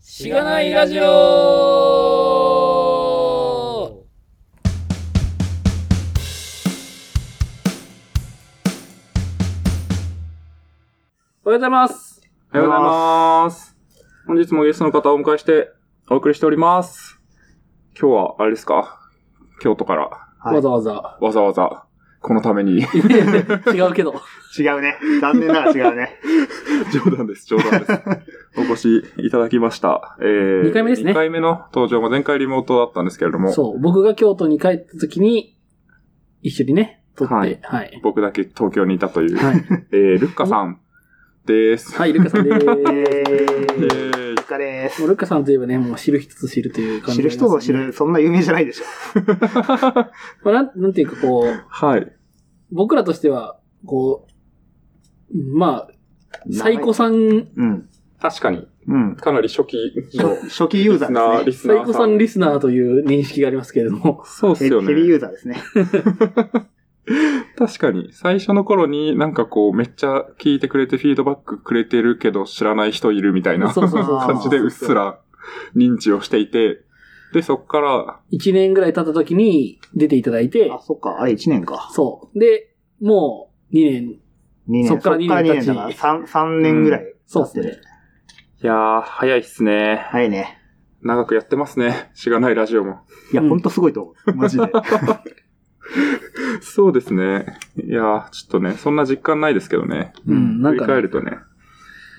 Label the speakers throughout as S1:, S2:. S1: しがないラジオ
S2: おはようございます。
S3: おはようございます。本日もゲストの方をお迎えしてお送りしております。今日は、あれですか京都からはい
S2: わざわざ。
S3: わざわざこのた めに。
S2: 違うけど。
S1: 違うね。残念ながら違うね。
S3: 冗談です、冗談です。お越しいただきました。えー、
S2: 二回目ですね
S3: 2回目の登場も前回リモートだったんですけれども、
S2: そう。僕が京都に帰った時に、一緒にね、撮って。は
S3: はいい。
S2: はい。
S3: 僕だけ東京にいたという、
S2: はい。
S3: えー、ルッカさんです。
S2: はい、ルカさんで
S1: え
S2: ー。
S3: イェ
S1: ーイ。
S3: ーイ
S1: ゆかです
S2: もう
S1: す。
S2: ルカさんといえばね、もう知る人ぞ知るという感じ
S1: 知
S2: で
S1: る人ぞ知。る、そんな有名じゃないでしょ。
S2: まあ、なん、なんていうかこう、
S3: はい。
S2: 僕らとしては、こう、まあ、サイコさん、
S1: うん。
S3: 確かに、
S1: うん。
S3: かなり初期の
S1: 初初期ユーザーで
S3: リ
S1: すね。
S3: スナ
S2: サイ
S3: ー
S2: コ
S3: さ
S2: さん
S3: ん。
S2: リスナーという認識がありますけれども。
S3: そうっす
S1: ヘビ
S3: よ
S1: ヘ
S3: ね。
S1: ビーユーザーですね。
S3: 確かに、最初の頃になんかこう、めっちゃ聞いてくれてフィードバックくれてるけど知らない人いるみたいな
S2: そうそうそうそう
S3: 感じでうっすら認知をしていて、で、そっから、
S2: 一年ぐらい経った時に出ていただいて
S1: あ、、そっか。あれ1年か。
S2: そう。で、もう2年
S1: 2年。
S2: そっから二年経ち
S1: そっから2年だから3、三年ぐらい経ってる。
S2: そうっすね。
S3: いやー、早いっすね。
S1: はいね。
S3: 長くやってますね。しがないラジオも。
S1: いや、
S2: うん
S1: ほんとすごいと思う。マジ で。
S3: そうですね。いやー、ちょっとね、そんな実感ないですけどね。
S2: うん、なん
S3: 振り
S2: か
S3: 返
S2: ね、
S3: るとね、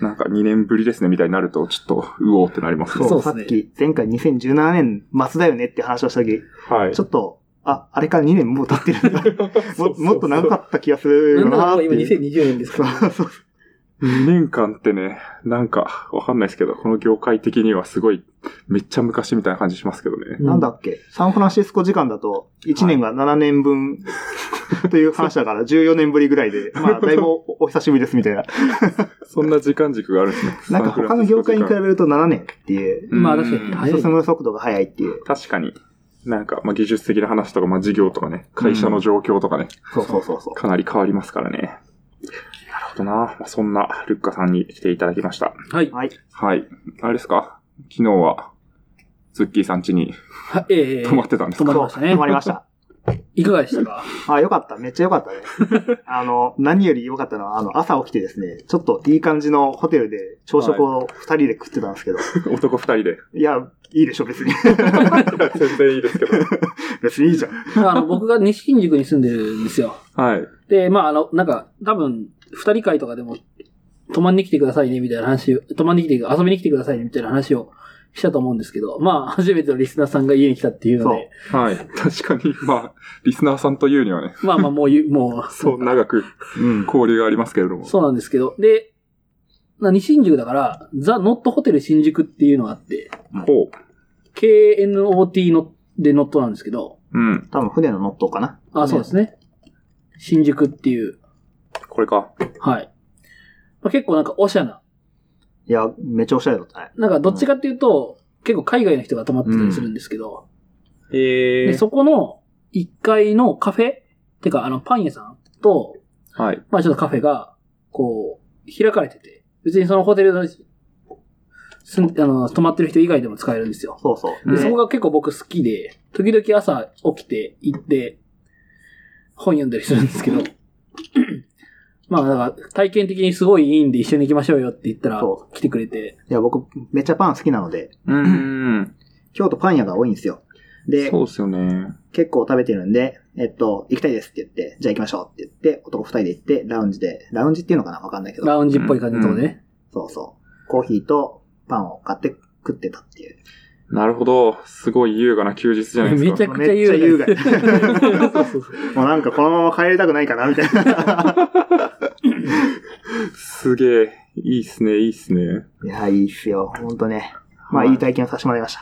S3: なんか2年ぶりですねみたいになると、ちょっと、うおーってなりますね。
S1: そ
S2: そうっ
S1: う、
S2: す
S1: さ
S2: ね
S1: っき、前回2017年末だよねって話をした時、
S3: はい
S1: ちょ。っと、あ、あれから2年もう経ってる んだ。ももっと長かった気がする
S2: なん
S1: よ
S2: なら
S1: な
S2: も
S1: ー
S2: う
S1: って
S2: 今
S1: いう。
S2: 2020年ですから。
S1: そうそう
S3: 2年間ってね、なんか、わかんないですけど、この業界的にはすごい、めっちゃ昔みたいな感じしますけどね。
S1: なんだっけ、サンフランシスコ時間だと、1年が7年分、という話だ から、14年ぶりぐらいで、ま あ、だいぶおお久しぶりですみたいな。
S3: そんな時間軸があるんですね。
S1: なんか他の業界に比べると7年っていう、
S2: まあ確かに
S3: うん
S2: 早い
S1: 進む速度が速いっていう。
S3: 確かに。なんか、まあ、技術的な話とか、まあ、事業とかね、会社の状況とかね、
S1: そうそうそうそう。
S3: かなり変わりますからね。なるほどな。まあ、そんな、ルッカさんに来ていただきました。
S2: はい。
S1: はい。
S3: はい。あれですか昨日は、ズッキーさん家に
S2: はええ
S3: 泊まってたんです
S2: 止ま
S3: か、
S2: りましたね
S1: 止まりました。
S2: いかがでした か
S1: あ、よかった。めっちゃよかった ね。あの、何よりよかったのは、あの、朝起きてですね、ちょっといい感じのホテルで朝食を2人で食ってたんですけど、
S3: 男二人で。
S1: い、や、いいでしょ、別に。
S3: 全然いいですけど。
S1: 別にいいじゃん。
S2: あの、僕が西新宿に住んでるんですよ。
S3: はい。
S2: で、まあ、あの、なんか、多分、二人会とかでも、泊まんに来てくださいね、みたいな話を、泊まんに来て、遊びに来てくださいね、みたいな話をしたと思うんですけど、まあ、 初めてのリスナーさんが家に来たっていうので、
S3: はい。確かに、まあ、リスナーさんというにはね、
S2: まあまあ、もう言う、もう、
S3: そう長く
S1: うん。
S3: 交流がありますけれども。
S2: そうなんですけど、で、な西新宿だから、ザ・ノットホテル新宿っていうのがあって、
S3: ほ
S2: KNOT のでノットなんですけど、
S3: う。うん。
S1: 多分船の乗っとうかな。
S2: あ、そうですね。新宿っていう、
S3: これか。
S2: はい。まあ、結構なんかおしゃな。
S1: いや、めっちゃおしゃれだったね。
S2: なんかどっちかっていうと、結構海外の人が泊まってたりするんですけど、
S3: へ
S2: で、そこの1階のカフェてか、あの、パン屋さんと、
S3: はい。
S2: まあちょっとカフェが、こう、開かれてて、別にそのホテルの、すんあの、泊まってる人以外でも使えるんですよ。
S1: そうそう。
S2: で、
S1: で
S2: そこが結構僕好きで、時々朝起きて行って、本読んだりするんですけど、まあ、だから、体験的にすごいいいんで一緒に行きましょうよって言ったら
S1: そ、
S2: 来てくれて、
S1: いや、僕、めっちゃパン好きなので、
S3: うん。
S1: 京都パン屋が多いんですよ。で、
S3: そうですよね。
S1: 結構食べてるんで、えっと、行きたいですって言って、じゃあ行きましょうって言って、男二人で行って、ラウンジで、ラウンジっていうのかなわかんないけ
S2: ラ
S1: ど、
S2: ウンジっぽい感じのとこでね。
S1: そうそう。コーヒーとパンを買って食ってたっていう。
S3: なるほど。すごい優雅な休日じゃないですか。
S2: めちゃくちゃ
S1: めっちゃ
S2: 優
S1: 優
S2: 雅
S1: 雅。
S2: そうそうそう
S1: もうなんかこのまま帰りたくないかなみたいな。
S3: すげえ。いいっすね、いいっすね。
S1: いや、いいっすよ。ほんとね。まあ、いい体験をさせてもらいまし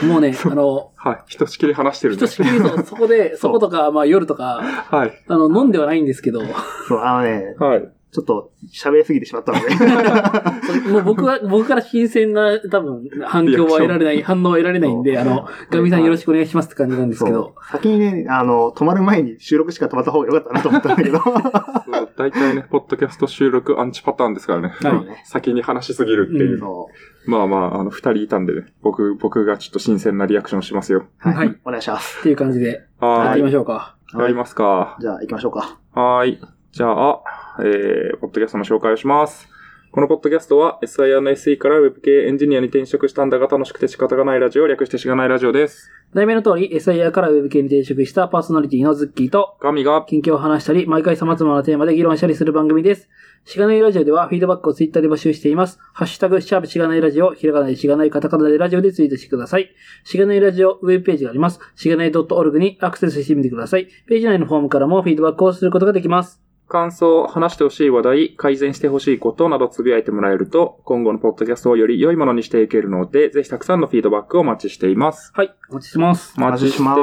S1: た。
S2: もうね、あの、
S3: はい。ひとしきり話してる
S2: ひと。
S3: ね
S2: しきりそうそこで、そことか、まあ夜とか、
S3: はい。
S2: あの、飲んではないんですけど、
S1: そう、あのね、
S3: はい。
S1: ちょっと喋りすぎてしまったので。
S2: もう僕は、僕から新鮮な、多分、反響は得られない、反応は得られないんで、あの、ガミさんよろしくお願いしますって感じなんですけど。
S1: 先にね、あの、止まる前に収録しか止まった方が良かったなと思ったん だけど。
S3: そう大体ね、ポッドキャスト収録アンチパターンですからね。
S2: はい
S1: い。
S3: 先に話しすぎるってい
S2: う
S3: う。
S2: ん
S1: そう
S3: まあまあ、あの、二人いたんでね、僕、僕がちょっと新鮮なリアクションしますよ。
S1: はい。
S2: はい
S1: お願いします。
S2: っていう感じで、やっ
S3: は
S2: てみ
S3: ーい。
S2: ましょうか。
S3: やりますか。
S1: じゃあ行きましょうか。
S3: はーい。じゃあ、えー、ポッドキャストの紹介をします。このポッドキャストは SIR の SE から Web 系エンジニアに転職したんだが楽しくて仕方がないラジオ、略してしがないラジオです。
S2: 題名の通り、SIR から Web 系に転職したパーソナリティのズッキーと、
S3: 神が、
S2: 近況を話したり、毎回様々なテーマで議論したりする番組です。しがないラジオでは、フィードバックをツイッターで募集しています。ハッシュタグ、シャープしがないラジオ、ひらがないしがないカタカナでラジオでツイートしてください。しがないラジオウェブページがあります。しがない .org にアクセスしてみてください。ページ内のフォームからもフィードバックをすることができます。
S3: 感想、話してほしい話題、改善してほしいことなどつぶやいてもらえると、今後のポッドキャストをより良いものにしていけるので、ぜひたくさんのフィードバックをお待ちしています。
S2: はい、お待ちしてます。
S3: お待ちしてま
S2: あり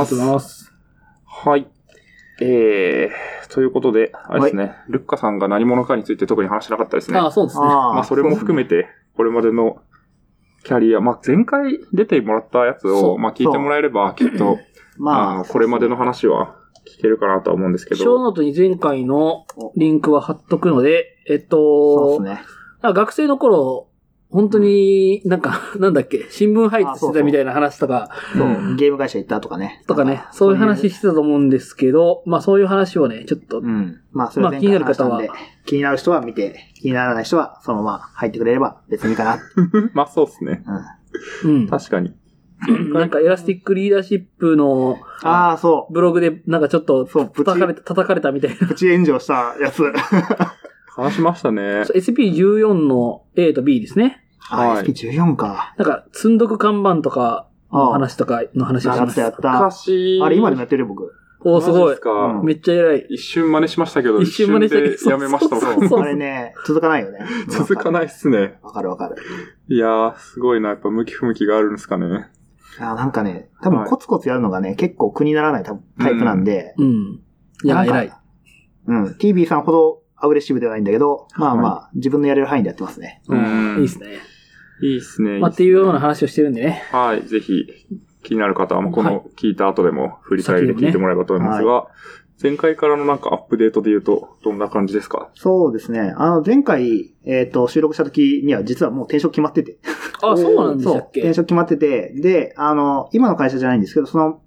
S2: が
S3: す
S2: とうご。ざいます。
S3: はい。えー、ということで、あれですね、ルッカさんが何者かについて特に話してなかったですね。
S2: ああ、そうですね。
S1: あ
S3: まあ、それも含め
S1: て。
S3: て、これまでのキャリア、まあ、前回出てもらったやつ
S2: そ
S3: を、
S2: う
S3: まあ、聞いてもらえれば、きっと、あ
S1: まあ
S3: の、これまでの話は聞けるかなとは思うんですけ
S2: ショー
S3: ど、
S2: ノートに前回のリンクは貼っとくので、えっ
S1: そうで
S2: と、
S1: すね。
S2: あ学生の頃、本当になんか、なんだっけ、新聞配
S1: あ
S2: 達
S1: そうそう
S2: してたみたいな話とか、
S1: そう
S3: うん
S1: ゲーム会社行ったとかね。
S2: とかね、そういう話してたと思うんですけど、まあそういう話をね、ちょっと
S1: うん。まあ、それ
S2: まあ
S1: 前
S2: 気に
S1: 回
S2: なる
S1: 話した
S2: 方
S1: ん
S2: は
S1: で、気になる人は見て、気にならない人はそのまま入ってくれれば別にいいかな。
S3: まあ、そうですね。
S1: うん。
S2: うん。
S3: 確かに。
S2: なんかエラスティックリーダーシップの
S1: ああ、そう。
S2: ブログでなんかちょっと
S1: そう、プチ
S2: 叩、かれた、叩かれたみたいな。
S1: プチ炎上したやつ。
S3: 話しましたね。
S2: SP14 の A と B ですね。
S1: はい。SP14 か。
S2: なんか、積んどく看板とかの話とかの話をし
S1: や
S2: ま
S1: ったや
S2: す
S1: っ。た。
S3: 昔、
S1: あれ、今でもやってるよ僕。
S2: おーす
S3: マジ
S2: ご
S3: で
S2: い
S3: す。か
S1: うん
S2: めっちゃ偉い。
S3: 一瞬真似しましたけど、
S2: 一
S3: 一
S2: 瞬
S3: 瞬
S2: 真似したけど
S3: でやめまし
S2: そ
S3: た
S2: うそう
S3: 僕
S2: そう
S1: あれね、続かないよね。
S3: 続かないっすね。
S1: わかるわかる。わかる
S3: いやー、すごいな。やっぱ向き不向きがあるんですかね。
S1: あーなんかね、多分コツコツやるのがね、結構苦にならないタイプなんで、
S2: うん。いや、
S1: なんか
S2: 偉い。
S1: うん。TB さんほどアグレッシブではないんだけど、まあまあ、自分のやれる範囲でやってますね。
S3: うん
S2: いいですね。
S3: いいっすね。
S2: まあっていうような話をしてるんでね。
S3: はい、ぜひ、気になる方は、まあこ
S2: は
S3: の聞いた後でも振り返りで聞いてもらえればと思いますが、前回からのなんかアップデートで言うと、どんな感じですか
S1: そうですね。あの、前回、えっ、と、収録した時には実はもう転職決まってて。
S2: あ、そうなんでした
S1: そう。
S2: っけ
S1: 転職決まってて、で、あの、今の会社じゃないんですけど、その、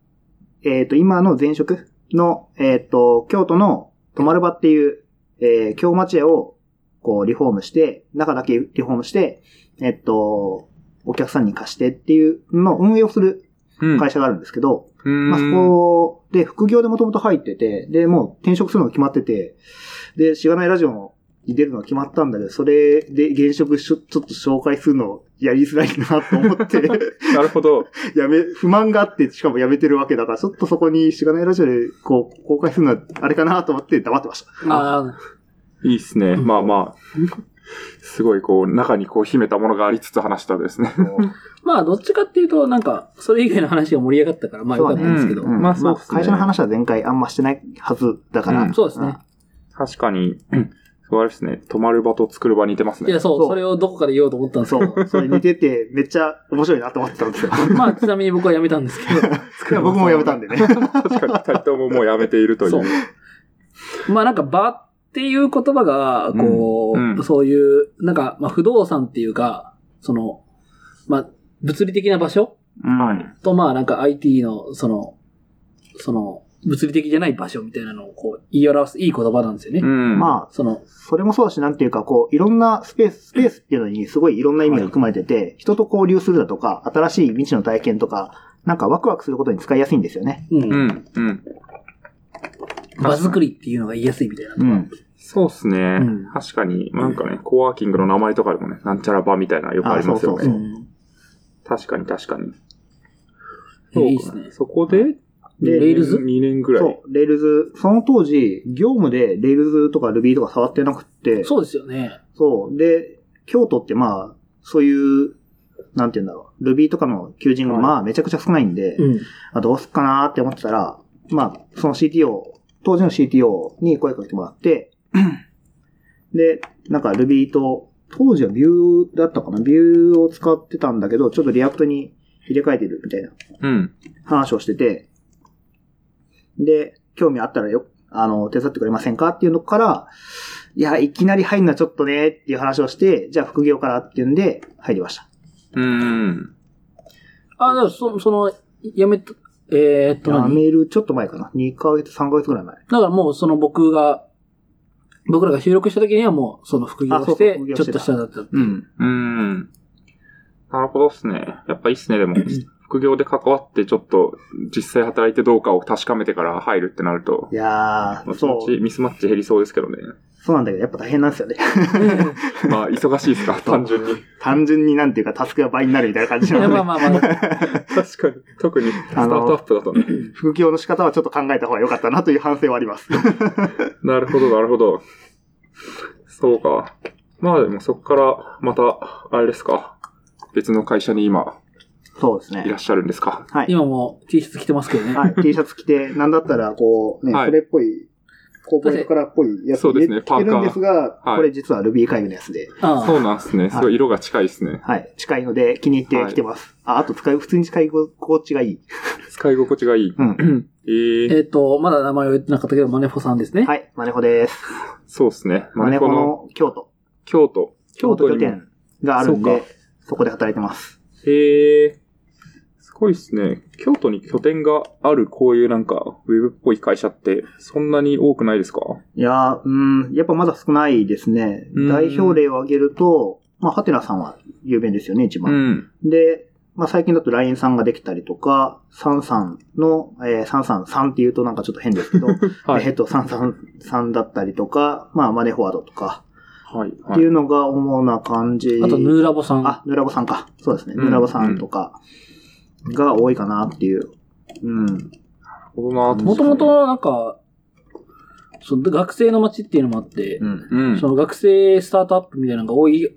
S1: えっ、と、今の前職の、えっ、と、京都の泊まる場っていう、えー、京町屋を、こう、リフォームして、中だけリフォームして、えっ、と、お客さんに貸してっていうのを運営をする
S3: うん
S1: 会社があるんですけど、
S3: ま
S1: まあ、そこで、副業でもともと入ってて、で、もう転職するのが決まってて、で、しがないラジオも出るのが決まったんだけど、それで現職しょちょっと紹介するのやりづらいなと思って、
S3: なるほど。
S1: やめ、不満があって、しかもやめてるわけだから、ちょっとそこにしがないラジオでこう、公開するのはあれかなと思って黙って ました。
S2: あ
S3: いいっすね。
S2: うん
S3: まあまあ、すごいこう、中にこう秘めたものがありつつ話したですね。
S2: ーまあ、どっちかっていうと、なんか、それ以外の話が盛り上がったから、まあ、よかったんですけど。
S3: んまあそうっすね
S1: 会社の話は前回あんましてないはずだから。
S3: うん
S2: そうですね。
S3: 確かに、そうあれですね、泊まる場と作る場似てます
S2: い
S3: ね
S2: や、。そう
S1: そ
S2: そうれをどこかで言おうと思ったんです
S1: そ
S2: けど。
S1: う、それ見てて、めっちゃ面白いなと思ってた んですよ。
S2: まあ、ちなみに僕は辞めたんですけ
S1: いや僕もやめたんで ね。
S3: 確かに、二人とももうやめてい ると
S2: ど。
S3: い。
S2: そうう。まあ、なんか、場っていう言葉が、こ
S3: うんう
S2: う、
S3: ん
S2: そういう、なんか、まあ、不動産っていうか、その、まあ、物理的な場所
S3: はい。
S2: と、まあ、なんか IT の、その、その、物理的じゃない場所みたいなのを、こう、言い表す、いい言葉なんですよね。
S3: うん。あ、
S1: まあ、
S2: その、
S1: それもそうだし、なんていうか、こう、いろんなスペース、スペースっていうのにすごいいろんな意味が含まれてて、人と交流するだとか、新しい未知の体験とか、なんかワクワクすることに使いやすいんですよね。
S2: うん
S3: うん、うん。
S2: 場作りっていうのが言いやすいみたいな。
S1: うん。
S3: そうっすね。
S2: ん
S3: 確かに、なんかね、コワーキングの名前とかでもね、なんちゃら場みたいなのよくありますよ
S1: あ
S3: ね。
S1: そう
S3: 確かに確かに。
S2: えいいですね。
S3: そこで、
S1: で
S2: レイルズ
S3: ?2 年ぐらい。
S1: そう、レールズ、その当時、業務でレールズとか Ruby とか触ってなくって、
S2: そうですよね。
S1: そう。で、京都ってまあ、そういう、なんていうんだろう、Ruby とかの求人がまあ、めちゃくちゃ少ないんで、
S2: うん。
S1: あどうすっかなーって思ってたら、まあ、その CTO、当時の CTO に声かけてもらって、 で、なんか Ruby と、当時は Vue だったかな ?Vue を使ってたんだけど、ちょっと React に入れ替えてるみたいな
S3: うん。
S1: 話をしてて、で、興味あったらよ、あの、手伝ってくれませんかっていうのから、いや、いきなり入るのはちょっとねっていう話をして、じゃあ副業からっていうんで入りました。
S3: うん。
S2: あ、だからそその、やめた、えーっと、
S1: や
S2: 何
S1: めるちょっと前かな ?2 ヶ月、3ヶ月ぐらい前。
S2: だからもうその僕が、僕らが収録した時にはもうその副業をして
S1: あそうそう副、業
S2: ちょ
S1: し
S2: ってと
S1: た
S2: 下だった。
S1: うん。
S3: うん。なるほどっすね。やっぱいいっすね、 でも。副業で関わってちょっと実際働いてどうかを確かめてから入るってなると
S1: い、やー、
S3: 後々
S1: そう、
S3: ミスマッチ減りそうですけどね。
S1: そうなんだけど、やっぱ大変なんですよね。
S3: まあ、忙しいですか、 単純に。
S1: 単純になんていうか、タスクが倍になるみたいな感
S2: い
S1: じな
S2: やまあ
S1: ので、
S2: まあま あ、
S3: 確かに。特に、スタートアップだとね。
S1: 副業の仕方はちょっと考えた方が良かったなという反省はあります。
S3: なるほど、なるほど。そうか。まあでもそこから、また、あれですか。別の会社に今、
S1: そうです
S3: いら
S1: ね。
S3: っしゃるんですか。
S1: はい。
S2: 今も T シャツ着てますけどね。
S1: はい、T シャツ着て、なんだったら、こう、ね、
S3: はい
S1: それっぽい、コーポレートカラーっぽいやつ
S3: そうですね
S1: 着てるんですが、
S3: カーはい
S1: これ実は Ruby 会議のやつで、
S2: ああ
S3: そうなんですね。すごい色が近いですね。
S1: はい、近いので気に入って着てます。あ、あと使い、普通に使い心地がいい。
S3: 使い心地がいい。
S1: うん。
S3: ええ
S2: えーっと、まだ名前を言ってなかったけど、マネフォさんですね。
S1: はい、マネホです。
S3: そうですね。
S1: マ
S3: マネ
S1: ネホ
S3: コの
S1: の京都。
S3: 京都。
S1: 京都拠
S3: にも。
S1: 点があるん
S3: そう
S1: で
S3: か、
S1: そこで働いてます。
S3: へえ。すごいですね。京都に拠点があるこういうなんか、ウェブっぽい会社って、そんなに多くないですか
S1: いやー、うん、やっぱまだ少ないですね。
S3: うん
S1: 代表例を挙げると、まあ、ハテナさんは有名ですよね、一番。
S3: ん。
S1: で、まあ、最近だと LINE さんができたりとか、サンさんの、えー、サンさんさんって言うとなんかちょっと変で すけど、
S3: は
S1: え
S3: い。
S1: っと、三三三だったりとか、まあ、マネフォワードとか、
S3: はい。
S1: って
S3: はい
S1: いうのが主な感じ。
S2: あと、ヌーラボさん。
S1: あ、ヌーラボさんか。そうですね。
S3: うん
S1: ヌーラボさんとかが多いかなっていう。うん。
S3: ほどなと
S2: もとも、と、なんか、その学生の街っていうのもあって、
S1: うん。
S3: うん。
S2: その学生スタートアップみたいなのが多い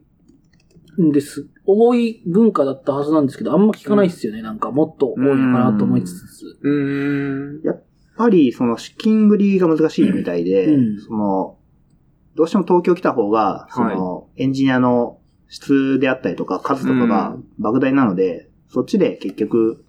S2: んです。多い文化だったはずなんですけど、あんま聞かないですよね。なんか、もっと多いのかなと思いつつ。
S3: うーん。
S1: やっぱり、その、資金繰りが難しいみたいで、
S2: うん
S1: その、どうしても東京来た方が、その、エンジニアの質であったりとか、数とかが
S3: う
S1: 莫大なので、そっちで結局、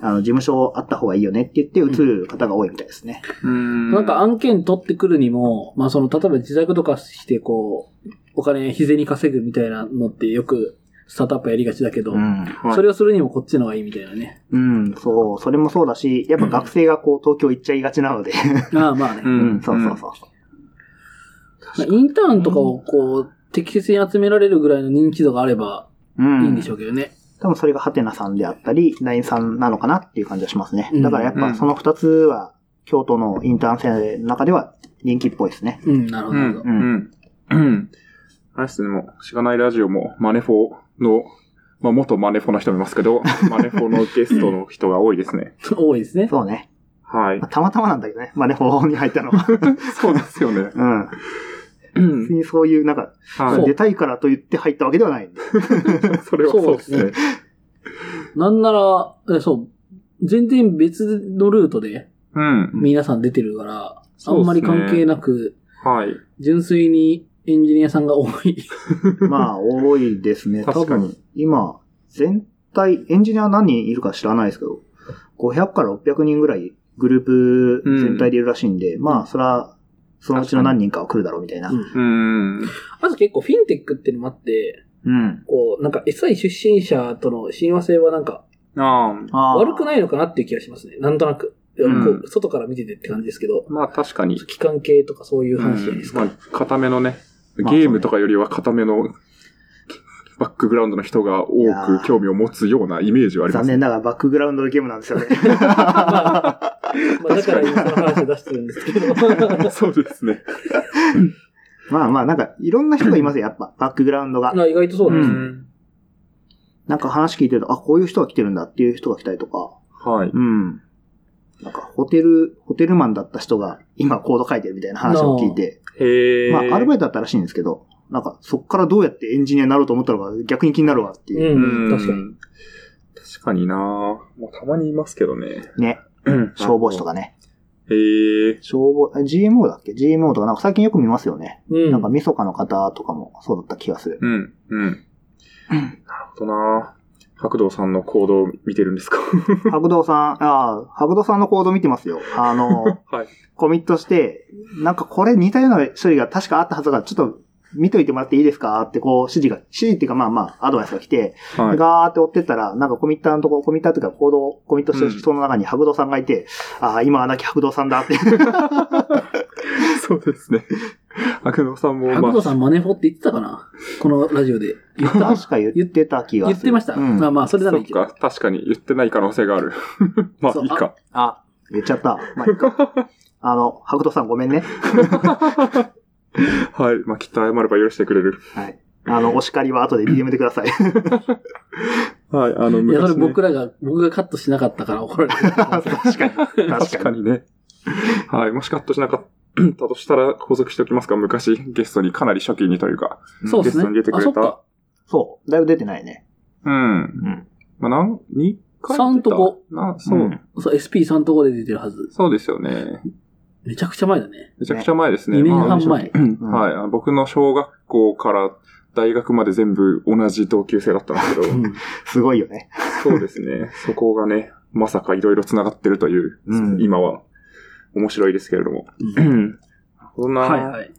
S1: あの、事務所あった方がいいよねって言って移る方が多いみたいですね。
S3: な
S2: なんか、案件取ってくるにも、まあ、その、例えば自宅とかして、こう、お金、日銭稼ぐみたいなのってよく、スタートアップやりがちだけど、
S1: ん。
S3: はい
S2: それをするにもこっちの方がいいみたいなね。
S1: うん、そう、それもそうだし、やっぱ学生がこう、東京行っちゃいがちなので。
S2: ああ、まあね。
S1: う
S3: うん
S1: ん、 そうそうそう。
S2: まあインターンとかをこう、適切に集められるぐらいの認知度があれば
S1: うん。
S2: いいんでしょうけどね。
S1: 多分それがハテナさんであったり、ラインさんなのかなっていう感じがしますね
S2: う。ん
S1: だからやっぱその二つは、京都のインターン生の中では人気っぽいですね。
S2: うん、なるほ
S3: う
S2: どなる
S3: ん
S2: ほど。
S1: う
S3: うん。うん。 あれですね、もう、しがないラジオも、マネフォの、まあ、元マネフォの人もいますけど、マネフォのゲストの人が多いですね。
S2: 多いですね。
S1: そうね。
S3: はい
S1: まあ。たまたまなんだけどね。まあね、方法に入ったの は。
S3: そうですよね。
S1: うん。
S3: うん
S1: 別にそういう、なんか、
S3: は
S1: 出たいからと言って入ったわけで はないんで。
S3: い。それはそうです
S2: そう
S3: ね。
S2: なんなら、えそう、全然別のルートで
S3: うん。
S2: 皆さん出てるから、
S3: そう
S2: あ
S3: っすね
S2: んまり関係なく、
S3: はい。
S2: 純粋にエンジニアさんが多い。
S1: まあ、多いですね。多
S3: 確かに
S1: 分、今、全体、エンジニア何人いるか知らないですけど、500から600人ぐらいグループ全体でいるらしいんで、まあ、それは、そのうちの何人かは来るだろうみたいな。
S2: うん
S3: うん。
S2: あと結構フィンテックっていうのもあって、
S1: うん。
S2: こう、なんか SI 出身者との親和性はなんか
S3: ああ。
S1: あー
S2: 悪くないのかなっていう気がしますね。なんとなく。
S3: うん
S2: こう外から見ててって感じですけど、
S3: まあ、確かに。
S2: 機関系とかそういう
S3: うん
S2: 話じゃないですか。
S3: まあ、固めのね、
S1: まあ
S3: ゲームとかよりは固めの、バックグラウンドの人が
S1: い
S3: 多
S1: やー
S3: く興味を持つようなイメージはありま
S1: 残
S3: すね。
S1: 念ながらバックグラウンドのゲームなんですよね。
S2: まあ、まあだから今その話を出してるんです けど。
S3: そうですね。
S1: まあまあ、なんか、いろんな人がいますよ、やっぱ、バックグラウンドが。
S2: まあ意外とそうなんですね。
S1: なんか話聞いてると、あ、こういう人が来てるんだっていう人が来たりとか、
S3: はい。
S1: うん。なんか、ホテル、ホテルマンだった人が今コード書いてるみたいな話を聞いて、
S3: へえ。
S1: まあ、アルバ
S3: イ
S1: イトだったらしいんですけど、なんか、そっからどうやってエンジニアになろうと思ったのか逆に気になるわっていう。
S2: うん、確かに。。
S3: 確かになもうたまにいますけどね。
S1: ね。消防士とかね。
S3: へえ。
S1: 消防、あ GMO だっけ ?GMO とかなんか最近よく見ますよね。
S2: うん。
S1: なんか、みそかの方とかもそうだった気がする。
S3: うん、うん。なるほどな白道さんの行動を見てる んですか
S1: 白道さん、ああ、白道さんの行動見てますよ。あの、
S3: はい。
S1: コミットして、なんかこれ似たような処理が確かあったはずだから、ちょっと見といてもらっていいですかってこう指示が、指示っていうかまあまあアドバイスが来て、
S3: はい。
S1: ガーって追ってったら、なんかコミッターのとこ、コミッターっていうか行動、コミットしてる人の中に白道さんがいて、ああ、今は亡き白道さん だって。
S3: そうですね。白道さんも、ま
S2: 白
S3: あ
S2: 道、さんマネフォって言ってたかなこのラジオで。言った
S1: 確か言ってた気が
S2: 言
S1: する。
S2: ってました。
S1: うん
S2: まあまあ、それならい
S3: そっ
S2: いけど。
S3: か、確かに言ってない可能性がある。 まあ
S2: そ、う
S3: いいか。
S1: あ、言っちゃった。まあ、いいか。 あの、白土さんごめんね。
S3: はい。まあ、きっと謝れば許してくれる。
S1: はい。あの、お叱りは後で DM でくだ さい。
S3: はい。あの、
S2: いや、それ
S3: 昔、ね
S2: 僕、らが、僕がカットしなかったから怒られてる。
S1: 確かに。確
S3: 確
S1: か
S3: か
S1: に。
S3: にね。はい。もしカットしなかった としたら、補足しておきますか。昔、ゲストにかなり初期にというか。
S2: そうですね
S3: ゲストに出て。く
S2: あ、
S3: れた
S2: そっか。
S1: そう。だいぶ出てないね。
S3: うん。
S1: ん
S3: まあ、なん、2回
S2: 三とこ
S3: 出たな、そう、
S1: うん
S2: そう、SP3 とこで出てるはず。
S3: そうですよね。
S2: めちゃくちゃ前だね。
S3: めちゃくちゃ前ですね。
S2: 2年
S3: まあ
S2: 半前。
S1: うん
S3: はいあの。僕の小学校から大学まで全部同じ同級生だったんですけど、
S2: うん
S1: すごいよね。
S3: そうですね。そこがね、まさかいろいろ繋がってるという、
S1: うん
S3: 今は面白いですけれども。 そんな、
S2: はいはい。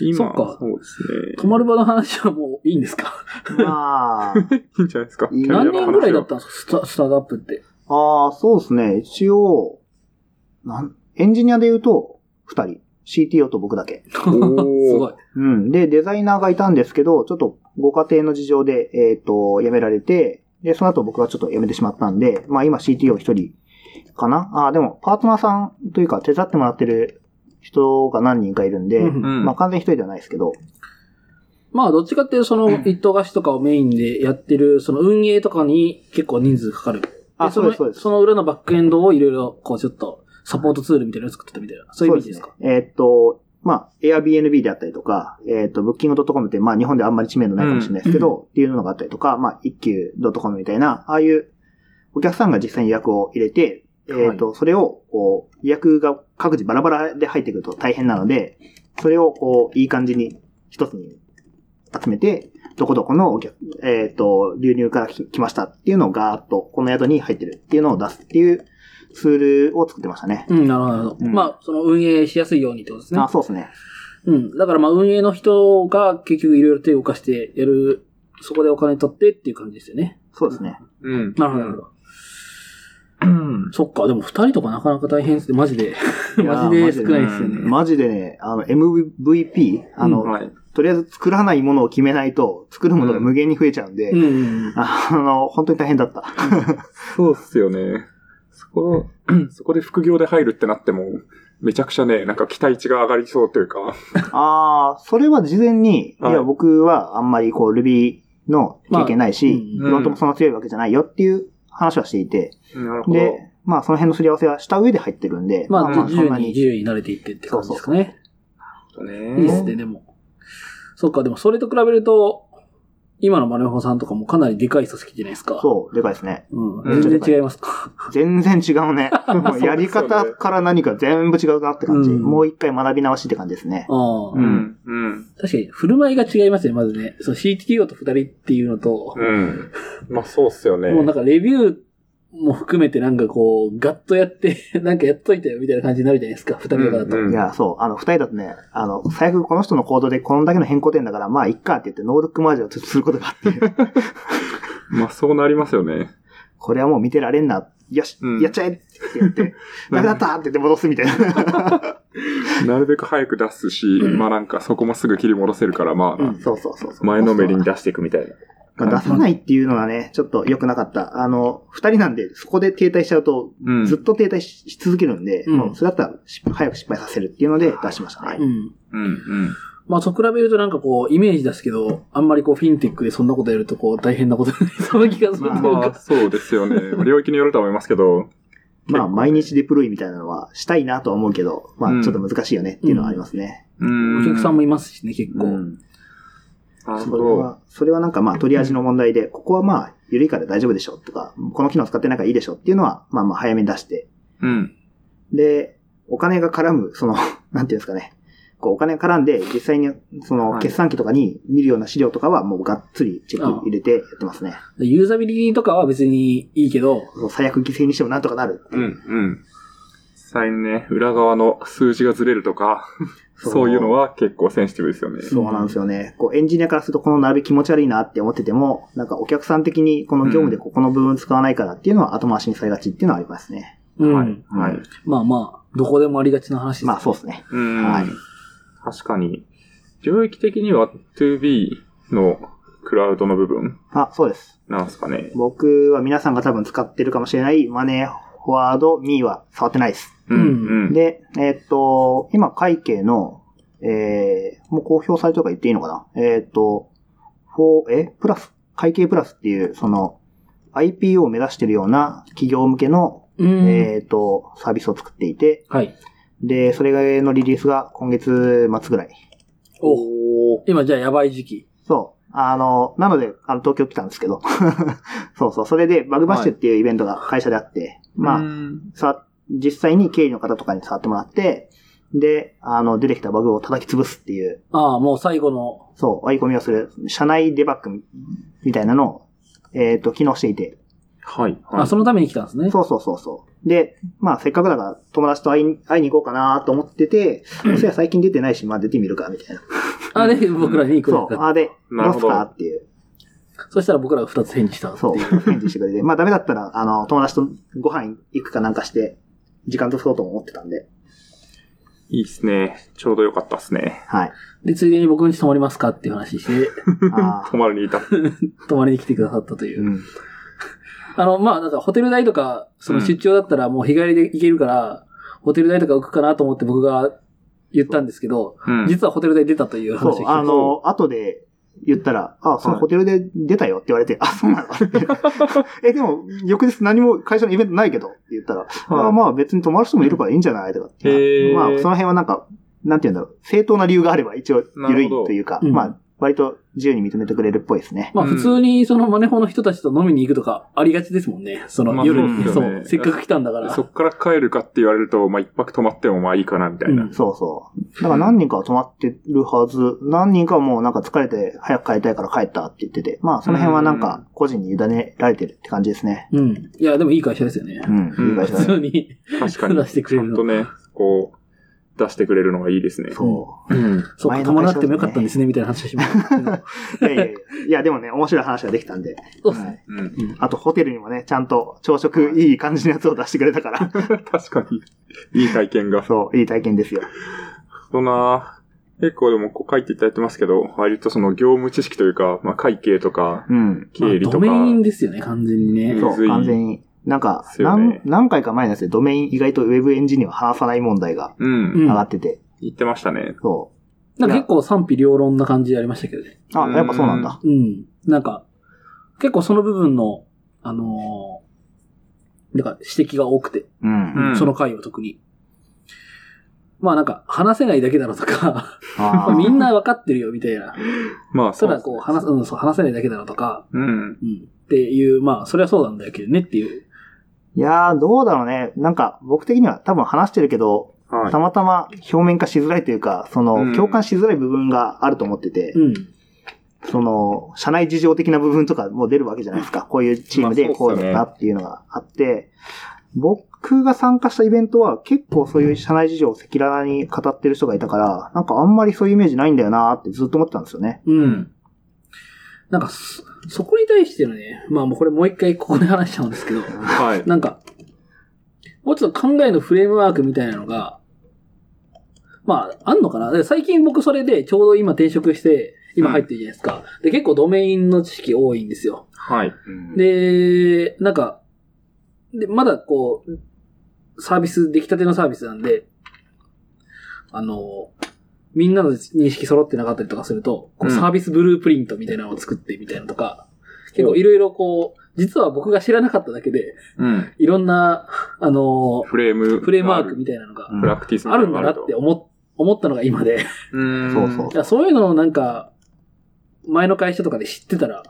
S3: 今
S2: そっか
S3: そうですね。
S2: 泊まる場の話はもういいんですか
S1: まあ、
S3: いいんじゃないですか。
S1: いいや
S2: 何年ぐらいだったたんですかスタスタートアップって。
S1: ああ、そうですね。一応、なん、エンジニアで言うと、二人。CTO と僕だけ。
S2: す
S3: ー
S2: ごい。
S1: うん。で、デザイナーがいたんですけど、ちょっとご家庭の事情で、えっ、と、辞められて、で、その後僕はちょっと辞めてしまったんで、まあ今 CTO 一人かな。ああ、でもパートナーさんというか手伝ってもらってる人が何人かいるんで、
S2: うん
S3: うん。
S1: まあ完全一人ではないですけど、
S2: まあ、どっちかっていうと、その、一等貸しとかをメインでやってる、その運営とかに結構人数かかる。
S1: あそうです
S2: の
S1: そうです
S2: その裏のバックエンドをいろいろ、こう、ちょっと、サポートツールみたいなのを作ってたみたいな。そういうイメージですか
S1: そうねえーっと、まあ、Airbnb であったりとか、えーっと、Booking.com って、まあ、日本ではあんまり知名度ないかもしれないですけど、っていうのがあったりとか、まあ、一休 .com みたいな、ああいうお客さんが実際に予約を入れて、えーっと、それを、こう、予約が各自バラバラで入ってくると大変なので、それを、こう、いい感じに一つに集めて、どこどこのお客、えーっと、流入からき来ましたっていうのをガーッと、この宿に入ってるっていうのを出すっていうツールを作ってましたね。
S2: うん、なるほどなるほど。
S1: うん
S2: まあ、その運営しやすいようにってことですね
S1: あ、。そうですね。
S2: うん。だからまあ、運営の人が結局いろいろ手を動かしてやる、そこでお金取ってっていう感じですよね。
S1: そうですね。
S3: うん。
S2: なるほど、なるほど。
S3: うん
S2: そっか、でも二人とかなかなか大変ですね。マジで。
S1: いやー
S2: マジで少ないですよね。
S1: マジでね、あの、MVP、あの、
S3: はい。
S1: とりあえず作らないものを決めないと、作るものが無限に増えちゃうんで、
S2: うんうんうん。
S1: あの、本当に大変だった。
S3: そうっすよね。そこ、 そこで副業で入るってなっても、めちゃくちゃね、なんか期待値が上がりそうというか。
S1: ああ、それは事前に、い
S3: はい
S1: や、僕はあんまりこう、Ruby の経験ないし、
S2: ま
S3: あうん
S1: フロントもそんな強いわけじゃないよっていう話はしていて、
S3: なる
S1: で、まあ、その辺のすり合わせはした上で入ってるんで、
S2: まあ、
S3: まあまあ
S2: 自由に、自。由に慣れていってって感じですかね。
S3: ね
S2: いいですね、でも。そっか、でもそれと比べると、今のマネホさんとかもかなりでかい組織じゃないですか。
S1: そう、でかいですね。
S2: う
S3: うん
S2: ん。全然違いますか。
S1: 全然違う ね。もうやり
S3: そうですよ
S1: 方
S3: ね
S1: から何か全部違うなって感じ。
S2: うん
S1: もう一回学び直しって感じですね。
S2: あ
S3: う
S2: あ。
S3: ん。うん。
S2: 確かに、振る舞いが違いますね、まずね。その CTO と二人っていうのと、
S3: うん。まあ、そうっすよね。
S2: もうなんかレビューも含めてなんかこう、ガッとやって、 なんかやっといたよみたいな感じになるじゃないですか、二人とかだと。
S3: うんうん
S1: いや、そう、あの、二人だとね、あの、最悪この人の行動でこのだけの変更点だから、まあ、いっかって言って、ノールックマージをすることがあ って、
S3: まあ、そうなりますよね。
S1: これはもう見てられんな、よし、
S3: うん
S1: やっちゃえって 言って、ダメだったって言って戻すみたいな。
S3: なるべく早く出すし、まあなんかそこもすぐ切り戻せるから、ま
S2: うん
S3: あ、
S1: そうそうそうそう。
S3: 前のめりに出していくみたいな。
S1: まあ出さないっていうのはね、ちょっと良くなかった。あの、二人なんで、そこで停滞しちゃうと、
S3: うん
S1: ずっと停滞しし続けるんで、
S2: うん
S1: もうそれだったらし、早く失敗させるっていうので出しましたね。
S2: うん。
S3: うん。うん。
S2: まあ、そう比べるとなんかこう、イメージですけど、あんまりこう、フィンテックでそんなことやるとこう、大変なことになりそうな気がするという
S3: まあ、
S2: か。
S3: そうですよね。まあ領域によるとは思いますけど、
S1: まあ、毎日デプロイみたいなのはしたいなとは思うけど、ま
S3: うん
S1: あ、ちょっと難しいよねっていうのはありますね。
S3: うん
S2: お客さんもいますしね、結
S1: う
S2: 構。
S1: ん
S3: なる
S1: そ
S3: ほ
S1: れ
S3: ど。
S1: は、それはなんかまあ取り味の問題で、ここはまあ緩いから大丈夫でしょとか、この機能使ってないからいいでしょっていうのは、まあまあ早めに出して。
S3: うん。
S1: で、お金が絡む、その、 なんていうんですかね。こう、お金が絡んで、実際に、その
S3: は、い
S1: 決算機とかに見るような資料とかは、もうがっつりチェック入れてやってますね。
S2: ユーザビリティとかは別にいいけど、
S1: そう最悪犠牲にしてもなんとかなる。
S3: うん、うん。実際にね、裏側の数字がずれるとか、そういうのは結構センシティブですよね。
S1: そうなんですよね。こう、エンジニアからするとこの並び気持ち悪いなって思ってても、なんかお客さん的にこの業務でここの部分使わないからっていうのは後回しにされがちっていうのはありますね。
S2: うん
S3: はい、はい。
S2: まあまあ、どこでもありがちな話です。
S1: まあそうですね。
S3: うん。
S1: はい
S3: 確かに、領域的には 2B のクラウドの部分
S1: あ、そうです。
S3: なんですかね。
S1: 僕は皆さんが多分使ってるかもしれないマネーフォワード、ミーは触ってないです。
S3: うん、うん。
S1: で、えーっと、今会計の、えー、もう公表されてるから言っていいのかなえーっと、フォー、え、プラス、会計プラスっていう、その、IPO を目指してるような企業向けの、
S2: うん。
S1: えーっと、サービスを作っていて、
S2: はい。
S1: で、それのリリースが今月末ぐらい。
S2: お今じゃあやばい時期。
S1: そう。あの、なので、あの、東京来たんですけど。 そうそう。それで、バグバッシュっていうイベントが会社であって、
S3: う
S1: まあ、
S3: ん
S1: さ、実際に経理の方とかに触ってもらって、で、あの、出てきたバグを叩き潰すっていう、
S2: ああ、もう最後の、
S1: そう、追い込みをする、社内デバッグみみたいなのを、えっ、と、機能していて。
S3: はい。はい
S2: あ、そのために来たんですね。
S1: そうそうそうそう。で、まあ、せっかくだから、友達と会いに会いに行こうかなと思ってて、そりゃ最近出てないし、まあ、出てみるか、みたいな。
S2: あ、で、僕らに来
S1: そ
S2: る
S1: う。あ、で、
S3: なる
S1: ロ
S3: ほ
S1: ス
S3: ど
S1: かっていう。
S2: そしたら僕らが二つ返事したんです。
S1: そう、返事して くれて。まあダメだったら、あの、友達とご飯行くかなんかして、時間とそうとも思ってたんで。
S3: いいっすね。ちょうどよかったっすね。
S1: はい。
S2: で、ついでに僕ん家泊まりますかっていう話して、
S1: あ
S3: 泊まるにいた。
S2: 泊まりに来てくださったとい
S1: ー
S2: う。
S1: うん。
S2: あの、まあ、なんかホテル代とか、その出張だったらもう日帰りで行けるから、ホテル代とか浮くかなと思って僕が言ったんですけど、
S3: うん。
S2: 実はホテル代出たという話を
S1: そ
S2: 聞
S1: う、
S2: い
S1: あ
S2: た。
S1: の、後で言ったら、あ、その
S3: はい
S1: ホテルで出たよって言われて、あ、そうなのって。 え、でも、翌日何も会社のイベントないけどって言ったら、あまあ別に泊まる人もいるからいいんじゃないとか。
S3: へー
S1: まあ、その辺はなんか、なんて言うんだろう。正当な理由があれば一応緩いというか、
S2: なるほど
S1: ま
S2: う
S1: あ、割と自由に認めてくれるっぽいですね。
S2: まあ
S3: うん
S2: 普通にそのマネホの人たちと飲みに行くとかありがちですもんね。そ
S3: ま
S2: の
S3: あ
S2: 夜
S3: そう
S2: に、
S3: です
S2: そ
S3: よね
S2: う、せっかく来たんだから。
S3: そっから帰るかって言われると、まあ、一泊泊まってもまあいいかな、みたいな。
S2: うん
S1: そうそう。だから何人かは泊まってるはず、何人かはもうなんか疲れて早く帰りたいから帰ったって言ってて、まあその辺はなんか個人に委ねられてるって感じですね。
S2: うん。いや、でもいい会社ですよね
S1: う。ん、いい会社
S2: 普
S1: だ
S2: 通
S1: ね。
S2: に。
S3: 確かに。
S2: 出してくれるの
S3: ちゃんとね、こう、出してくれるのがいいですね。
S1: そ
S3: うん。
S2: そうか、
S1: 前の会
S2: 伴
S1: 社
S2: ってもよかったんですね、みたいな話をしました。
S1: う。いやいやいや、いやでもね、面白い話ができたんで。
S2: そうっすね
S1: はい
S3: うん。
S1: あとホテルにもね、ちゃんと朝食いい感じのやつを出してくれたから。
S3: 確かに。いい体験が。
S1: そう、いい体験ですよ。
S3: そうな結構でもこう書いていただいてますけど、割とその業務知識というか、まあ、会計とか、
S1: うん。
S3: 経理とか。
S2: まあドメインですよね、完全にね。
S1: そ
S3: むず
S1: う、
S3: い
S1: 完全に。なんか
S3: で、すよね
S1: 何、何回か前のやつでドメイン意外とウェブエンジニアは話さない問題が
S3: うん。
S2: ん
S1: 上がってて、
S3: 言ってましたね。
S1: そ
S2: なんか結構賛否両論な感じありましたけどね。
S1: う。あ、やっぱそうなんだ。
S2: うん。なんか、結構その部分の、あのーなんか指摘が多くて、
S1: うん。
S3: うん
S2: その回は特に。まあなんか、話せないだけだろと か、
S1: あ
S2: まあ
S1: ー
S2: みんなわかってるよみたいな。
S3: まあ、
S2: た
S3: そう
S2: だこう、話す、うん、そう、話せないだけだろとか、
S3: うん。
S2: うん。っていう、まあ、それはそうなんだけどねっていう。
S1: いやー、どうだろうね。なんか、僕的には多分話してるけど、
S3: はい
S1: た。またま表面化しづらいというか、その、
S3: うん
S1: 共感しづらい部分があると思ってて、
S2: うん。
S1: その、社内事情的な部分とかも出るわけじゃないですか。こういうチームで
S3: まあそ
S1: こ
S3: うっ
S1: う
S3: すよ
S1: だ
S3: ね
S1: ったっていうのがあって、僕が参加したイベントは結構そういう社内事情を赤裸々に語ってる人がいたから、なんかあんまりそういうイメージないんだよなーってずっと思ってたんですよね。
S2: うん。なんかそ、そこに対してのね、まあもうこれもう一回ここで話しちゃうんですけど、
S3: はい。
S2: なんか、もうちょっと考えのフレームワークみたいなのが、まあ、あんのかなで最近僕それでちょうど今転職して、今入ってるじゃないですか。で、結構ドメインの知識多いんですよ。
S3: はい。
S2: で、なんか、で、まだこう、サービス、出来たてのサービスなんで、あの、みんなの認識揃ってなかったりとかすると、こう
S3: うん
S2: サービスブループリントみたいなのを作ってみたいなのとか、結構いろいろこう、実は僕が知らなかっただけで、
S3: うん。
S2: いろんな、あの、
S3: フレーム。
S2: フレームワークみたいなのが
S1: うん
S3: プラクティスみ
S2: あ
S3: たい
S2: る
S3: なんの
S2: だ
S3: が
S2: な
S3: あ
S2: っ
S3: と
S2: て思思ったのが今で、
S3: うーん。
S1: そうそう
S2: いやそういうのをなんか、前の会社とかで知ってたら、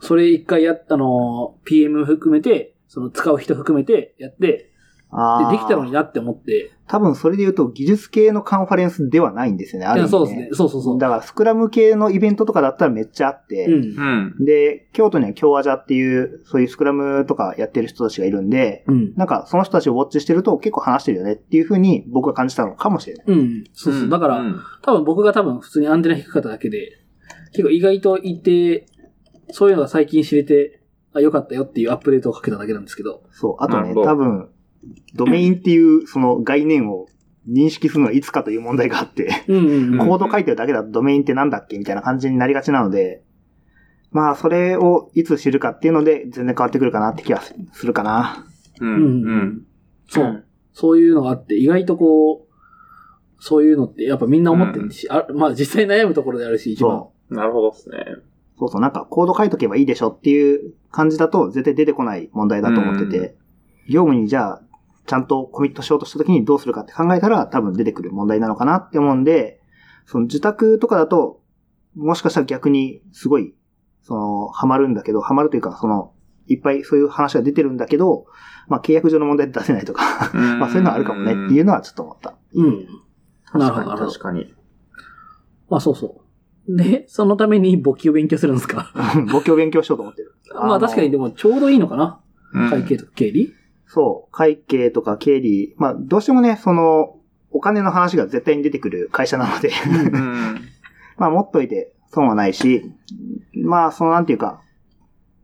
S2: それ一回やっあの、PM 含めて、その使う人含めてやって、
S1: あー
S2: でできたのになって思って。
S1: 多分それで言うと技術系のカンファレンスではないんですよね、ある意
S2: い
S1: 味、
S2: やそうですね。。そうそうそう。
S1: だからスクラム系のイベントとかだったらめっちゃあって、
S2: うん
S3: う。ん。
S1: で、京都には京アジャっていう、そういうスクラムとかやってる人たちがいるんで、
S2: うん。
S1: なんかその人たちをウォッチしてると結構話してるよねっていう風に僕が感じたのかもしれない。
S2: うん。そうそう。だから、
S3: うん
S2: 多分僕が多分普通にアンテナ低かっただけで、結構意外といて、そういうのが最近知れて、あ、よかったよっていうアップデートをかけただけなんですけど。
S1: そう。あと
S3: な
S1: ね、
S3: るほど
S1: 多分、ドメインっていうその概念を認識するのはいつかという問題があって、
S2: うんうんうん。
S1: コード書いてるだけだとドメインってなんだっけみたいな感じになりがちなので、まあ、それをいつ知るかっていうので、全然変わってくるかなって気がするかな。
S3: う。
S2: うんんう
S3: うん
S2: ん。そう。そういうのがあって、意外とこう、そういうのってやっぱみんな思ってるし、あまあ実際悩むところであるし、一番。
S1: そう。
S3: なるほどですね。
S1: そうそう、なんかコード書いとけばいいでしょっていう感じだと絶対出てこない問題だと思ってて、業務にじゃあ、ちゃんとコミットしようとした時にどうするかって考えたら多分出てくる問題なのかなって思うんで、その自宅とかだと、もしかしたら逆にすごい、その、ハマるんだけど、ハマるというか、その、いっぱいそういう話が出てるんだけど、まあ契約上の問題で出せないとか、ま
S3: ま
S1: あそういうのはあるかもねっていう
S3: う
S1: のはちょっと思った。
S2: うん。
S3: ん。
S2: なるほ
S3: 確か
S2: ど
S3: に、
S2: なるほど
S3: 確かに。
S2: まあそうそう。で、そのために簿記を勉強するんですか
S1: 簿記を勉強しようと思ってる。
S2: まあ確かにでもちょうどいいのかな会計
S3: と
S2: とか経理
S1: そう、会計とか経理、まあ、どうしてもね、その、お金の話が絶対に出てくる会社なので、
S3: か。
S1: まあ、持っといて損はないし、まあ、その、なんていうか、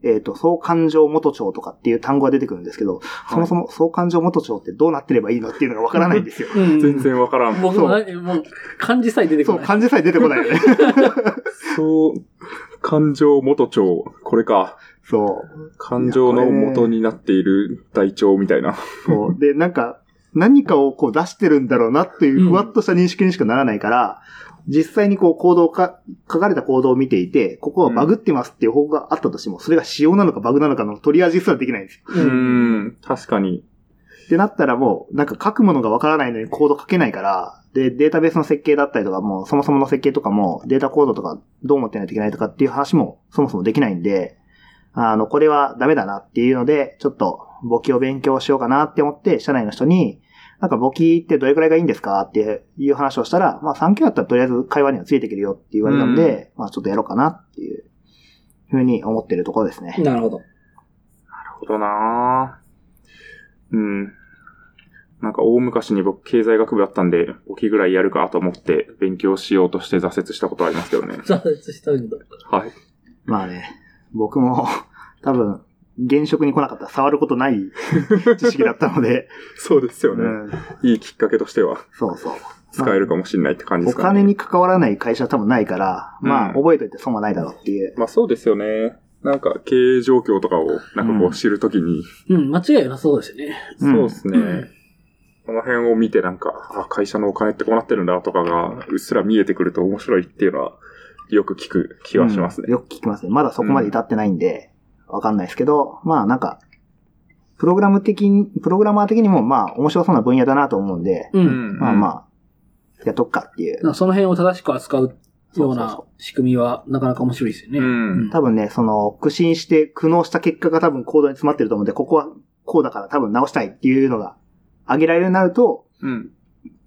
S1: えっ、と、総勘定元帳とかっていう単語が出てくるんですけど、そもそも総勘定元帳ってどうなってればいいのっていうのがわからないんですよ。
S2: うん
S3: 全然わからん。
S2: 僕も何、もう、漢字さえ出て
S1: そ
S2: こ
S1: う、
S2: ない。
S1: 漢字さえ出てこな いよね。
S3: そう、感情元帳、これか。
S1: そう。
S3: 感情の元になっている台帳みたいな。
S1: そう。で、なんか、何かをこう出してるんだろうなっていうふわっとした認識にしかならないから、実際にこう行動か、書かれた行動を見ていて、ここはバグってますっていう方法があったとしても、それが仕様なのかバグなのかの取り味すらできないんですよ。
S3: う。ん、確かに。
S1: ってなったらもう、なんか書くものがわからないのにコード書けないから、で、データベースの設計だったりとか、もうそもそもの設計とかも、データコードとかどう思ってないといけないとかっていう話もそもそもできないんで、あの、これはダメだなっていうので、ちょっと簿記を勉強しようかなって思って、社内の人に、なんか簿記ってどれくらいがいいんですかっていう話をしたら、まあ3級だったらとりあえず会話にはついていけるよって言われたんで、まあちょっとやろうかなっていうふうに思ってるところですね。
S2: なるほど。
S3: なるほどなぁうん。なんか大昔に僕経済学部だったんで、簿記ぐらいやるかと思って勉強しようとして挫折したことありますけどね。
S2: 挫折したんだ。
S3: はい。
S1: まあね、僕も 多分、現職に来なかったら触るこ とない知識だったので、
S3: そうですよ
S1: う
S3: ね。
S1: ん、
S3: いいきっかけとしては
S1: そうそう。
S3: 使えるかもしれないって感じで
S1: お
S3: すか
S1: 金
S3: ね。
S1: に関わらない会社は多分ないから、まあ、
S3: うん
S1: 覚えといて損はないだろうっていう。
S3: まあそうですよね。なんか経営状況とかをなんかこう知るときに、
S2: うん、間違いなさそうですよね。
S1: うん
S3: そうですね。
S2: うん
S3: この辺を見てなんか、あ、会社のお金ってこうなってるんだとかが、うっすら見えてくると面白いっていうのは、よく聞く気はします
S1: うん
S3: ね。
S1: よく聞きますね。まだそこまで至ってないんで、わかんないですけど、まあなんか、プログラム的に、プログラマー的にもまあ面白そうな分野だなと思うんで、
S2: う。
S3: うん
S1: まあまあ、やっとくかってい
S2: な
S1: う。
S2: その辺を正しく扱うよう
S1: そうそう
S2: な仕組みはなかなか面白いですよね。
S3: うん
S1: 多分ね、その、苦心して苦悩した結果が多分コードに詰まってると思うんで、ここはこうだから多分直したいっていうのが挙げられるようになると、
S3: うん。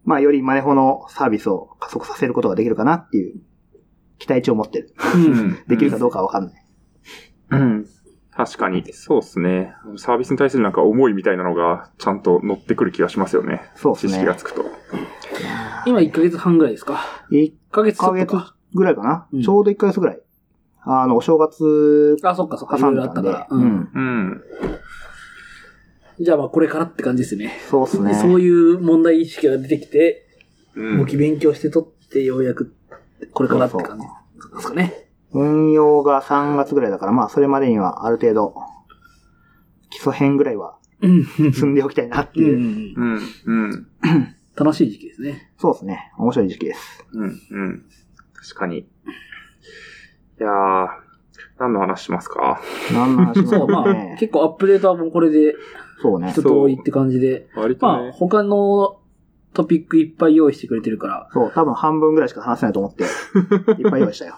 S1: まあ、よりマネホのサービスを加速させることができるかなっていう期待値を持ってる。
S2: うん。
S1: できるかどうかはわかんない。
S3: うん。確かに、そうですね。サービスに対するなんか思いみたいなのが、ちゃんと乗ってくる気がしますよね。
S1: そうです
S3: 知識
S1: ね
S3: が。つくと。
S2: 今1ヶ月半ぐらいですか。
S1: 1
S2: 1ヶ月ち
S1: ヶ
S2: ょっ
S1: 月
S2: とか。
S1: ぐらいかな、
S2: うん
S1: ちょうど1ヶ月ぐらい。あの、お正月
S2: あ、そっかそっか。い
S1: 挟
S2: ろい
S1: ん
S2: ろあ
S1: だ
S2: っ
S1: ん
S2: た
S1: で。
S2: から。
S1: う
S2: うん。
S1: ん。
S3: うん。
S2: じゃあまあこれからって感じですね。
S1: そうですね。
S2: そういう問題意識が出てきて、
S3: う
S2: 簿
S3: ん。
S2: 記勉強して取ってようやくこれからって感じですかね。
S1: 運用が3月ぐらいだから、まあ、それまでにはある程度、基礎編ぐらいは
S2: うん。
S1: 積んでおきたいなって
S2: う
S1: いう。
S2: ん。
S3: うん。うん。
S2: 楽しい時期ですね。
S1: そうですね。面白い時期です。
S3: うん。うん。確かに。いやー、何の話しますか
S1: 何の話
S2: そう、ま
S1: も
S2: あ、
S1: ね。
S2: 結構アップデートはもうこれで
S1: そうね
S2: 一。通りって感じで。
S3: 割と
S2: まあ、
S3: ね。
S2: 他のトピックいっぱい用意してくれてるから、
S1: そう、多分半分ぐらいしか話せないと思 って、いっぱい用意したよ。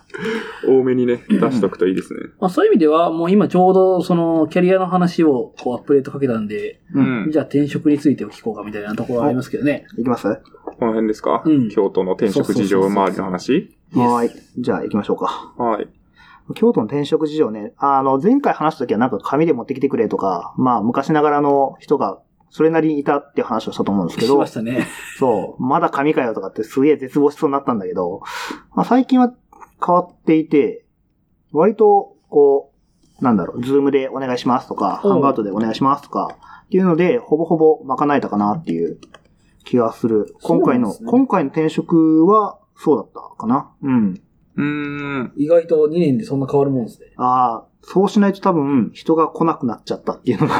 S3: 多めにね、出しとくといいですね。
S2: まあそういう意味では、もう今ちょうどそのキャリアの話をこうアップデートかけたんで、
S1: うん
S3: うん
S2: じゃあ転職についてを聞こうかみたいなところはありますけどね。
S1: いきますは
S3: この辺ですか、
S2: うん
S3: 京都の転職事情周りの話
S1: ーい。じゃあ行きましょうか。
S3: はい。
S1: 京都の転職事情ね、あの、前回話した時はなんか紙で持ってきてくれとか、まあ昔ながらの人がそれなりにいたっていう話をしたと思うんですけ
S2: し
S1: ど
S2: まし、たね。
S1: そう、まだ紙かよとかってすげえ絶望しそうになったんだけど、まあ、最近は変わっていて、割と、こう、なんだろう、ズームでお願いしますとか、
S2: うん
S1: ハンガートでお願いしますとか、っていうので、ほぼほぼ賄えたかなっていう気がする。今回の、
S2: そうなんですね
S1: 今回の転職はそうだったかな。うん。
S3: うーん。
S2: 意外と2年でそんな変わるもんですね。
S1: ああ、そうしないと多分人が来なくなっちゃったっていうのが、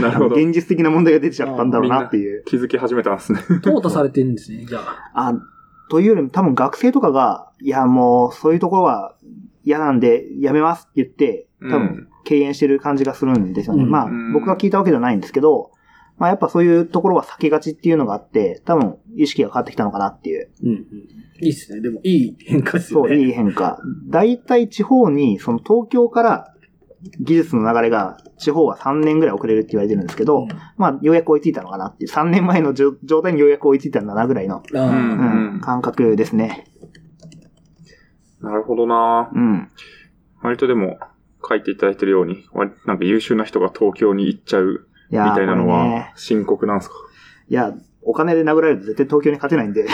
S3: なるほど。
S1: 現実的な問題が出てちゃったんだろうなっていう。
S3: 気づき始めたんですね。
S2: 淘汰されてるんですね、じゃあ。
S1: あ、というよりも多分学生とかが、いやもうそういうところは嫌なんでやめますって言って、多分敬遠してる感じがするんですよね。
S2: うん
S1: まあ
S3: うん
S1: 僕が聞いたわけじゃないんですけど、まあやっぱそういうところは避けがちっていうのがあって、多分意識が変わってきたのかなっていう。
S2: うん、うん。いいっすね。でも、いい変化です
S1: そ
S2: よ
S1: う、
S2: ね。
S1: いい変化。大体地方に、その東京から技術の流れが地方は3年ぐらい遅れるって言われてるんですけ
S2: う
S1: ど、
S2: ん
S1: まあようやく追いついたのかなっていう、3年前のじょ状態にようやく追いついたんだなぐらいの、
S2: あー
S3: う
S1: うんん、感覚ですね。
S3: なるほどな
S1: うん。
S3: 割とでも、書いていただいてるように、割なんか優秀な人が東京に行っちゃう
S1: い
S3: み
S1: やー
S3: たいなの
S1: これ
S3: は
S1: ね、
S3: 深刻なんですか
S1: いや、お金で殴られると絶対東京に勝てないん で。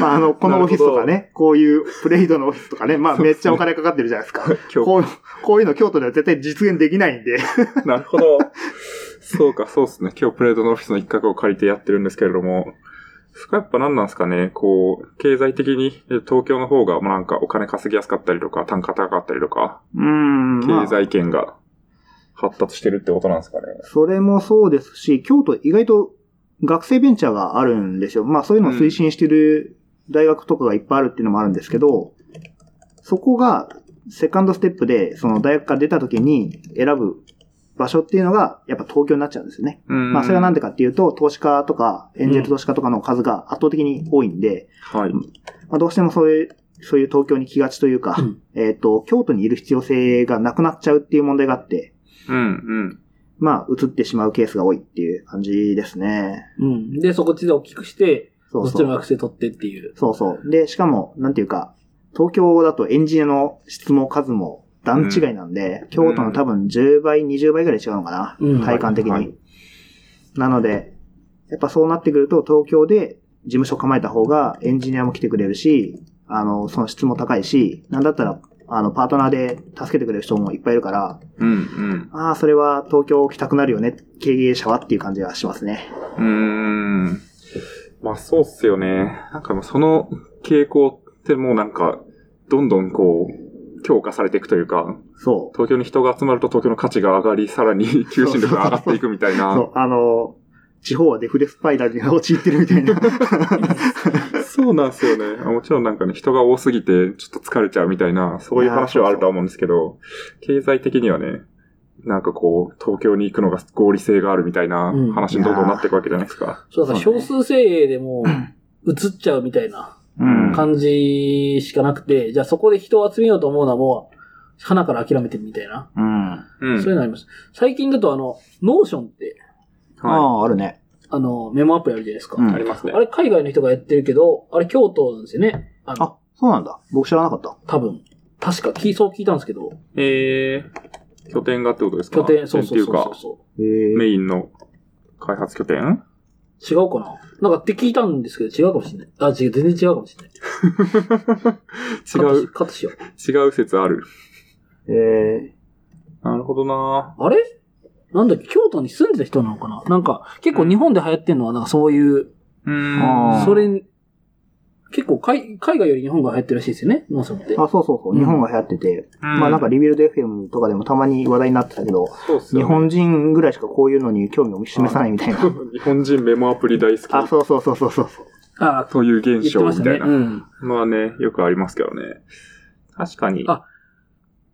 S1: まあ、あの、このオフィスとかね、こういうプレイドのオフィスとかね、まあ、めっちゃお金かかってるじゃないですか。
S3: 今
S1: こうこういうの京都では絶対実現できない んで。
S3: 日、 なるほど。そうか、そうですね。今日プレートのオフィスの一角を借りてやってるんですけれども、そこはやっぱ何なんですかね、こう、経済的にえ東京の方がまあなんかお金稼ぎやすかったりとか、単価高かったりとか、
S1: うーん。ま
S3: 経
S1: あ、
S3: 済圏が発達してるってことなんですかね。
S1: それもそうですし、京都意外と学生ベンチャーがあるんですよ。まあ、そういうのを推進してる大学とかがいっぱいあるっていうのもあるんですけど、そこが、セカンドステップで、その大学から出た時に選ぶ場所っていうのが、やっぱ東京になっちゃうんですよね。
S3: うん
S1: まあ、それはなんでかっていうと、投資家とか、エンジェル投資家とかの数が圧倒的に多いんで、
S3: はい。
S1: まあ、どうしてもそういう、そういう東京に来がちというか、
S2: うん
S1: えっ、と、京都にいる必要性がなくなっちゃうっていう問題があって、
S3: うん、
S1: まあ、移ってしまうケースが多いっていう感じですね。
S2: うん。で、そこっちで大きくして、
S1: そ
S2: そうっち
S1: そ
S2: の
S1: う。
S2: 学生取ってっていう。
S1: そうそう。で、しかも、なんていうか、東京だとエンジニアの質も数も段違いなんで、京都の多分10倍、20倍ぐらい違うのかな。
S2: うん。
S1: 体感的に。
S3: はい
S1: なので、やっぱそうなってくると、東京で事務所構えた方がエンジニアも来てくれるし、あの、その質も高いし、なんだったら、あの、パートナーで助けてくれる人もいっぱいいるから、
S3: うん。うん、
S1: ああ、それは東京来たくなるよね、経営者はっていう感じがしますね。
S3: うん。うーん。まあそうっすよね。なんかもうその傾向ってもうなんか、どんどんこう、強化されていくというか、
S1: そう。
S3: 東京に人が集まると東京の価値が上がり、さらに 求心力が上がっていくみたい
S1: そ
S3: な。
S1: う、あの、地方はデフレスパイラルに陥ってるみたいな。
S3: そうなんですよね。もちろんなんかね、人が多すぎてちょっと疲れちゃうみたいな、そういう話はあるとは思うんですけど、経済的にはね、なんかこう、東京に行くのが合理性があるみたいな
S2: うん
S3: 話にどんどんなっていくわけじゃないですか。
S2: そうだ、
S1: そう
S2: 少
S1: ね
S2: 数精鋭でもう、移っちゃうみたいな
S1: うん
S2: 感じしかなくて、じゃあそこで人を集めようと思うのはもう、花から諦めてるみたいな。
S1: う
S3: う
S1: ん。
S3: ん。
S2: そういうのあります。最近だとあの、ノーションって、
S1: あ
S3: は
S1: あ、あるね。
S2: あの、メモアプリあるじゃないですか。
S1: うん
S3: い。ありますね
S2: あ。れ海外の人がやってるけど、あれ京都なんですよね。あの、
S1: あ、そうなんだ。僕知らなかった。
S2: 多分。確か、聞いそう聞いたんですけど、
S3: えー、拠点がってことですか
S2: 拠点、そうそうそう
S3: 拠点っ
S2: そ
S3: ていううか、
S2: そ
S1: へ
S3: メ
S1: え。
S3: インの開発拠点
S2: う。違うかななんかって聞いたんですけど、違うかもしれない。あ、違う、全然違うかもしれない。カットし
S3: 違う、
S2: カットしよう。
S3: 違う説ある。
S1: え
S3: なるほどな
S2: あれなんだっけ、京都に住んでた人なのかななんか、結構日本で流行ってるのは、なんかそういう、
S3: う
S1: あー
S2: それ、結構海海外より日本が流行ってるらしいですよね、ノーションって。
S1: ーあ、そうそうそう。日本が流行ってて、まあなんか、リビルド FM とかでもたまに話題になってたけど、
S3: そうっす
S1: 日
S3: よね
S1: 本人ぐらいしかこういうのに興味を示さないみたいな。
S3: 日本人メモアプリ大好
S1: あ、
S3: き
S1: そうそうそうそうそう。
S2: あ
S3: という
S2: 言
S3: 現
S2: って
S3: 象
S2: ま
S3: み
S2: した
S3: た
S2: ね。
S3: いな
S2: うん。
S3: のはね、よくありますけどね。確かに。
S2: あ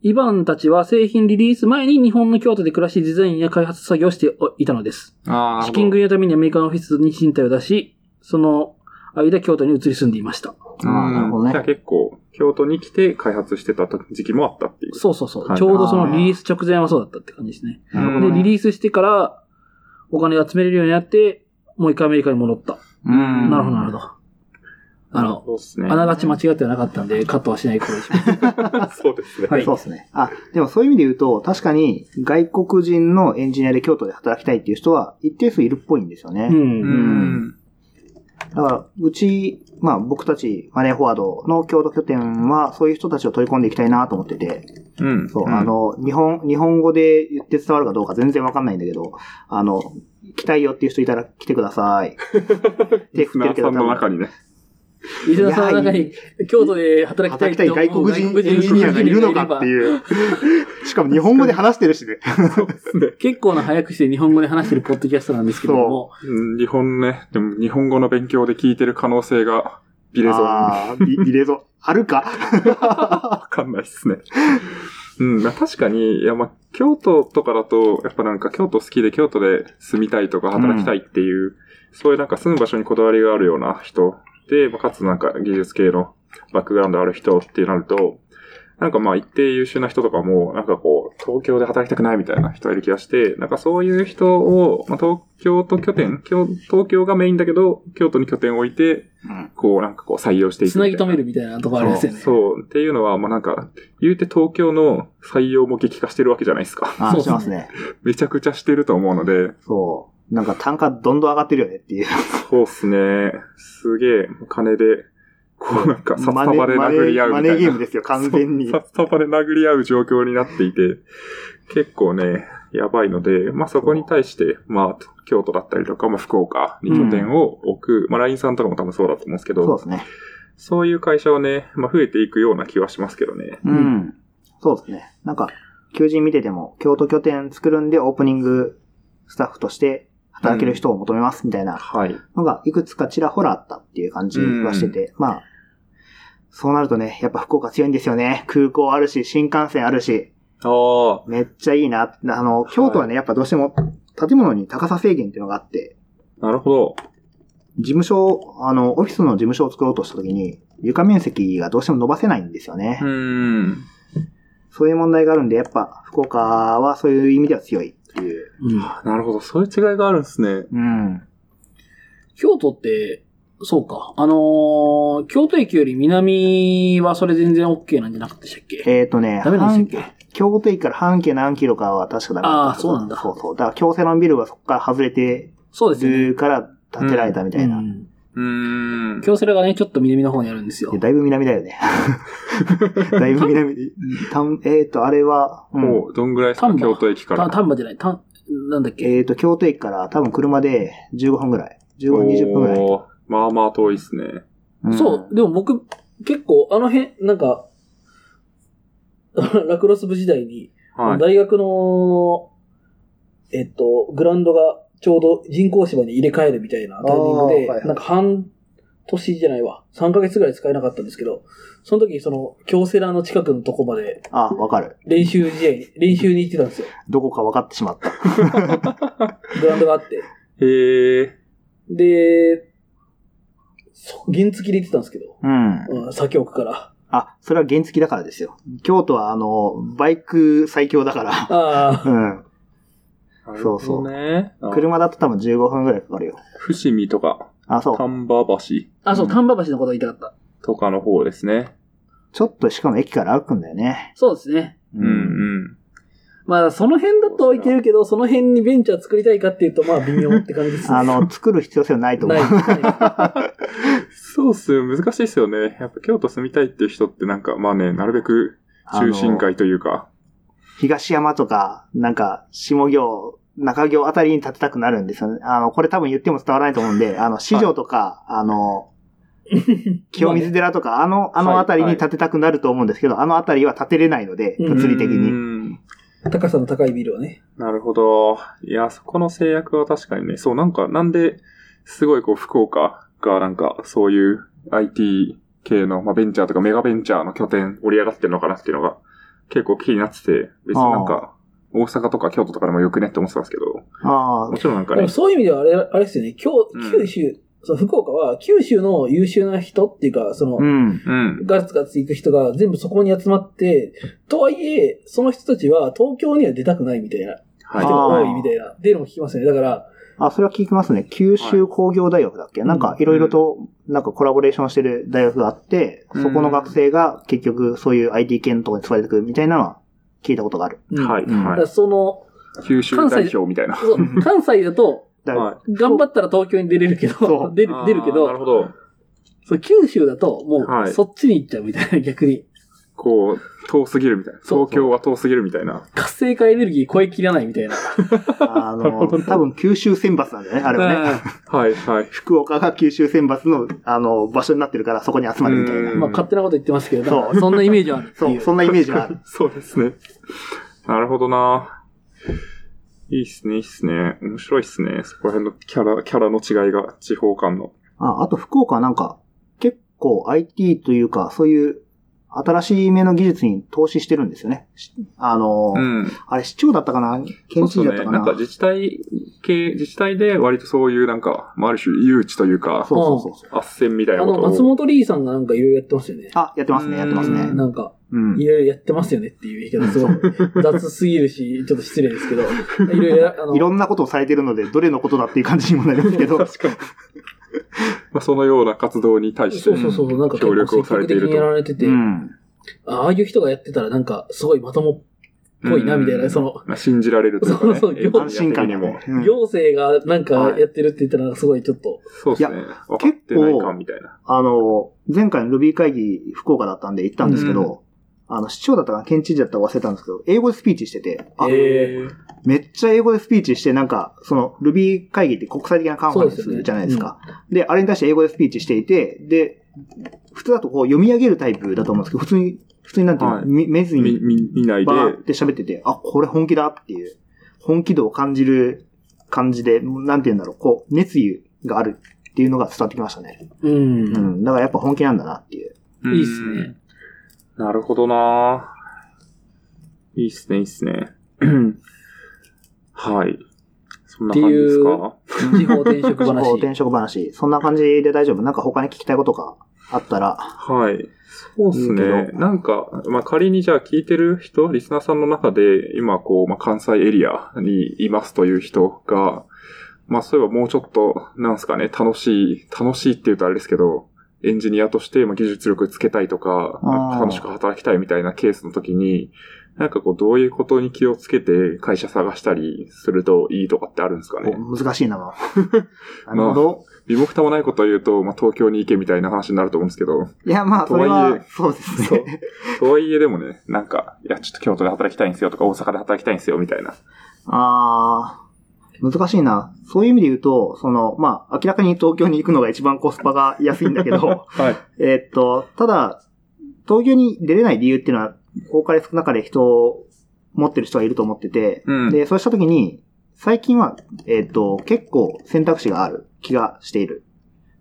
S2: イバンたちは製品リリース前に日本の京都で暮らしデザインや開発作業をしていたのです。
S3: ああ、
S2: 資金繰りのためにアメリカのオフィスに賃貸を出し、その間京都に移り住んでいました。
S3: うん
S1: あーなるほどね
S3: じゃあ結構、京都に来て開発してた時期もあったっていう。
S2: そうそうそう。
S3: はい
S2: ちょうどそのリリース直前はそうだったって感じですね。
S1: なる
S2: で、
S1: ほどね
S2: リリースしてからお金を集めれるようになって、もう一回アメリカに戻った。
S3: うん
S2: なるほど、なるほど。あの、
S3: そうですね。
S2: あながち間違ってはなかったんで、カットはしないことにします。
S3: そうですね。
S2: はい
S1: そうですね。あ、でもそういう意味で言うと、確かに外国人のエンジニアで京都で働きたいっていう人は一定数いるっぽいんですよね。
S2: うん。
S3: うん。
S1: だから、うち、まあ僕たちマネーフォワードの京都拠点は、そういう人たちを取り込んでいきたいなと思ってて、
S3: うん。
S1: そ
S3: ん
S1: う、あ、の、日本、日本語で言って伝わるかどうか全然わかんないんだけど、あの、来たいよっていう人いたら来てくださ い。手振ってるけど
S3: さんの中にね。
S2: リスナーさんの中に、京都で働きたい
S1: 働きたい外国人エンジニアがいるのかって
S2: う。
S1: いう。しかも日本語で話してるしね。
S2: 結構な早くして日本語で話してるポッドキャストなんですけども、
S3: うん日本ね、でも日本語の勉強で聞いてる可能性が、ビレゾン。わ
S1: あービビレゾ。あるか。
S3: かんないっすね。うん、まあ確かに、いやまあ、京都とかだと、やっぱなんか京都好きで京都で住みたいとか働きたいっていう、そういうなんか住む場所にこだわりがあるような人で、まあ、かつなんか技術系のバックグラウンドある人ってなると、なんかまあ一定優秀な人とかも、なんかこう、東京で働きたくないみたいな人いる気がして、なんかそういう人を、まあ、東京と拠点、京東京がメインだけど、京都に拠点を置いて、こうなんかこう採用していく
S2: つ
S3: みた
S2: ないぎ止めるみたいなとこありますよね。
S3: そう。っていうのは、まあ、なんか、言うて東京の採用も激化してるわけじゃないですか。
S1: あ
S2: そう
S1: ー
S2: っすね
S1: してますね。
S3: めちゃくちゃしてると思うので、
S1: そう。なんか単価どんどん上がってるよねっていう。
S3: そうっすね。すげえ、金で、こうなんか、札束で
S1: マネ
S3: 殴り合うみ
S1: マ
S3: たいな。
S1: ネーゲームですよ、完全に。
S3: そう札束で殴り合う状況になっていて、結構ね、やばいので、まあ、そこに対して、まあ、京都だったりとか、まあ、福岡に拠点を置く、まあ、LINE さんとかも多分そうだと思うんですけど、
S1: そう
S3: そ
S1: で
S3: う
S1: すね。
S3: いう会社はね、まあ、増えていくような気はしますけどね。
S1: うんん。そうですね。なんか、求人見てても、京都拠点作るんでオープニングスタッフとして働ける人を求めますみたいな
S3: はい。
S1: のがいくつかちらほらあったっていう感じはしてて、まあ、そうなるとね、やっぱ福岡強いんですよね。空港あるし、新幹線あるし、
S3: ああ、
S1: めっちゃいいな。あの、京都はね、やっぱどうしても建物に高さ制限っていうのがあって、
S3: なるほど。
S1: 事務所を、あの、オフィスの事務所を作ろうとした時に、床面積がどうしても伸ばせないんですよね。
S3: うん。
S1: そういう問題があるんで、やっぱ福岡はそういう意味では強いっていう。
S2: うん
S3: なるほど。そういう違いがあるんですね。
S1: うん。
S2: 京都って、そうか。あのー京都駅より南はそれ全然 OK なんじゃなかったでしたっけ
S1: えっ、ー、とね、
S2: ダメなんでしたっ
S1: 半京都駅から半径何キロかは確かだ
S2: あーそうなんだ
S1: そうそう。だから京セラのビルはそこから外れて
S2: そうですよね。
S1: るから建てられたみたいな。
S2: うん
S3: うーん。
S2: 京セラがね、ちょっと南の方にあるんですよ
S1: で。だいぶ南 だよね。だいぶ南。たんえっ、ー、と、あれは、うん
S3: もう、どんぐらいですか
S2: 丹波
S3: 京都駅か
S2: た
S3: ら。
S2: 丹波じゃない、たんなんだっけ。
S1: えっ、ー、と、京都駅から多分車で15分ぐらい。15分、20分ぐらい。
S3: おーまあまあ遠いですね。
S1: ん
S2: そう、でも僕、結構あの辺、なんか、 ラクロス部時代に、
S3: はい。
S2: 大学の、えっと、グラウンドがちょうど人工芝に入れ替えるみたいなタイミングで、
S1: あーはいはい
S2: なんか半年じゃないわ、3ヶ月ぐらい使えなかったんですけど、その時、その、京セラの近くのとこまで
S1: あ、わかる。
S2: 練習試合に、練習に行ってたんですよ。
S1: どこか分かってしまった。
S2: グラウンドがあって。
S3: へえ。
S2: で、そ原付きで行ってたんですけど、
S1: うん。
S2: うん、左京区から。
S1: あ、それは原付きだからですよ。京都は、あの、バイク最強 だから。
S2: ああ、
S1: うん。
S3: そうそう。ね。あ
S1: 車だと多分15分ぐらいかかるよ。
S3: 伏見とか、
S1: あ、そう。
S3: 丹波橋
S2: あ、そう、
S3: うん
S2: 丹波橋のこと言いたかった。
S3: とかの方ですね。
S1: ちょっとしかも駅から歩くんだよね。
S2: そうですね。
S3: うんうん。
S2: まあ、その辺だといけるけど、その辺にベンチャー作りたいかっていうと、 まあ、微妙って感じですね。
S1: あの、作る必要性はないと思
S2: な
S1: う
S2: い。。ない
S3: そうっすよ。難しいっすよね。やっぱ京都住みたいっていう人ってなんか、まあね、なるべく中心
S1: あの
S3: 街というか。
S1: 東山とか、なんか、下行、中行あたりに建てたくなるんですよね。あの、これ多分言っても伝わらないと思うんで、あの、市場とか、あの、清水寺とか、あの、あのあたりに建てたくなると思うんですけど、あのあたりは建てれないので、
S2: うん
S1: 物理的
S3: う
S1: に。
S3: ん
S2: 高さの高いビルをね。
S3: なるほど。いや、そこの制約は確かにね、そう、なんか、なんで、すごいこう、福岡がなんか、そういう IT 系の、まあ、ベンチャーとかメガベンチャーの拠点、盛り上がってるのかなっていうのが、結構気になってて、別になんか、大阪とか京都とかでもよくねって思ってたんですけど、
S1: ああ
S3: も、ちろんなんか
S4: で
S3: ね
S4: も、そういう意味ではあれ、あれですよね。京
S3: うん、
S4: 九州、その福岡は九州の優秀な人っていうか、その、
S1: うん。
S3: うん。
S4: ガツガツ行く人が全部そこに集まって、とはいえ、その人たちは東京には出たくないみたいな
S3: はい
S4: 人。が多いみたいな、っていうのも聞きますよね。だから、
S1: あ、それは聞きますね。九州工業大学だっけ、なんかいろいろと、なんかコラボレーションしてる大学があって、
S3: うん
S1: そこの学生が結局そういう IT 系のところに使われてくるみたいなのは聞いたことがある。
S4: うん
S3: はい。
S1: うん
S4: だ
S3: は
S4: から
S3: い。
S4: その、
S3: 九州代表みたいな。
S4: そう
S2: 関西だと、
S1: だから
S3: はい。
S2: 頑張ったら東京に出れるけ
S1: そ
S2: ど、
S1: う
S2: 出る、出るけ
S3: あーなる
S2: ど、
S3: ほど。
S2: そう九州だと、も
S3: は
S2: う、
S3: い
S2: そっちに行っちゃうみたいな、逆に。
S3: こう、遠すぎるみたいな。
S2: そう
S3: 東京は遠すぎるみたいな。
S2: 活性化エネルギー超えきらないみたいな。
S1: あの、多分九州選抜なんだよね、あれはね。
S3: はい、はい。
S1: 福岡が九州選抜の、あの、場所になってるから、そこに集まるみたいな。
S3: うん
S2: まあ、勝手なこと言ってますけど、だから
S1: そう
S2: そんなイメージはあるって
S1: そ
S2: いう
S1: う、。そんなイメージがある。
S3: そうですね。なるほどな。いいっすね、いいっすね。面白いっすね。そこら辺のキャラ、キャラの違いが、地方間の。
S1: あ、あと福岡はなんか、結構 IT というか、そういう、新しい目の技術に投資してるんですよね。しあの、
S3: うん。
S1: あれ市長だったかな
S3: そ
S1: 県
S3: う
S1: 知事だったか
S3: なん
S1: な
S3: か自治体系、自治体で割とそういうなんか、まあある種誘致というか、
S1: そうそうそうそう。
S3: 斡旋みたい
S4: あ
S3: なこ
S4: の、
S3: とを。
S4: 松本リーさんがなんかいろいろやってますよね。
S1: あ、やってますね、やってますね
S3: う。
S4: なんか、
S1: うん
S4: い。ろいろやってますよねっていう言い方、すごい雑すぎるし、ちょっと失礼ですけど、いろいろや、あの、
S1: いろんなことをされてるので、どれのことだっていう感じにもなりますけ ど。
S3: 確かに。まあそのような活動に対して。
S4: そうそうそう、なんか結
S3: 協力
S4: 構
S3: をさ
S4: 積極
S3: れてい
S4: 的
S3: る
S4: に
S3: と
S4: やられてて、
S1: うん。
S4: ああいう人がやってたらなんか、すごいまともっぽいな、みたいな、
S3: うん
S4: その、
S3: まあ信じられるというか、ね。
S4: そうそう
S3: エンジニア
S1: 安心感
S3: 的
S1: が
S3: にも
S1: ね。。うん
S4: 行政がなんかやってるって言ったら、すごいちょっと、
S3: そうですね。分かってない感みたいな。
S1: あの、前回のルビー会議、福岡だったんで行ったんですけど、あの、市長だったかな県知事だったか忘れたんですけど、英語でスピーチしてて、あ
S4: えー
S1: めっちゃ英語でスピーチして、なんか、その、ルビー会議って国際的なカンファレン
S4: そうですよ
S1: ス
S4: ね
S1: じゃないですか。で、あれに対して英語でスピーチしていて、で、普通だとこう読み上げるタイプだと思うんですけど、普通に、普通になんていうの、
S3: はい
S1: み目ずに
S3: み、み、見ないで
S1: バ、ーって喋ってて、あ、これ本気だっていう、本気度を感じる感じで、なんて言うんだろう、こう、熱意があるっていうのが伝わってきましたね。
S2: うん
S1: う。ん。だからやっぱ本気なんだなっていう。
S3: うん
S2: いいっすね。
S3: なるほどなぁいいっすね、いいっすね。 はい。そんな感じですか
S2: 地方転職
S1: こう
S2: 話。
S1: 転職話。そんな感じで大丈夫なんか他に聞きたいことがあったら。
S3: はい。そうです
S1: 言う
S3: ね
S1: け。ど
S3: なんか、まあ、仮にじゃあ聞いてる人、リスナーさんの中で、今こう、まあ、関西エリアにいますという人が、まあ、そういえばもうちょっと、なんすかね、楽しい、楽しいって言うとあれですけど、エンジニアとしてまあ技術力つけたいとか、
S1: あー
S3: 楽しく働きたいみたいなケースの時に、なんかこう、どういうことに気をつけて会社探したりするといいとかってあるんですかね。
S1: お難しいな。 なるほど。
S3: 身も蓋もないことを言うと、まあ、東京に行けみたいな話になると思うんですけど、
S1: いや、まあ、それ
S3: とはい
S1: は
S3: え、
S1: そうです
S3: そう
S1: ね。。
S3: とはいえでもね、なんか、いや、ちょっと京都で働きたいんですよとか、大阪で働きたいんですよみたいな。
S1: あー、難しいな。そういう意味で言うと、その、まあ、明らかに東京に行くのが一番コスパが安いんだけど、
S3: はい。
S1: えーっと、ただ、東京に出れない理由っていうのは、多かれ少なかれ人を持ってる人がいると思ってて、
S3: うん。
S1: で、そうしたときに、最近は、えーっと、結構選択肢がある気がしている。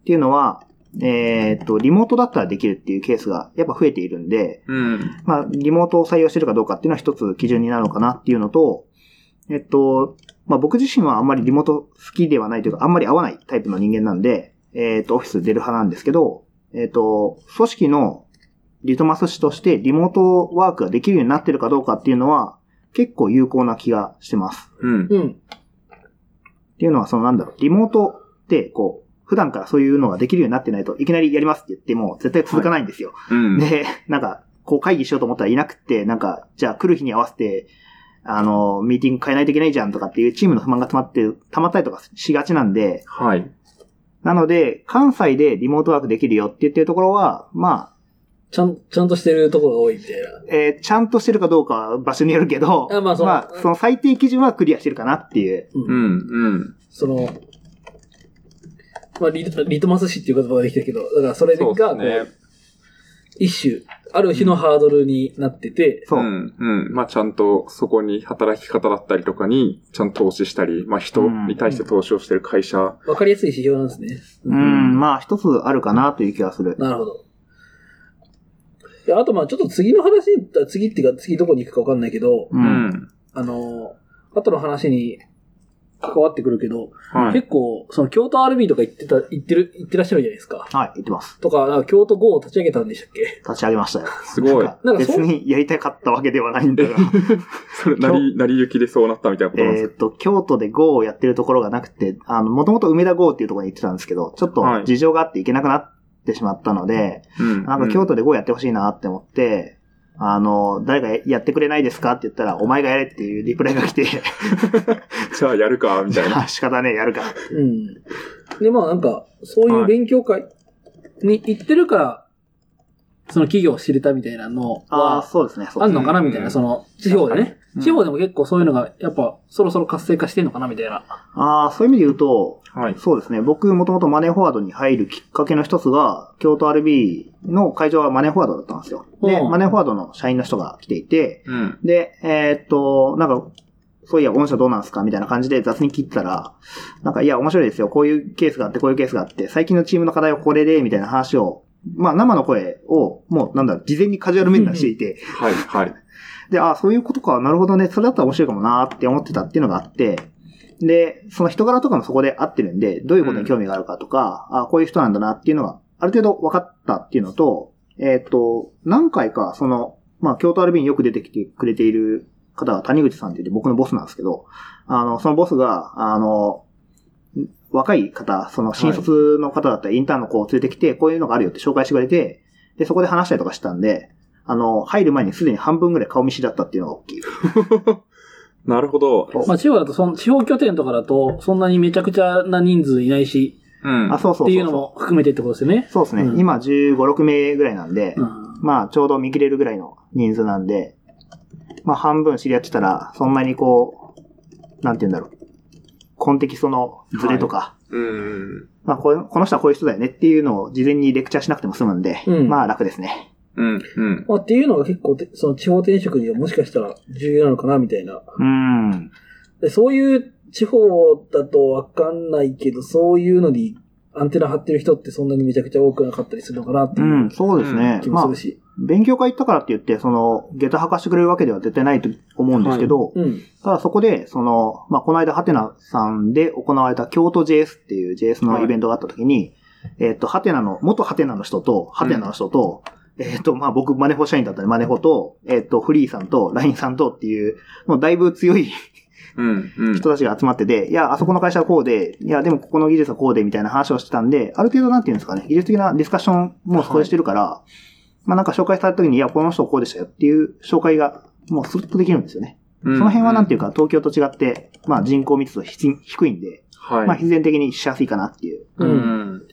S1: っていうのは、えーっと、リモートだったらできるっていうケースがやっぱ増えているんで、
S3: うん。
S1: まあ、リモートを採用してるかどうかっていうのは一つ基準になるのかなっていうのと、えっと、まあ僕自身はあんまりリモート好きではないというか、あんまり合わないタイプの人間なんで、えっと、オフィス出る派なんですけど、えっと、組織のリトマス紙としてリモートワークができるようになってるかどうかっていうのは、結構有効な気がしてます。
S3: うん。
S4: うん。
S1: っていうのは、そのなんだろう、リモートって、こう、普段からそういうのができるようになってないといきなりやりますって言っても絶対続かないんですよ。
S3: うん。
S1: で、 なんか、こう会議しようと思ったらいなくって、なんか、じゃあ来る日に合わせて、あの、ミーティング変えないといけないじゃんとかっていうチームの不満が溜まって、溜まったりとかしがちなんで、
S3: はい。
S1: なので、関西でリモートワークできるよって言ってるところは、ま
S4: ちゃん、ちゃんとしてるところが多いみたいな。
S1: あ、えーちゃんとしてるかどうかは場所によるけど、
S4: あまあその
S1: その最低基準はクリアしてるかなっていう。
S4: う。
S3: うんん。うん。
S4: その、まあリト、リトマス紙っていう言葉ができたけど、だからそれが、
S3: そうです
S4: こ
S3: ね
S4: う。一種、ある種のハードルになってて、
S1: そう。
S3: ん。うん。まあ、ちゃんと、そこに働き方だったりとかに、ちゃんと投資したり、まあ、人に対して投資をしてる会社。
S4: わかりやすい指標なんですね。
S1: うん、まあ、一つあるかなという気がする。
S4: なるほど。であとまあちょっと次の話、次っていうか次どこに行くかわかんないけど、
S1: う。
S3: うんん。
S4: あの、後の話に関わってくるけど、
S3: はい。
S4: 結構、その京都 RB とか行ってた、行ってる、行ってらっしゃるじゃないですか。
S1: はい、行ってます。
S4: とか、なんか京都 GO を立ち上げたんでしたっけ
S1: 立ち上げましたよ。
S3: すごい。
S4: なんか
S1: 別
S4: そう
S1: にやりたかったわけではないんだが、
S3: それ、なり、なりゆきでそうなったみたいなことなんで
S1: え
S3: す
S1: ーっと、京都で GO をやってるところがなくて、あの、もともと梅田 GO っていうところに行ってたんですけど、ちょっと
S3: はい
S1: 事情があって行けなくなってしまったので、
S3: かうん。
S1: なんか京都で GO やってほしいなって思って、あの、誰かやってくれないですかって言ったら、お前がやれっていうリプライが来て、
S3: じゃあやるか、みた いな。
S1: 仕方ねえ、やるか。
S4: うん。で、まあなんか、そういう勉強会
S2: に行ってるから、その企業を知れたみたいなの
S1: ああ、
S2: は、
S1: そうですね。そ
S2: あ
S1: うで
S2: ん
S1: すね
S2: のかなみたいな、その、地方でね。
S3: うん
S2: 地方でも結構そういうのが、やっぱ、そろそろ活性化してんのかなみたいな。
S1: ああ、そういう意味で言うと、
S3: はい。
S1: そうですね。僕、もともとマネーフォワードに入るきっかけの一つが、京都 RB の会場はマネーフォワードだったんですよ。で、
S2: うん
S1: マネーフォワードの社員の人が来ていて、
S3: うん。
S1: で、えーっと、なんか、そういや、御社どうなんですかみたいな感じで雑に聞いてたら、なんか、いや、面白いですよ。こういうケースがあって、こういうケースがあって、最近のチームの課題はこれで、みたいな話を、まあ、生の声を、もう、なんだろう、事前にカジュアル面談していて、
S3: はい、はい。
S1: で、ああ、そういうことか、なるほどね、それだったら面白いかもなーって思ってたっていうのがあって、で、その人柄とかもそこで合ってるんで、どういうことに興味があるかとか、ああ、こういう人なんだなっていうのが、ある程度分かったっていうのと、えっ、と、何回か、その、まあ、京都アルビによく出てきてくれている方は谷口さんって言って僕のボスなんですけど、あの、そのボスが、あの、若い方、その新卒の方だったり、インターンの子を連れてきて、こういうのがあるよって紹介してくれて、で、そこで話したりとかしたんで、あの、入る前にすでに半分ぐらい顔見知りだったっていうのが大きい。
S3: なるほど。
S2: まあ、地方だと、その、地方拠点とかだと、そんなにめちゃくちゃな人数いないし、
S3: うん。
S1: あ、そうそうそうそう。
S2: っていうのも含めてってことですよね。
S1: そうですね。
S2: うん
S1: 今15、6名ぐらいなんで、
S2: うん。
S1: まあちょうど見切れるぐらいの人数なんで、まあ半分知り合ってたら、そんなにこう、なんて言うんだろう。コンテキストのズレとか、
S3: うん。
S1: まあこうこの人はこういう人だよねっていうのを事前にレクチャーしなくても済むんで、
S4: うん
S1: まあ楽ですね。
S3: うん。うん。
S4: まあ、っていうのが結構て、その地方転職にはもしかしたら重要なのかな、みたいな。
S1: うん。
S4: でそういう地方だとわかんないけど、そういうのにアンテナ張ってる人ってそんなにめちゃくちゃ多くなかったりするのかなって
S1: う、
S4: いうん
S1: そうですね。
S4: 気
S1: ま
S4: も
S1: あ
S4: する、し。
S1: 勉強会行ったからって言って、その、下駄履かしてくれるわけでは絶対ないと思うんですけど、
S4: うん。
S1: ただそこで、その、まあ、この間、ハテナさんで行われた京都 JS っていう JS のイベントがあった時に、えっ、と、ハテナの、元ハテナの人と、ハテナの人と、えっ、と、まあ、僕、マネホ社員だったんで、マネホと、えっ、と、フリーさんと、ラインさんとっていう、もうだいぶ強い
S3: うん。うん。
S1: 人たちが集まってて、いや、あそこの会社はこうで、いや、でもここの技術はこうで、みたいな話をしてたんで、ある程度なんていうんですかね、技術的なディスカッションもそこでしてるから、まあ、なんか紹介された時に、いや、この人こうでしたよっていう紹介が、もうスルッとできるんですよね。
S3: そ
S1: その辺はなんていうか、東京と違って、まあ人口密度ひち低いんで、
S3: はい。
S1: まあ必然的にしやすいかなっていう。
S3: うん。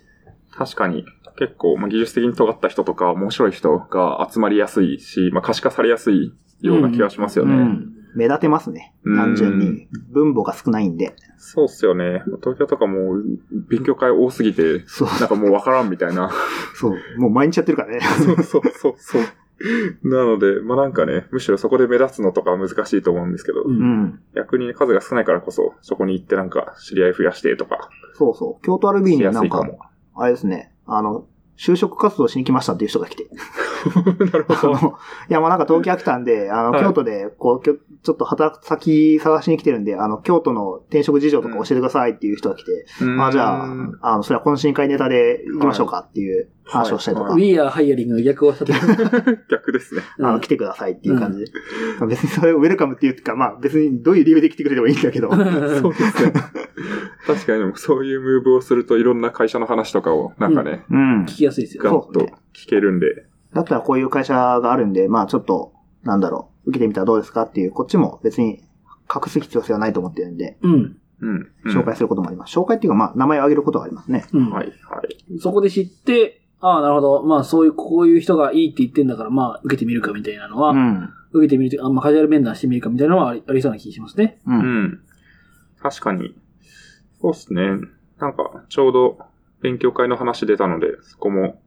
S3: 確かに、結構、まあ、技術的に尖った人とか、面白い人が集まりやすいし、まあ、可視化されやすいような気がしますよね。
S1: うん目立てますね。
S3: うん
S1: 単純に。分母が少ないんで。
S3: そうっすよね。東京とかもう、勉強会多すぎて、
S1: そう、
S3: なんかもうわからんみたいな。
S1: そう。もう毎日やってるからね。
S3: そうそうそうそう。 なので、まあなんかね、むしろそこで目立つのとかは難しいと思うんですけど、
S2: う。
S1: うんん。
S3: 逆に数が少ないからこそ、そこに行ってなんか知り合い増やしてとか。
S1: そうそう。京都アルビーにはなん
S3: し
S1: か
S3: やすい、
S1: あれですね、あの、就職活動しに来ましたっていう人が来 て。
S3: なる
S1: あ
S3: ほど。
S1: の、いやもうなんか東京飽きたんで、あの、
S3: はい
S1: 京都で、こう、きょちょっと働く先探しに来てるんで、あの、京都の転職事情とか教えてくださいっていう人が来て、あ、じゃあ
S3: うーん、
S1: あの、それは懇親会ネタで行きましょうかっていう話をしたりとか、
S3: はい
S2: We are hiring の逆をしたとき。
S3: 逆ですね。
S1: あの、来てくださいっていう感じで。まあ別にそれをウェルカムっていうか、まあ別にどういう理由で来てくれてもいいんだけど。
S3: そうですね。確かにでもそういうムーブをするといろんな会社の話とかをなんかね、
S1: うん
S2: 聞。きやすいですよ。
S3: ガッと聞けるんで。
S1: だったらこういう会社があるんで、まあちょっと、なんだろう、受けてみたらどうですかっていう、こっちも別に隠す必要性はないと思ってるんで、
S2: うん。
S3: うん。うん
S1: 紹介することもあります。紹介っていうか、まあ名前を挙げることはありますね。
S2: うん。
S3: はい、はい。
S2: そこで知って、ああ、なるほど。まあ、そういう、こういう人がいいって言ってんだから、まあ、受けてみるかみたいなのは、
S1: うん。
S2: 受けてみるというか、あまあ、カジュアル面談してみるかみたいなのはありありそうな気がしますね。
S1: う。
S3: うんん。確かに。そうっすね。なんか、ちょうど勉強会の話出たので、そこも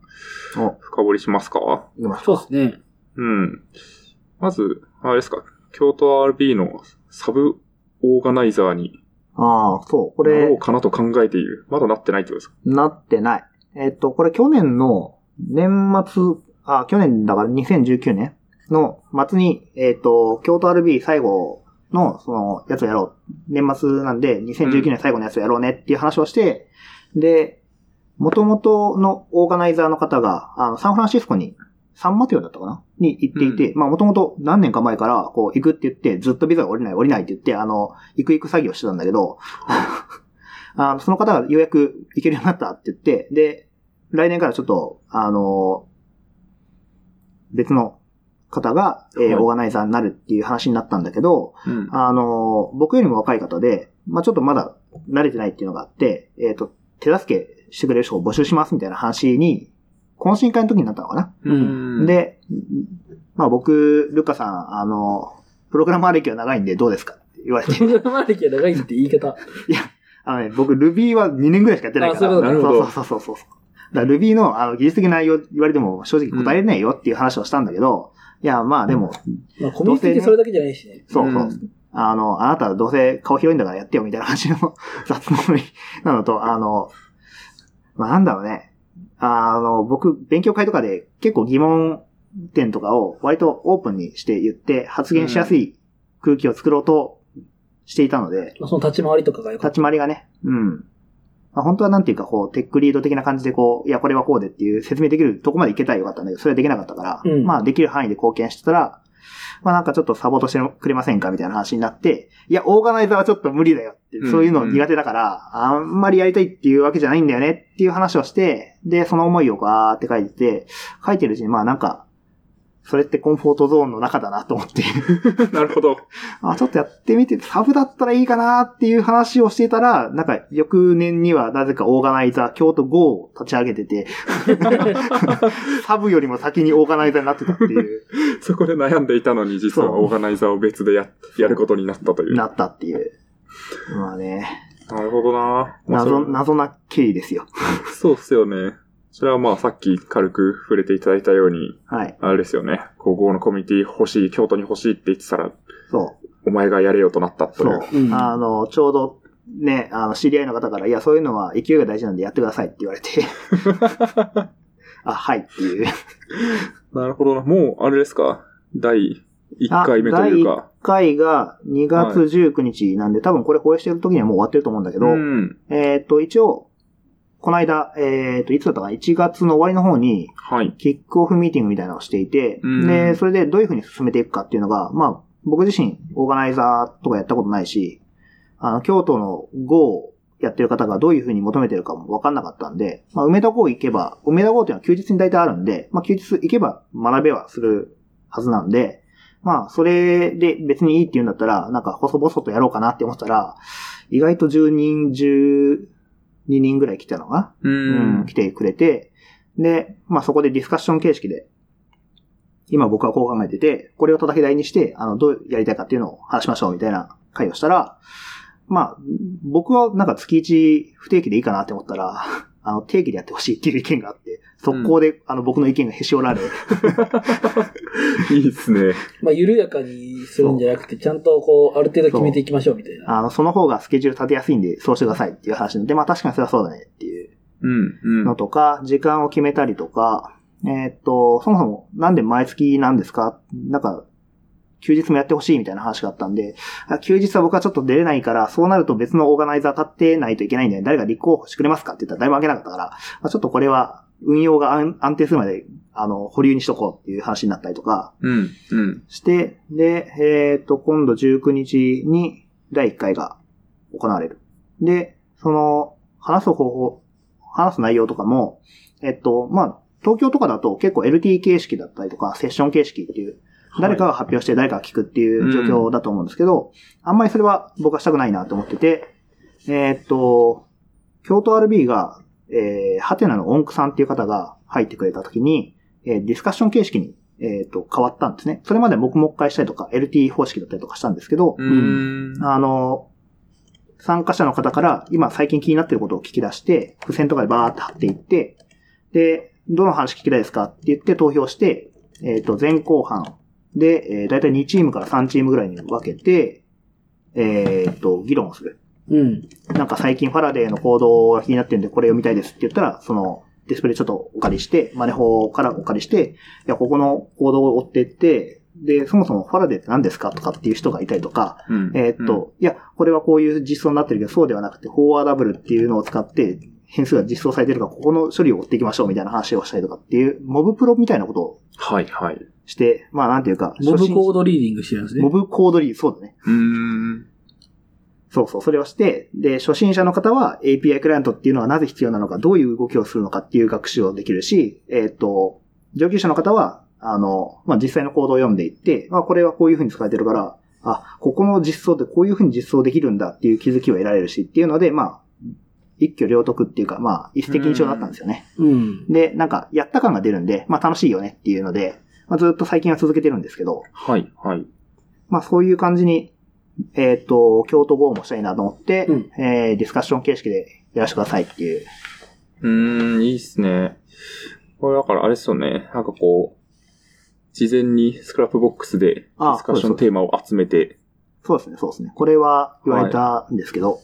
S1: お、
S3: 深掘りしますか
S1: 行きましょ
S2: そうですね。
S3: うん。まず、あれですか、京都 RB のサブオーガナイザーに
S1: う。ああ、そう。こ
S3: なろ
S1: れ
S3: う、かなと考えている。まだなってないってことですか
S1: なってない。えっと、これ去年の年末、あ、去年だから2019年の末に、えっ、と、京都 RB 最後の、その、やつをやろう。年末なんで、2019年最後のやつをやろうねっていう話をして、で、元々のオーガナイザーの方が、あの、サンフランシスコに、サンマテオだったかなに行っていて、まあ元々何年か前から、こう、行くって言って、ずっとビザが降りない降りないって言って、あの、行く行く作業してたんだけど、 あのその方がようやく行けるようになったって言って、で、来年からちょっと、あの、別の方が、えー
S3: はい
S1: オーガナイザーになるっていう話になったんだけど、
S3: うん。
S1: あの、僕よりも若い方で、まあちょっとまだ慣れてないっていうのがあって、えっ、と、手助けしてくれる人を募集しますみたいな話に、懇親会の時になったのかな、
S3: うん。、
S1: で、まあ僕、ルカさん、あの、プログラマー歴は長いんでどうですかって言 われて、
S4: プログラマー歴は長いって言い方。
S1: あのね、僕、Ruby は2年ぐらいしかやってないから。
S4: あそういうこと
S3: かなるほど
S1: そうそうそうそうそう。だから Ruby のあの技術的内容言われても正直答えれないよっていう話をしたんだけど、いや、まあでも、
S4: まあ、コミュニティってそれだけじゃないしね。
S1: そうそう。
S3: うん
S1: あの、あなたどうせ顔広いんだからやってよみたいな感じの 雑なのに、なのと、あの、まあなんだろうね。あの、僕、勉強会とかで結構疑問点とかを割とオープンにして言って発言しやすい空気を作ろうとしていたので、
S4: まあ、その立ち回りとかがよかっ
S1: 立ち回りがね。うん。まあ、本当はなんていうか、こう、テックリード的な感じで、こう、いや、これはこうでっていう説明できるとこまでいけたらよかったんだけど、それはできなかったから、
S4: うん
S1: まあ、できる範囲で貢献してたら、まあ、なんかちょっとサポートしてくれませんかみたいな話になって、いや、オーガナイザーはちょっと無理だよって、
S3: うん
S1: そういうの苦手だから、あんまりやりたいっていうわけじゃないんだよねっていう話をして、で、その思いをガーって書いてて、書いてるうちに、まあ、なんか、それってコンフォートゾーンの中だなと思って。
S3: なるほど。
S1: あ、ちょっとやってみて、サブだったらいいかなっていう話をしていたら、なんか、翌年にはなぜかオーガナイザー、京都5を立ち上げてて、サブよりも先にオーガナイザーになってたっていう、
S3: そこで悩んでいたのに、実は
S1: そう
S3: オーガナイザーを別でや、やることになったという。
S1: な
S3: な
S1: ったっていう。まあね、
S3: るほどなまあそ
S1: 謎、
S3: れ
S1: 謎な経緯ですよ。
S3: そうっすよね。それはまあさっき軽く触れていただいたように、
S1: はい。
S3: あれですよね。高校のコミュニティ欲しい、京都に欲しいって言ってたら、
S1: そう。
S3: お前がやれよとなったとい。
S1: そうう。
S2: うん
S1: あの、ちょうど、ね、あの、知り合いの方から、いや、そういうのは勢いが大事なんでやってくださいって言われて、あ、はいっていう。
S3: なるほどな。もう、あれですか。第1回目というか。
S1: 1回が2月19日なんで、多分これ放映してる時にはもう終わってると思うんだけど、
S3: うん。
S1: えっ、と、一応、この間、えっ、と、いつだったかな、1月の終わりの方に、
S3: はい。
S1: キックオフミーティングみたいなのをしていて、
S3: うん
S1: で、それでどういうふうに進めていくかっていうのが、まあ、僕自身、オーガナイザーとかやったことないし、あの、京都の GO をやってる方がどういうふうに求めてるかもわかんなかったんで、まあ、梅田 GO 行けば、梅田 GO っていうのは休日に大体あるんで、まあ、休日行けば学べはするはずなんで、まあ、それで別にいいって言うんだったら、なんか細々とやろうかなって思ったら、意外と10人、12人ぐらい来たのか
S3: う
S1: なうんん、。来てくれて、で、まあそこでディスカッション形式で、今僕はこう考えてて、これを叩き台にして、あの、どうやりたいかっていうのを話しましょうみたいな会をしたら、まあ、僕はなんか月1不定期でいいかなって思ったら、あの、定期でやってほしいっていう意見があって、速攻で、あの、僕の意見がへし折られ、
S3: いいですね。
S4: た。まあ、緩やかにするんじゃなくて、ちゃんとこう、ある程度決めていきましょうみたいな。
S1: あの、その方がスケジュール立てやすいんで、そうしてくださいっていう話で、まあ確かにそれはそうだねっていう。
S3: うん。うん。
S1: のとか、時間を決めたりとか、えーっと、そもそもなんで毎月なんですかなんか、休日もやってほしいみたいな話があったんで、あ休日は僕はちょっと出れないから、そうなると別のオーガナイザー立ってないといけないんで、誰が立候補してくれますかって言ったら誰も挙げなかったから、まあ、ちょっとこれは運用が安安定するまで、あの、保留にしとこうっていう話になったりとか
S3: うん。うん。
S1: して、で、えーっと、今度19日に第1回が行われる。で、その、話す方法、話す内容とかも、えっと、まあ、東京とかだと結構 LT 形式だったりとか、セッション形式っていう、誰かが発表して誰かが聞くっていう状況だと思うんですけど、あんまりそれは僕はしたくないなと思ってて、えっと、京都 RB が、えー、ハテナの音句さんっていう方が入ってくれた時に、えーディスカッション形式に、えっと変わったんですね。それまで黙々会したりとか、LT 方式だったりとかしたんですけど、
S3: うん。
S1: あの、参加者の方から今最近気になってることを聞き出して、付箋とかでバーって貼っていって、で、どの話聞きたいですかって言って投票して、えっ、と、前後半で、えー、だいたい2チームから3チームぐらいに分けて、えっ、と、議論をする。
S2: うん。
S1: なんか最近ファラデーの行動が気になってるんでこれ読みたいですって言ったら、そのディスプレイちょっとお借りして、マネ法からお借りして、いや、ここの行動を追っていって、で、そもそもファラデーって何ですかとかっていう人がいたりとか、
S3: うん
S1: えーっと、いや、これはこういう実装になってるけど、そうではなくて、フォーワーダブルっていうのを使って、変数が実装されてるから、ここの処理を追っていきましょうみたいな話をしたりとかっていう、モブプロみたいなことを
S3: はいはい。
S1: して、まあなんていうか、
S2: モブコー
S1: ー
S2: ドリーディングしてるんですね
S1: モ。ブコードリード、そうだね。
S3: うーん。
S1: そうそう、それをして、で、初心者の方は API クライアントっていうのはなぜ必要なのか、どういう動きをするのかっていう学習をできるし、えーっ、と、上級者の方は、あの、まあ、実際のコードを読んでいって、まあ、これはこういうふうに使われてるから、あ、ここの実装ってこういうふうに実装できるんだっていう気づきを得られるしっていうので、まあ、一挙両得っていうか、まあ、一石二鳥だったんですよね。
S2: うん。
S1: で、なんか、やった感が出るんで、まあ、楽しいよねっていうので、まあ、ずっと最近は続けてるんですけど、
S3: はいはい。
S1: まあそういう感じに、えっ、と、京都号もしたいなと思って、
S2: うん
S1: えーディスカッション形式でやらせてくださいっていう。
S3: うーん、いいっすね。これだからあれっすよね。なんかこう、事前にスクラップボックスでデ
S1: あ
S3: ィスカッションテーマを集めて、
S1: そうですね、そうですね。これは言われたんですけど、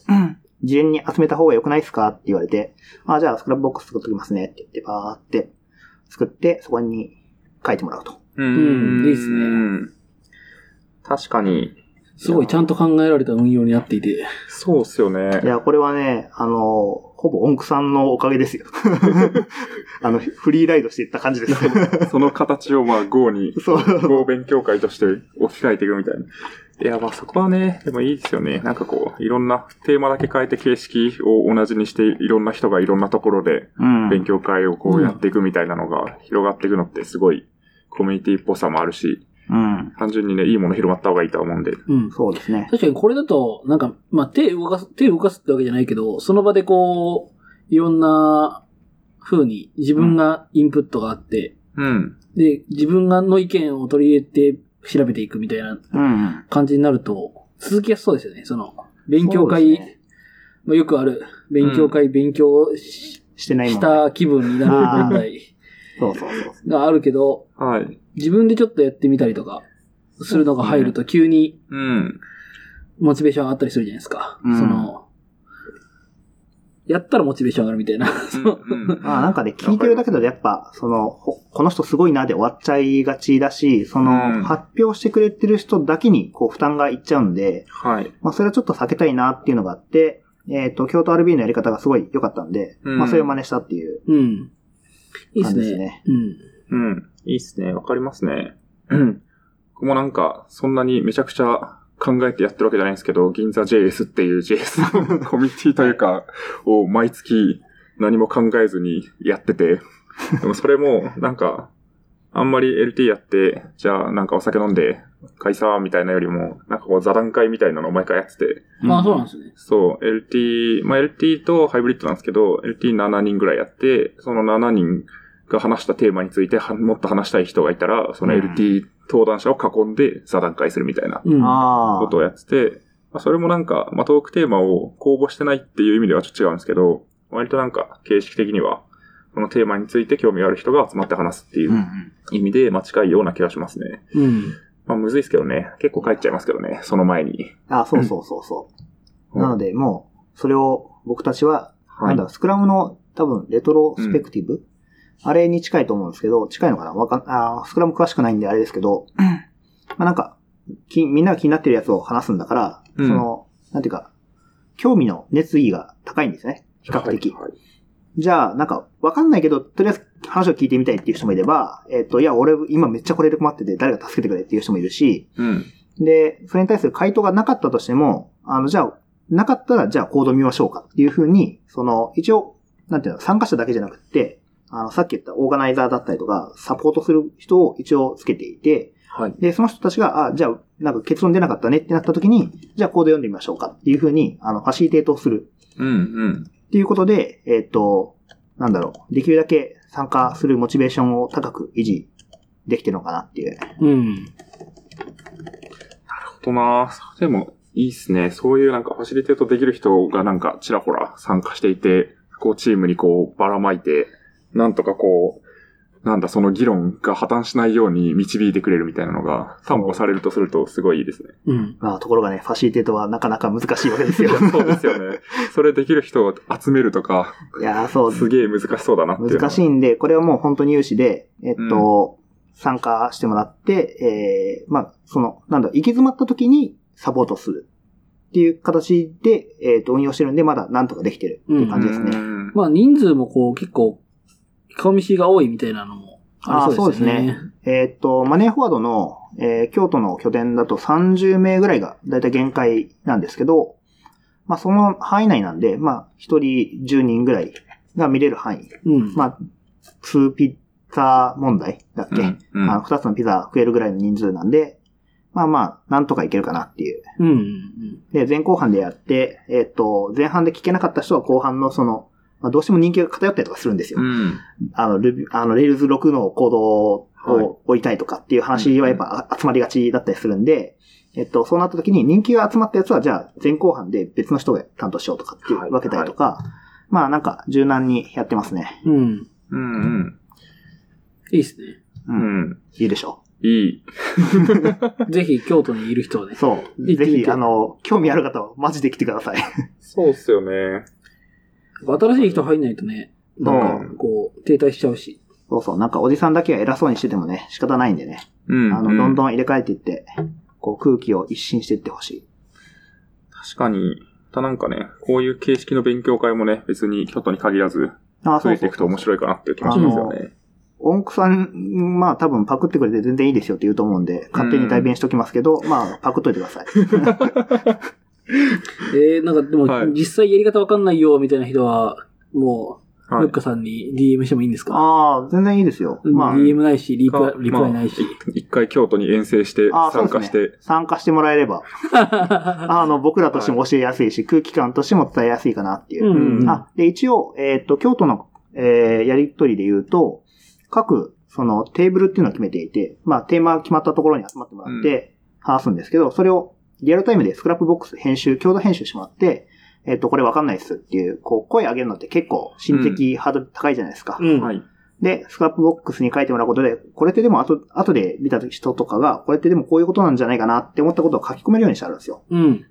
S1: 事前に集めた方が良くないですかって言われて、あ、じゃあスクラップボックス作っときますねって言って、バーって作って、そこに書いてもらうと。
S2: う
S3: う
S2: んいいっすね
S3: ね。確かに、
S2: すごいちゃんと考えられた運用になっていて。
S3: そうっすよね
S1: い。や、これはね、あの、ほぼ音符さんのおかげですよ。 あの、フリーライドしていった感じ です。
S3: その形をまあ Go に、
S1: そう。
S3: Go 勉強会として置き換えていくみたいな。いや、まあそこはね、でもいいですよね。なんかこう、いろんなテーマだけ変えて形式を同じにして、いろんな人がいろんなところで
S1: うん
S3: 勉強会をこうやっていくみたいなのが広がっていくのってすごいコミュニティっぽさもあるし、
S1: うん。
S3: 単純にね、いいもの広まった方がいいとは思うんで。
S2: うん。
S1: そうですね。
S2: 確かにこれだと、なんか、まあ、手動かす、手動かすってわけじゃないけど、その場でこう、いろんな風に自分がインプットがあって、
S3: うん。
S2: で、自分がの意見を取り入れて調べていくみたいな
S1: うん。
S2: 感じになると、続きやすそうですよね。その、勉強
S1: そう
S2: 会、
S1: ですね
S2: まあ、よくある、勉強会、勉強し
S1: してないも
S2: し
S1: ん。
S2: た気分になる問題
S1: そうそうそう。
S2: があるけど、
S3: はい。
S2: 自分でちょっとやってみたりとか、するのが入ると急に
S3: うん。
S2: モチベーション上がったりするじゃないですか。
S1: うん
S2: その、やったらモチベーション上がるみたいな。 そう
S1: まあなんかね、聞いてるだけだとやっぱ、その、ほこの人すごいなで終わっちゃいがちだし、その、
S3: うん
S1: 発表してくれてる人だけにこう負担がいっちゃうんで、
S3: はい。
S1: まあそれはちょっと避けたいなっていうのがあって、えっ、と、京都 RB のやり方がすごい良かったんで、
S3: うん
S1: まあそれを真似したっていう。
S2: うん。いいっす
S1: 感じ
S2: ね。
S1: ですね
S2: うん。
S3: うん。いいっすね。わかりますね。 うん。僕もなんか、そんなにめちゃくちゃ考えてやってるわけじゃないんですけど、銀座 JS っていう JS の コミュニティというか、を毎月何も考えずにやってて、でもそれも、なんか、あんまり LT やって、じゃあなんかお酒飲んで、解散みたいなよりも、なんかこう座談会みたいなのを毎回やってて、
S2: まあそうなんですね。
S3: そう、LT、まあ、LT とハイブリッドなんですけど、LT7 人ぐらいやって、その7人が話したテーマについてはもっと話したい人がいたら、その
S1: うん
S3: LT 登壇者を囲んで座談会するみたいな
S2: うん。
S1: ああ
S3: ことをやってて、まあ、それもなんか、まあ、トークテーマを公募してないっていう意味ではちょっと違うんですけど、割となんか形式的には、そのテーマについて興味がある人が集まって話すってい
S1: うんう
S3: うん意味で、まあ、近いような気がしますね。
S2: うん。
S3: まあ、むずいですけどね。結構帰っちゃいますけどね、その前に。
S1: あ、そうそうそうそ
S3: う
S1: う。
S3: ん
S1: なので、もう、それを僕たちは、
S3: は
S1: なんだろう、スクラムの多分、レトロスペクティブ、あれに近いと思うんですけど、近いのかなわかんあースクラム詳しくないんであれですけど、まあなんかき、みんなが気になってるやつを話すんだから、
S3: うん
S1: その、なんていうか、興味の熱意が高いんですね。比較的。
S3: はいはい
S1: じゃあ、なんか、わかんないけど、とりあえず話を聞いてみたいっていう人もいれば、えっ、と、いや、俺、今めっちゃこれで困ってて、誰か助けてくれっていう人もいるし、
S3: うん。
S1: で、それに対する回答がなかったとしても、あの、じゃあ、なかったら、じゃあコード見ましょうかっていうふうに、その、一応、なんていうの、参加者だけじゃなくって、あの、さっき言ったオーガナイザーだったりとか、サポートする人を一応つけていて、
S3: はい。
S1: で、その人たちが、あ、じゃあ、なんか結論出なかったねってなった時に、じゃあコード読んでみましょうかっていうふうに、あの、ファシリテートをする
S3: うん、うん。
S1: っていうことで、えっ、と、なんだろう、できるだけ参加するモチベーションを高く維持できてるのかなっていう。
S2: うん。
S3: となぁでも、いいっすね。そういうなんか、ファシリテートできる人がなんか、ちらほら参加していて、こう、チームにこう、ばらまいて、なんとかこう、なんだ、その議論が破綻しないように導いてくれるみたいなのが担保されるとするとすごいいいですね。
S2: うん。
S1: まあ、ところがね、ファシリテートはなかなか難しいわけですよ。
S3: そうですよね。それできる人を集めるとか、
S1: いやー、そう、
S3: すげえ難しそうだなっていうのは。
S1: 難しいんで、これはもう本当に有志で、えっと、参加してもらって、えー、まあ、その、なんだ、行き詰まった時にサポートするっていう形で、えっ、と、運用してるんで、まだなんとかできてるっていう感じですね。
S3: うん
S2: まあ人数もこう結構、顔見知りが多いみたいなのもありそうですよ
S1: あーそう
S2: ね。
S1: えっと、マネーフォワードの、えー京都の拠点だと30名ぐらいがだいたい限界なんですけど、まあ、その範囲内なんで、まあ、1人10人ぐらいが見れる範囲。
S2: うん。
S1: まあ、2ピッツァ問題だっけ、
S3: うん
S1: あの、二つのピザ増えるぐらいの人数なんで、まあまあ、なんとかいけるかなっていう。
S2: うんうんうん。
S1: で、前後半でやって、えっ、と、前半で聞けなかった人は後半のその、まあ、どうしても人気が偏ったりとかするんですよ。
S3: うん。
S1: あの、ルビあの、レールズ6の行動
S3: はい
S1: を追いたいとかっていう話はやっぱあ集まりがちだったりするんで、えっと、そうなった時に人気が集まったやつは、じゃあ前後半で別の人が担当しようとかってい
S3: はいう
S1: 分けたりとか、まあなんか柔軟にやってますね。
S2: うん。
S3: うん。うん。
S2: いいですね。
S1: う。
S3: うんん。
S1: いいでしょ
S3: いい。
S2: ぜひ京都にいる人はね。
S1: そう。
S2: 行って
S1: ぜ
S2: みて
S1: ひ、あの、興味ある方はマジで来てください。
S3: そうっすよね。
S2: 新しい人入んないとね、なんかこう、停滞しちゃうし。
S1: そうそう、なんかおじさんだけは偉そうにしててもね、仕方ないんでね。
S3: うん。
S1: あの、どんど
S3: ん。
S1: ん入れ替えていって、こう空気を一新していってほしい。
S3: 確かに、たなんかね、こういう形式の勉強会もね、別に京都に限らず、
S1: あ
S3: 増
S1: あ、そう
S3: えて
S1: そ
S3: いうく
S1: そ
S3: と
S1: う
S3: 面白いかなっていう気がしますよね。
S1: 音符さん、まあ多分パクってくれて全然いいですよって言うと思うんで、勝手に代弁しときますけど、まあパクっといてください。
S2: えー、なんかでも、
S3: はい
S2: 実際やり方わかんないよ、みたいな人は、もう、
S3: はい
S2: ムッ。カさんに DM してもいいんですか
S1: ああ、全然いいですよ。まあ、
S2: DM ないし、リプラ
S3: か
S2: リプライないし。
S3: 一回京都に遠征して、
S1: あそう
S3: 参
S1: です
S3: 加
S1: ね
S3: して、
S1: 参加してもらえれば、 あの、僕らとしても教えやすいし、空気感としても伝えやすいかなっていう。
S2: うんうん
S1: あ、で、一応、えっ、と、京都の、えーやりとりで言うと、各、その、テーブルっていうのを決めていて、まあ、テーマ決まったところに集まってもらって、話すんですけど、それを、リアルタイムでスクラップボックス編集、共同編集してもらって、えっ、と、これわかんないっすっていう、こう、声上げるのって結構、心的ハードル高いじゃないですか。
S2: うん。
S3: はい。
S1: で、スクラップボックスに書いてもらうことで、これってでも後、後で見た人とかが、これってでもこういうことなんじゃないかなって思ったことを書き込めるようにしてあるんですよ。
S2: うん。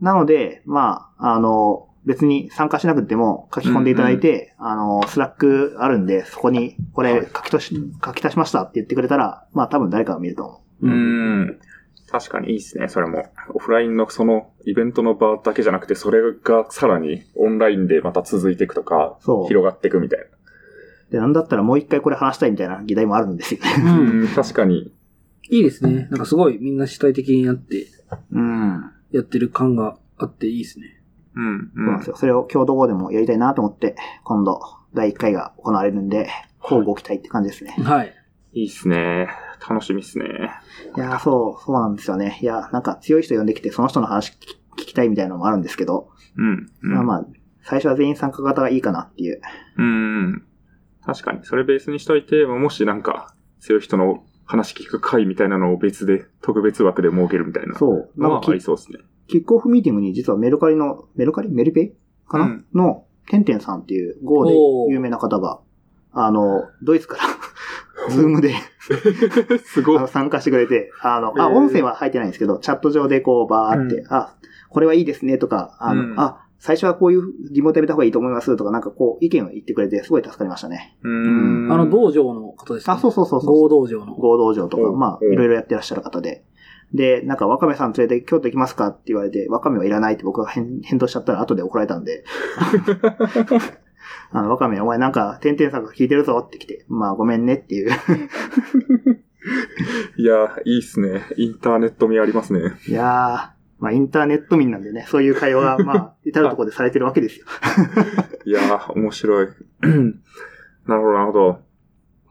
S1: なので、まあ、あの、別に参加しなくても書き込んでいただいて、あの、スラックあるんで、そこに、これ書き足し、書き足しましたって言ってくれたら、まあ多分誰かが見ると思
S3: う
S2: うん。
S3: ん。確かにいいですね、それも。オフラインのそのイベントの場だけじゃなくて、それがさらにオンラインでまた続いていくとか、
S1: そう
S3: 広がっていくみたいな。
S1: う。で、なんだったらもう一回これ話したいみたいな議題もあるんですよね。
S2: うん
S3: うん、確かに。
S2: いいですね。なんかすごいみんな主体的になって
S1: うん。
S2: やってる感があっていいですね。
S3: うん、
S1: そうなんですよ。それを共同号でもやりたいなと思って、今度、第1回が行われるんで、こうご期待って感じですね。
S2: はい。
S3: いいっすね。楽しみっすね。
S1: いやー、そう、そうなんですよね。いやー、なんか強い人呼んできて、その人の話聞き聞きたいみたいなのもあるんですけど、
S3: うん。うん
S1: まあまあ、最初は全員参加型がいいかなっていう。
S3: うん。確かに。それベースにしといて、まあもしなんか、強い人の話聞く会みたいなのを別で、特別枠で設けるみたいな。う。
S1: そう。
S3: ま
S1: なんか
S3: あ、あ
S1: キ
S3: り、そうですね。
S1: キックオフミーティングに実はメルカリの、メルカリメルペイかな、
S3: うん
S1: の、てんてんさんっていう Go で有名な方が、あの、ドイツから、 ズームで
S3: す
S1: あ
S3: ご
S1: の
S3: い。
S1: 参加してくれて、あの、
S3: へー
S1: あ、音声は入ってないんですけど、チャット上でこうバーって、あ、これはいいですねとか、あの、
S3: うん
S1: あ、最初はこういうリモートやめた方がいいと思いますとか、なんかこう意見を言ってくれて、すごい助かりましたね。
S3: う
S2: あ
S3: ん
S2: の、道場の方ですか、
S1: あ、そうそうそうそう。
S2: 合同場の。
S1: 合同場とか、
S3: うん
S1: まあ、
S3: うん
S1: いろいろやってらっしゃる方で。で、なんか、ワカメさん連れて京都行きますかって言われて、ワカメはいらないって僕が返返答しちゃったら後で怒られたん で。あの、ワカメ、お前なんか、てんてんさんが聞いてるぞって来て、まあ、ごめんねっていう。
S3: いや、いいっすね。インターネット味ありますね。
S1: いやー、まあ、インターネット民なんでね、そういう会話が、まあ、至るところでされてるわけですよ。
S3: いやー、面白 い。うんなるほど、なるほど。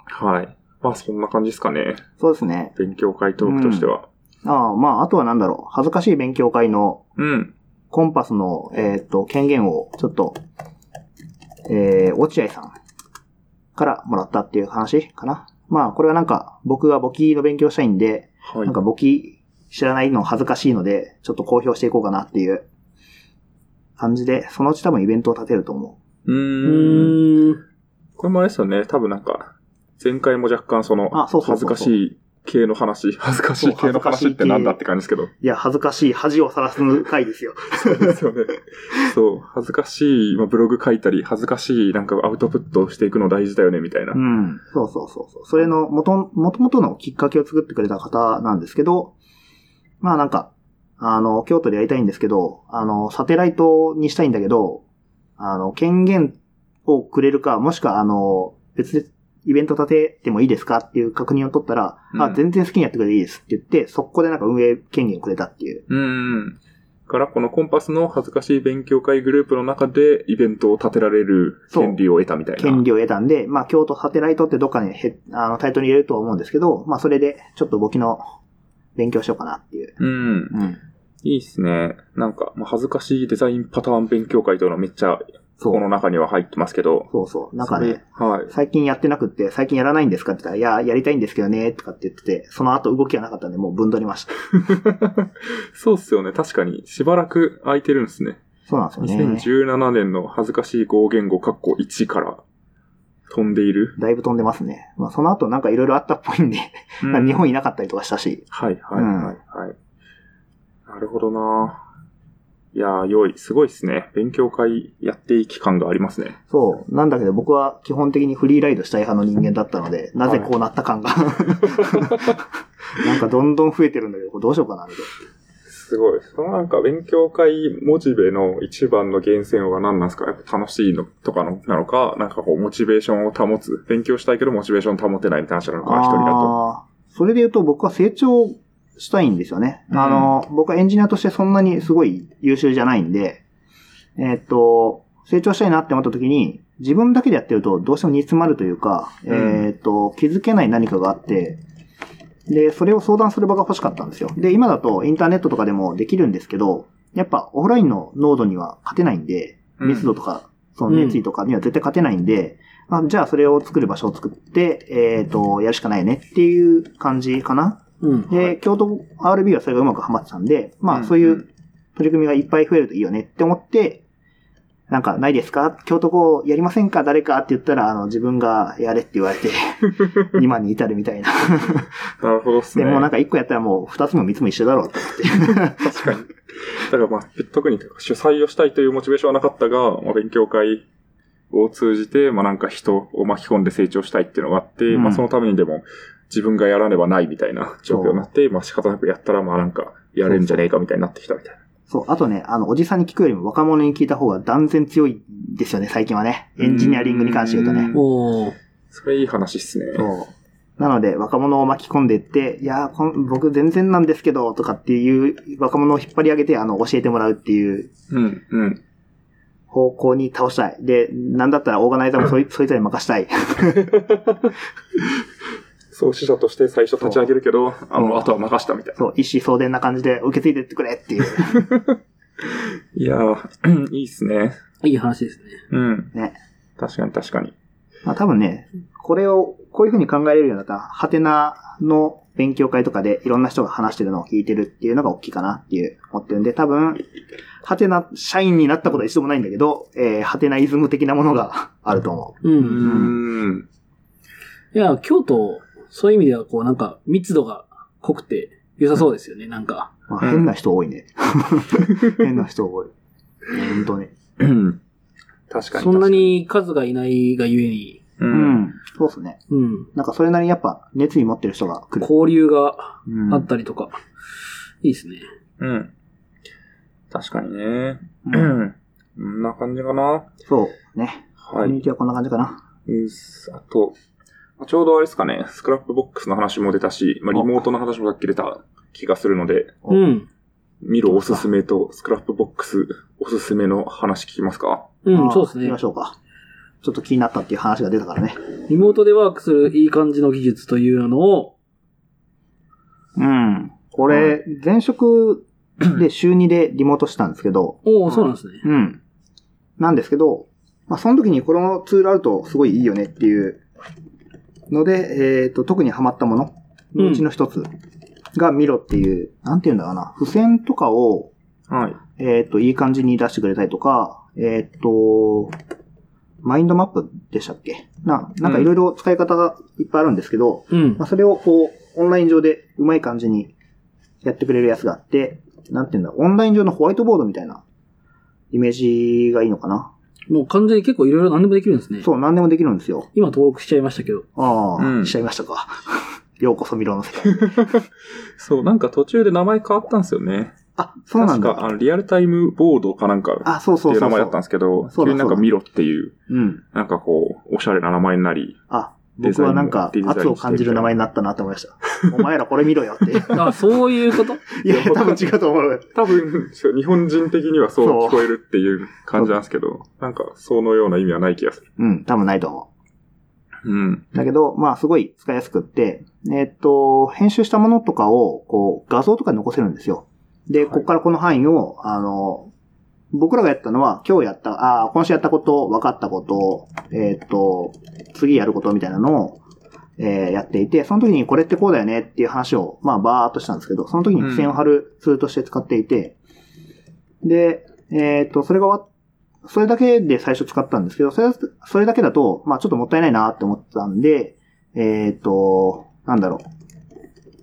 S3: はい。まあ、そんな感じですかね。
S1: そうですね。
S3: 勉強会トークとしては。
S1: ああ、まあ、あとはなんだろう。恥ずかしい勉強会の
S3: うん。
S1: コンパスの、えっ、と、権限を、ちょっと、えー、落合さんからもらったっていう話かな。まあ、これはなんか、僕が簿記の勉強したいんで、
S3: はい
S1: なんか。簿記知らないの恥ずかしいので、ちょっと公表していこうかなっていう感じで、そのうち多分イベントを立てると思
S3: う
S2: う
S3: ーん。
S2: ーん。
S3: これもあれですよね。多分なんか、前回も若干その、
S1: あそうそう
S3: 恥
S1: そ
S3: ず
S1: うそう
S3: かしい系の話、 恥ずかしい系の話ってなんだって感じですけど。
S1: いや、恥ずかしい恥をさらす回ですよ。
S3: そうですよね。 そう、恥ずかしい、まあ、ブログ書いたり、恥ずかしいなんかアウトプットをしていくの大事だよね、みたいな。
S1: うん。そうそうそうそう。それの元、元々のきっかけを作ってくれた方なんですけど、まあなんか、あの、京都でやりたいんですけど、あの、サテライトにしたいんだけど、あの、権限をくれるか、もしくはあの、別でイベント立ててもいいですかっていう確認を取ったら、
S3: うん
S1: あ、全然好きにやってくれていいですって言って、そこでなんか運営権限をくれたっていう。
S3: うん。から、このコンパスの恥ずかしい勉強会グループの中でイベントを立てられる権利を得たみたいな。
S1: 権利を得たんで、まあ、京都サテライトってどっかにへあのタイトルに入れるとは思うんですけど、まあ、それでちょっと簿記の勉強しようかなっていう。
S3: うん。
S1: うん。
S3: いいっすね。なんか、まあ、恥ずかしいデザインパターン勉強会というのはめっちゃ、
S1: そう
S3: この。中には入ってますけど。
S1: そうそう。なんかね、
S3: それ。はい。
S1: 最近やってなくって、最近やらないんですかって言ったら、いや、やりたいんですけどね、とかって言ってて、その後動きがなかったんで、もうぶんどりました。
S3: そうっすよね。確かに、しばらく空いてるんですね。
S1: そうなんですよね。
S3: 2017年の恥ずかしい語言語括弧1から飛んでいる。
S1: だいぶ飛んでますね。まあ、その後なんかいろいろあったっぽいんで、
S3: うん
S1: 日本いなかったりとかしたし。
S3: はいはいはい、はい。なるほどないやー、良い。すごいっすね。勉強会やっていき感がありますね。
S1: そう。なんだけど僕は基本的にフリーライドしたい派の人間だったので、なぜこうなった感が。 なんかどんどん増えてるんだけど、これどうしようかな、みたいな。
S3: すごい。そのなんか勉強会モチベの一番の源泉は何なんですかやっぱ楽しいのとかのなのか、なんかこうモチベーションを保つ。勉強したいけどモチベーション保てないみたいな話なのかな、一人だと。
S1: あーそれで言うと僕は成長したいんですよね。
S3: うん
S1: あの、僕はエンジニアとしてそんなにすごい優秀じゃないんで、えーっと、成長したいなって思った時に、自分だけでやってるとどうしても煮詰まるというか、
S3: うん
S1: えーっと、気づけない何かがあって、で、それを相談する場が欲しかったんですよ。で、今だとインターネットとかでもできるんですけど、やっぱオフラインの濃度には勝てないんで、
S3: うん
S1: 密度とか、その熱意とかには絶対勝てないんで、あじゃあそれを作る場所を作って、えっ、と、やるしかないよねっていう感じかな。
S2: うん。
S1: で、京都 RB はそれがうまくハマってたんで、ま
S3: う
S1: あ
S3: ん
S1: そういうう取り組みがいっぱい増えるといいよねって思って、なんか、ないですか京都語やりませんか誰かって言ったら、あの、自分がやれって言わ れて、今に至るみたいな。
S3: なるほどっす
S1: で、
S3: ね。
S1: もうなんか一個やったらもう二つも三つも一緒だろうと思って。
S3: 確かに。だからまあ、特に主催をしたいというモチベーションはなかったが、まあ、勉強会を通じて、まあなんか人を巻き込んで成長したいっていうのがあって、
S1: うん
S3: まあそのためにでも自分がやらねばないみたいな状況になって、まあ仕方なくやったらまあなんかやれるんじゃねえかみたいになってきたみたいな。
S1: そう、あとね、あの、おじさんに聞くよりも若者に聞いた方が断然強いんですよね、最近はね。エンジニアリングに関して言うとね。
S2: おー
S3: それいい話っすね。
S1: そう。なので、若者を巻き込んでいって、いやーこん、僕全然なんですけど、とかっていう若者を引っ張り上げて、あの、教えてもらうっていう
S3: うん、うん。
S1: 方向に倒したい。で、なんだったらオーガナイザーもそいそいつらに任したい。
S3: 創始者として最初立ち上げるけど、あ
S1: そう
S3: の、あとは任したみたいな。
S1: そう、一子相伝な感じで受け継いでってくれっていう。
S3: いやー、いいっすね。
S2: いい話ですね。
S3: うん。
S1: ね。
S3: 確かに確かに。
S1: まあ多分ね、これを、こういう風に考えれるようになったら、ハテナの勉強会とかでいろんな人が話してるのを聞いてるっていうのが大きいかなっていう思ってるんで、多分、ハテナ社員になったことは一度もないんだけど、えー、ハテナイズム的なものが あると思う。
S2: う。
S3: うんん。
S2: いや、京都、そういう意味では、こう、なんか、密度が濃くて良さそうですよね、なんか。
S1: まあ、
S3: うん
S1: 変な人多いね。変な人多い。本当に。
S3: うん確かに。
S2: そんなに数がいないがゆえに、
S3: う。
S1: うんん。そうっすね。
S2: うん。
S1: なんかそれなりにやっぱ熱意持ってる人が来る。
S2: 交流が
S1: うん
S2: あったりとか、いいですね。
S3: うん。確かにね。
S1: う
S3: うんん。こんな感じかな。
S1: そう。ね。コ
S3: は
S1: ミュニ
S3: い。
S1: ティはこんな感じかな。
S3: うんあと、ちょうどあれですかね、スクラップボックスの話も出たし、まあ、リモートの話もさっき出た気がするので、
S1: お
S2: うん。
S3: 見るおすすめと、スクラップボックスおすすめの話聞きますか
S2: う
S1: あ
S2: ん、
S1: ー
S2: そうです
S1: 行き
S2: ね
S1: ま。しょうか。ちょっと気になったっていう話が出たからね。
S2: リモートでワークするいい感じの技術というのを、
S1: うん。これ、前職で週2でリモートしたんですけど、
S2: おお、そうなんですね。
S1: うん。なんですけど、まあ、その時にこのツールあるとすごいいいよねっていうので、えっ、と、特にハマったもののうちの一つがミロっていう、なんていうんだろうな、付箋とかを、
S3: はい。
S1: えっ、と、いい感じに出してくれたりとか、えっ、と、マインドマップでしたっけな、なんかいろいろ使い方がいっぱいあるんですけど、
S2: うん
S1: まあ、。それをこう、オンライン上でうまい感じにやってくれるやつがあって、なんていうんだ、オンライン上のホワイトボードみたいなイメージがいいのかな。
S2: もう完全に結構いろいろ何でもできるんですね。
S1: そう、何でもできるんですよ。
S2: 今登録しちゃいましたけど。
S1: ああ、
S3: うん
S1: しちゃいましたか。 ようこそミロの世界。
S3: そう、なんか途中で名前変わったんですよね。
S1: あ、そうなん
S3: 確か、
S1: だ。
S3: あのリアルタイムボードかなんかっ
S1: あ、そう
S3: て
S1: そ
S3: い
S1: うそ
S3: 名
S1: ううそう。
S3: 前だったんですけど、急
S1: そうだ
S3: になんか
S1: そうだ
S3: ミロっていう、
S1: うん。
S3: なんかこう、おしゃれな名前になり、
S1: あ、
S3: デ
S1: 僕
S3: ザイ
S1: は
S3: ン
S1: なん
S3: も
S1: か
S3: デザインして
S1: 圧を感じる名前になったなって思いました。 お前らこれ見ろよって。
S2: あ、そういう こと
S1: いや、多分違うと思う。
S3: 多分、そう日本人的にはそう
S1: そう
S3: 聞こえるっていう感じなんですけど、なんか、そのような意味はない気がする。
S1: うん、多分ないと思
S3: うん。
S1: う。だけど、まあ、すごい使いやすくって、えーっと、編集したものとかを、こう、画像とかに残せるんですよ。で、
S3: い
S1: ここからこの範囲を、あの、僕らがやったのは、今日やった、ああ、今週やったこと、分かったこと、えーっと、次やることみたいなのを、えーやっていて、その時にこれってこうだよねっていう話を、まあ、バーっとしたんですけど、その時に付箋を貼るツールとして使っていて、で、えーっと、それが終わっそれだけで最初使ったんですけど、それそれだけだと、まあちょっともったいないなって思ってたんで、えっ、と、なんだろう。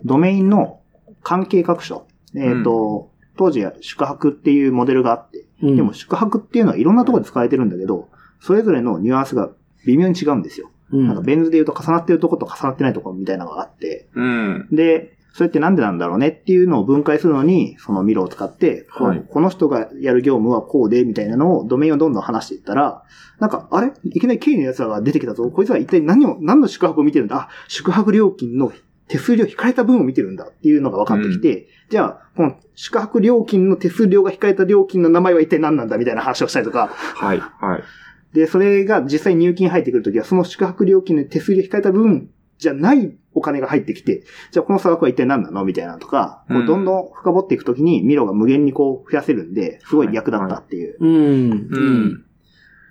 S1: ドメインの関係各所。えっ、と、当時は宿泊っていうモデルがあって、
S2: うん。
S1: でも宿泊っていうのはいろんなところで使われてるんだけど、それぞれのニュアンスが微妙に違うんですよ。
S2: うん、
S1: なんかベン図で言うと重なってるとこと重なってないところみたいなのがあって、
S3: うん。
S1: で、それってなんでなんだろうねっていうのを分解するのに、そのミロを使って、こう
S3: はい
S1: この人がやる業務はこうで、みたいなのをドメインをどんどん話していったら、なんか、あれいきなり K のやつらが出てきたぞ。こいつは一体何を、何の宿泊を見てるんだあ、宿泊料金の手数料引かれた分を見てるんだっていうのが分かってきて、じゃあ、この宿泊料金の手数料が引かれた料金の名前は一体何なんだみたいな話をしたりとか、
S3: はい、はい。
S1: で、それが実際入金入ってくるときは、その宿泊料金の手数料引かれた分じゃないお金が入ってきて、じゃあこの差額は一体何なのみたいなのとか、こ
S3: うん
S1: うどんどん深掘っていくときにミロが無限にこう増やせるんで、すごい役立ったっていう。
S2: うん。
S3: う。ん。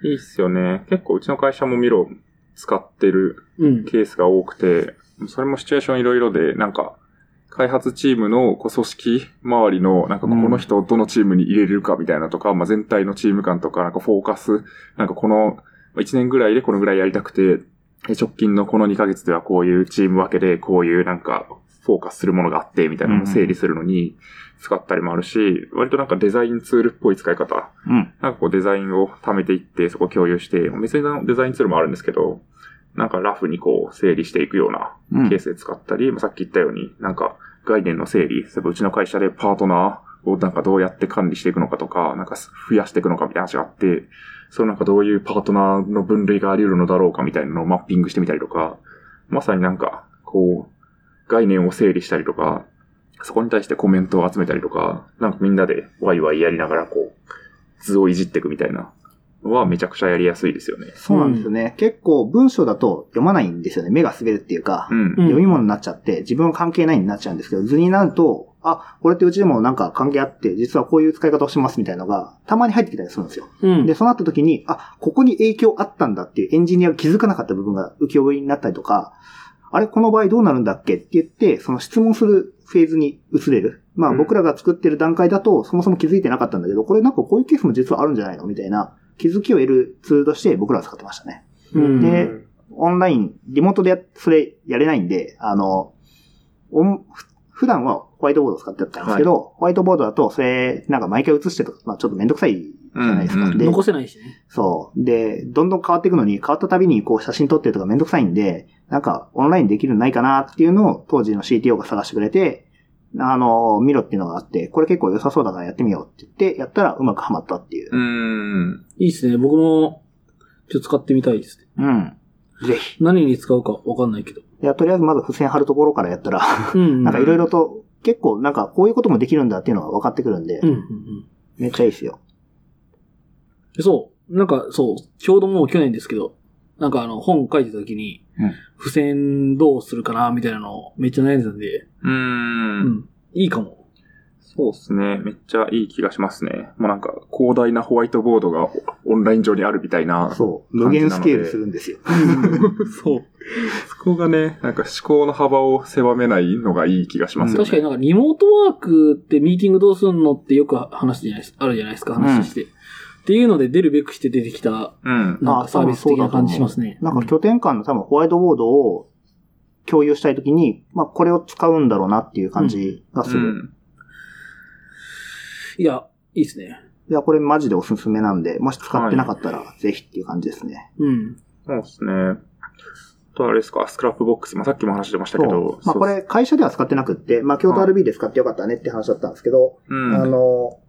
S3: いいっすよね。結構、うちの会社もミロ使ってる
S2: うん。
S3: ケースが多くて、それもシチュエーションいろいろで、なんか、開発チームのこう組織周りの、なんかこ
S1: うん
S3: の人をどのチームに入れるかみたいなとか、まあ全体のチーム感とか、なんかフォーカス、なんかこの1年ぐらいでこのぐらいやりたくて、え直近のこの2ヶ月ではこういうチーム分けで、こういうなんかフォーカスするものがあって、みたいなのを整理するのに使ったりもあるし、割となんかデザインツールっぽい使い方
S1: うん。
S3: なんかこうデザインを貯めていって、そこを共有して、別にデザインツールもあるんですけど、なんかラフにこう整理していくような
S1: うん
S3: ケースで使ったり、まあさっき言ったように、なんか概念の整理、例えばうちの会社でパートナーをなんかどうやって管理していくのかとか、なんか増やしていくのかみたいな話があって、そのなんかどういうパートナーの分類があり得るのだろうかみたいなのをマッピングしてみたりとか、まさになんか、こう、概念を整理したりとか、そこに対してコメントを集めたりとか、なんかみんなでワイワイやりながらこう、図をいじっていくみたいなのはめちゃくちゃやりやすいですよね。
S1: そうなんですよね。結構文章だと読まないんですよね。目が滑るっていうか、
S3: うん。
S2: うん
S1: 読み物になっちゃって、自分は関係ないになっちゃうんですけど、図になると、あ、これってうちでもなんか関係あって、実はこういう使い方をしてますみたいなのが、たまに入ってきたりするんですよ。
S2: うん。
S1: で、そうなった時に、あ、ここに影響あったんだっていうエンジニアが気づかなかった部分が浮世絵になったりとか、あれ、この場合どうなるんだっけって言って、その質問するフェーズに移れる。ま
S3: う
S1: あ
S3: ん
S1: 僕らが作ってる段階だと、そもそも気づいてなかったんだけど、これなんかこういうケースも実はあるんじゃないのみたいな気づきを得るツールとして僕らは使ってましたね。
S2: うん
S1: でオンライン、リモートでやそれやれないんで、あの、オンふ普段はホワイトボードを使ってたんですけど、ホワイトボードだと、それ、なんか毎回移してとか、まあちょっとめんどくさいじゃないですか。
S3: うんうん
S1: で
S2: 残せないしね。
S1: そう。で、どんどん変わっていくのに、変わったたびにこう写真撮ってとかめんどくさいんで、なんかオンラインできるのないかなっていうのを当時の CTO が探してくれて、あの、見ろっていうのがあって、これ結構良さそうだからやってみようって言って、やったらうまくハマったっていう
S3: う。ん。
S2: いいっすね。僕も、ちょっと使ってみたいですね。
S1: うん。ぜひ。
S2: 何に使うかわかんないけど。
S1: いや、とりあえずまず付箋貼るところからやったら、
S2: うん。
S1: なんか
S2: う
S1: いろいろと、結構なんかこういうこともできるんだっていうのが分かってくるんで、
S2: んうんうん。
S1: めっちゃいいですよ。
S2: そう。なんか、そう。ちょうどもう去年ですけど、なんかあの、本書いてた時に、
S1: うん
S2: 付箋どうするかな、みたいなのをめっちゃ悩んでたんで、
S3: うん。
S2: う
S3: うん
S2: ん。いいかも。
S3: そうですね。めっちゃいい気がしますね。もうなんか、広大なホワイトボードがオンライン上にあるみたいな。
S1: そう。無限スケールするんですよ。
S3: う。 そう。そこがね、なんか思考の幅を狭めないのがいい気がしますよね。
S2: 確かになんかリモートワークってミーティングどうすんのってよく話じゃないですあるじゃないですか、話として。っていうので出るべくして出てきた、
S3: うん。
S2: なんかサービス的な感じしますね。
S1: なんか拠点間の多分ホワイトボードを共有したいときに、まあこれを使うんだろうなっていう感じがす
S3: う
S1: る。
S3: ん。
S2: いや、いいですね。
S1: いや、これマジでおすすめなんで、もし使ってなかったらぜひっていう感じですね。
S2: うん。
S3: そうですね。あとあれですか、スクラップボックス。まあ、さっきも話してましたけ
S1: そ
S3: ど。
S1: う。まあこれ会社では使ってなくって、まあ京都
S3: はい
S1: RB で使ってよかったねって話だったんですけど、
S3: う
S1: あ
S3: ん。
S1: の、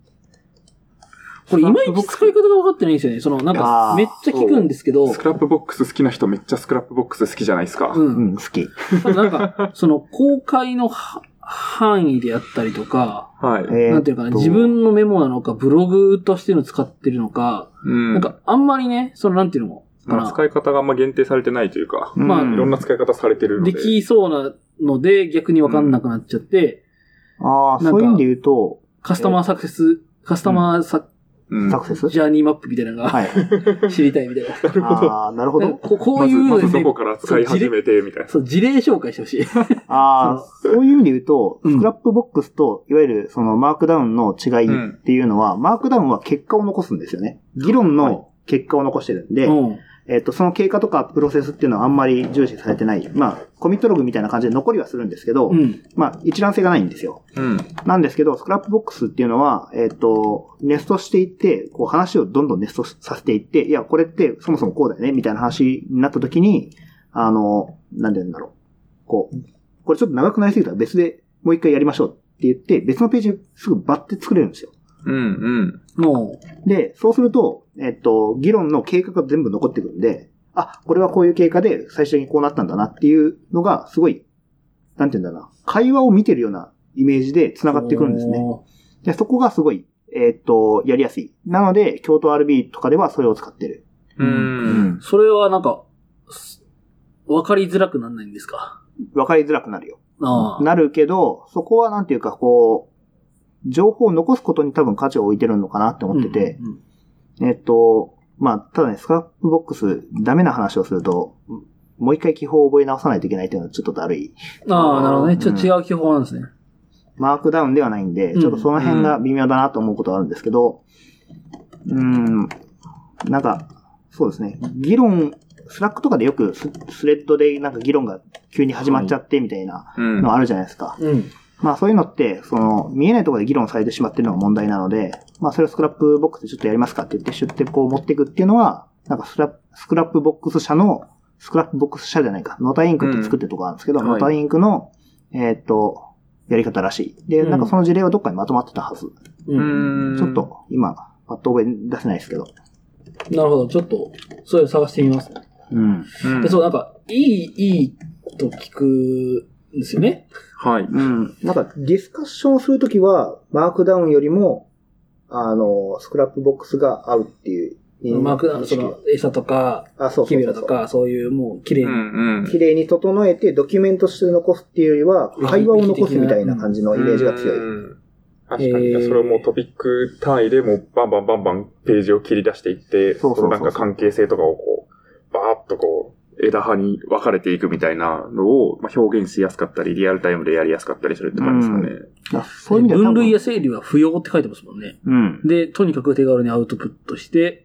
S2: これいまいち使い方が分かってないんですよね。その、なん
S1: あ
S2: か
S1: ー、
S2: めっちゃ聞くんですけど、
S3: スクラップボックス好きな人めっちゃスクラップボックス好きじゃないですか。
S2: う。
S1: うんん、好き。
S2: ただなんか、 その、公開のは範囲であったりとか、
S3: はい。
S1: えー
S2: なんていうかな、
S1: と
S2: 自分のメモなのか、ブログとしての使ってるのか、
S3: うん。
S2: なんか、あんまりね、その、なんていうのか
S3: まあ、
S2: な、
S3: 使い方があんま限定されてないというか、
S1: うん
S2: まあ
S3: いろんな使い方されてるので。
S2: できそうなので、逆に分かんなくなっちゃって、
S1: ああ、
S2: なんか
S1: そういう意味で言うと、
S2: カスタマーサクセス、カスタマーサ、
S3: うん。
S1: サクセス
S2: ジャーニーマップみたい なのが
S1: はい。
S2: 知りたいみたいな。
S3: なるほど。
S1: ああ、なるほ
S2: なん
S1: ど。
S2: かここう
S3: ま
S2: い
S3: ず、
S2: う
S3: ま
S2: の
S3: ず
S2: で
S3: ど
S2: ね
S3: こから使い始めて、みたいな。
S2: そう、事例紹介してほしい。
S1: ああ、そういう意味で言うと、
S2: うん
S1: スクラップボックスと、いわゆるそのマークダウンの違いっていうのは、マークダウンは結果を残すんですよね。議論の結果を残してるんで、
S2: うん。
S1: えっ、と、その経過とかプロセスっていうのはあんまり重視されてない。まあ、コミットログみたいな感じで残りはするんですけど、
S2: うん。
S1: まあ、一覧性がないんですよ。
S3: うん。
S1: なんですけど、スクラップボックスっていうのは、えっ、と、ネストしていって、こう話をどんどんネストさせていって、いや、これってそもそもこうだよね、みたいな話になった時に、あの、なんで言うんだろう。こう、これちょっと長くなりすぎたら別でもう一回やりましょうって言って、別のページすぐバッて作れるんですよ。
S3: うん。うん。
S2: も
S1: で、そうすると、えっと、議論の経過が全部残ってくるんで、あ、これはこういう経過で最終的にこうなったんだなっていうのが、すごい、なんて言うんだろうな、会話を見てるようなイメージで
S2: う、
S1: 繋がってくるんですね。
S2: お
S1: で、そこがすごい、えっと、やりやすい。なので、京都 RB とかではそれを使ってる。
S3: う。。
S1: うん
S2: ー。それはなんか、すわかりづらくなんないんですか
S1: わかりづらくなるよ。
S2: ああ。
S1: なるけど、そこはなんていうか、こう、情報を残すことに多分価値を置いてるのかなって思ってて、
S2: うんうんうん
S1: えっと、まあ、ただね、スクラップボックス、ダメな話をすると、もう一回記法を覚え直さないといけないっていうのはちょっとだ るい。
S2: ああ、なるほどね。
S1: うん
S2: ちょっと違う基本なんですね。
S1: マークダウンではないんで、
S2: うん
S1: ちょっとその辺が微妙だなと思うことはあるんですけど、うん、なんか、そうですね、議論、スラックとかでよくススレッドでなんか議論が急に始まっちゃってみたいな
S3: うん。
S1: のあるじゃないですか。
S4: うん。
S1: まあそういうのって、その、見えないところで議論されてしまってるのが問題なので、まあそれをスクラップボックスでちょっとやりますかって言って、シュッてこう持っていくっていうのは、なんかスクラップスクラップボックス社の、スクラップボックス社じゃないか、ノータインクって作ってるとこなんですけど、
S3: うん
S1: ノータインクの、えーっと、やり方らしい。で、
S2: うん
S1: なんかその事例はどっかにまとまってたはず。
S4: う。
S3: うんん。
S1: ちょっ。と、今、パッと覚え出せないですけど。
S4: なるほど。ちょっと、そういうの探してみます。
S1: うん。
S3: うん
S4: で、。そう、なんか、いい、いいと聞くんですよね。
S3: はい。
S1: うん。なんかディスカッションするときは、マークダウンよりも、あの、スクラップボックスが合うっていう。
S4: マークダウン、その、餌とか、
S1: あ、そうそうそうそう
S4: キビラとか、そういう、もう、綺麗
S3: う
S4: に。
S3: ん。うん。
S1: 綺麗に整えてドキュメントして残すっていうよりは、会話を残すみたいな感じのイメージが強い。
S3: うん。確か
S4: えー
S3: に。それをもうトピック単位でもうバンバンバンバンページを切り出していって、
S1: そうそうそう
S3: のなんか関係性とかをこう、バーッとこう、枝葉に分かれていくみたいなのを、まあ、表現しやすかったり、リアルタイムでやりやすかったりするって感じですかね。
S1: あそういう意味では多
S2: 分
S1: 分
S2: 類や整理は不要って書いてますもんね。
S1: うん。
S2: で、とにかく手軽にアウトプットして、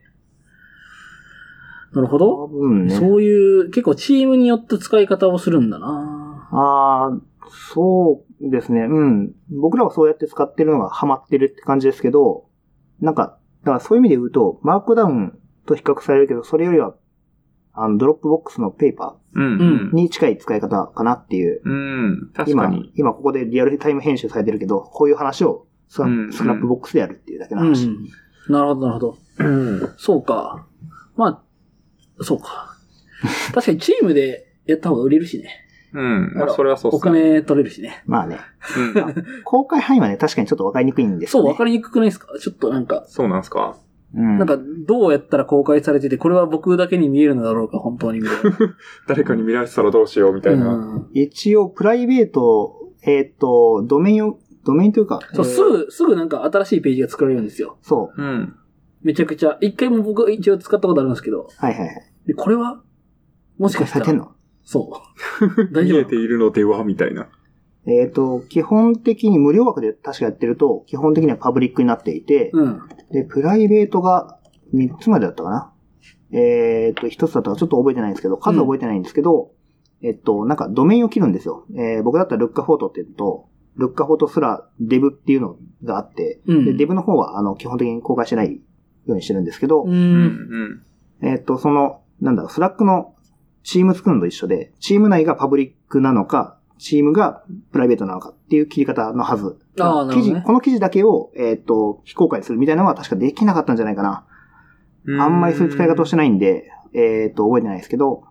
S2: なるほど。
S1: 多分ね。
S2: そういう、結構チームによって使い方をするんだな
S1: ああ、そうですね。うん。僕らはそうやって使ってるのがハマってるって感じですけど、なんか、だからそういう意味で言うと、マークダウンと比較されるけど、それよりは、あの、ドロップボックスのペーパ
S3: うん。
S1: ーに近い使い方かなっていう。
S3: うん。確か
S1: 今
S3: に。、
S1: 今ここでリアルタイム編集されてるけど、こういう話をスラ
S3: うん
S1: スクラップボックスでやるっていうだけの
S2: うん。
S1: 話。
S2: なるほど、なるほど。
S3: うん。
S2: そうか。まあ、そう か。確かにチームでやった方が売れるしね。
S3: うん。まあ、それはそう
S2: お
S3: っすね。
S2: 金取れるしね。
S1: まあね。
S3: うん
S1: 公開範囲はね、確かにちょっと分かりにくいんです
S2: そ
S1: よ
S2: う、
S1: ね。
S2: わかりにくくないですかちょっとなんか、
S3: そうなんすか
S1: うん。
S2: なんか、どうやったら公開されてて、これは僕だけに見えるのだろうか、本当にみた いな。
S3: 誰かに見られてたらどうしようみたいな。
S2: うん
S1: 一応、プライベート、えーっ、と、ドメインを、ドメインというか、
S2: そう、
S1: えー
S2: すぐ、すぐなんか新しいページが作られるんですよ。
S1: そう。
S3: うん。
S2: めちゃくちゃ。一回も僕は一応使ったことあるんですけど。
S1: はいはいはい。
S2: で、これはもしかし
S1: さ
S2: た
S1: れてん
S2: ら。
S1: の
S2: そう。 大
S3: 見
S2: 丈
S3: え
S2: 夫
S3: て。いるのではみたいな。
S1: えーっ、と、基本的に無料枠で確かやってると、基本的にはパブリックになっていて、
S2: うん。
S1: で、プライベートが、三つまでだったかな。えーっと、一つだったかちょっと覚えてないんですけど、数覚えてないんですけど、えっと、なんかドメインを切るんですよ。えー僕だったらルッカフォートって言うと、ルッカフォートすらデブっていうのがあって、
S2: うん。
S1: でデブの方はあの基本的に公開してないようにしてるんですけど、
S3: うんん。
S1: えっと、その、なんだろう、スラックのチーム作るのと一緒で、チーム内がパブリックなのか、チームがプライベートなのかっていう切り方のはず。
S2: ああ、なる
S1: 記
S2: ほど
S1: 事、
S2: ね。
S1: この記事だけを、えっ、と、非公開するみたいなのは確かできなかったんじゃないかな。
S3: う
S1: あんまりそういう使い方をしてないんで、えっ、と、覚えてないですけど、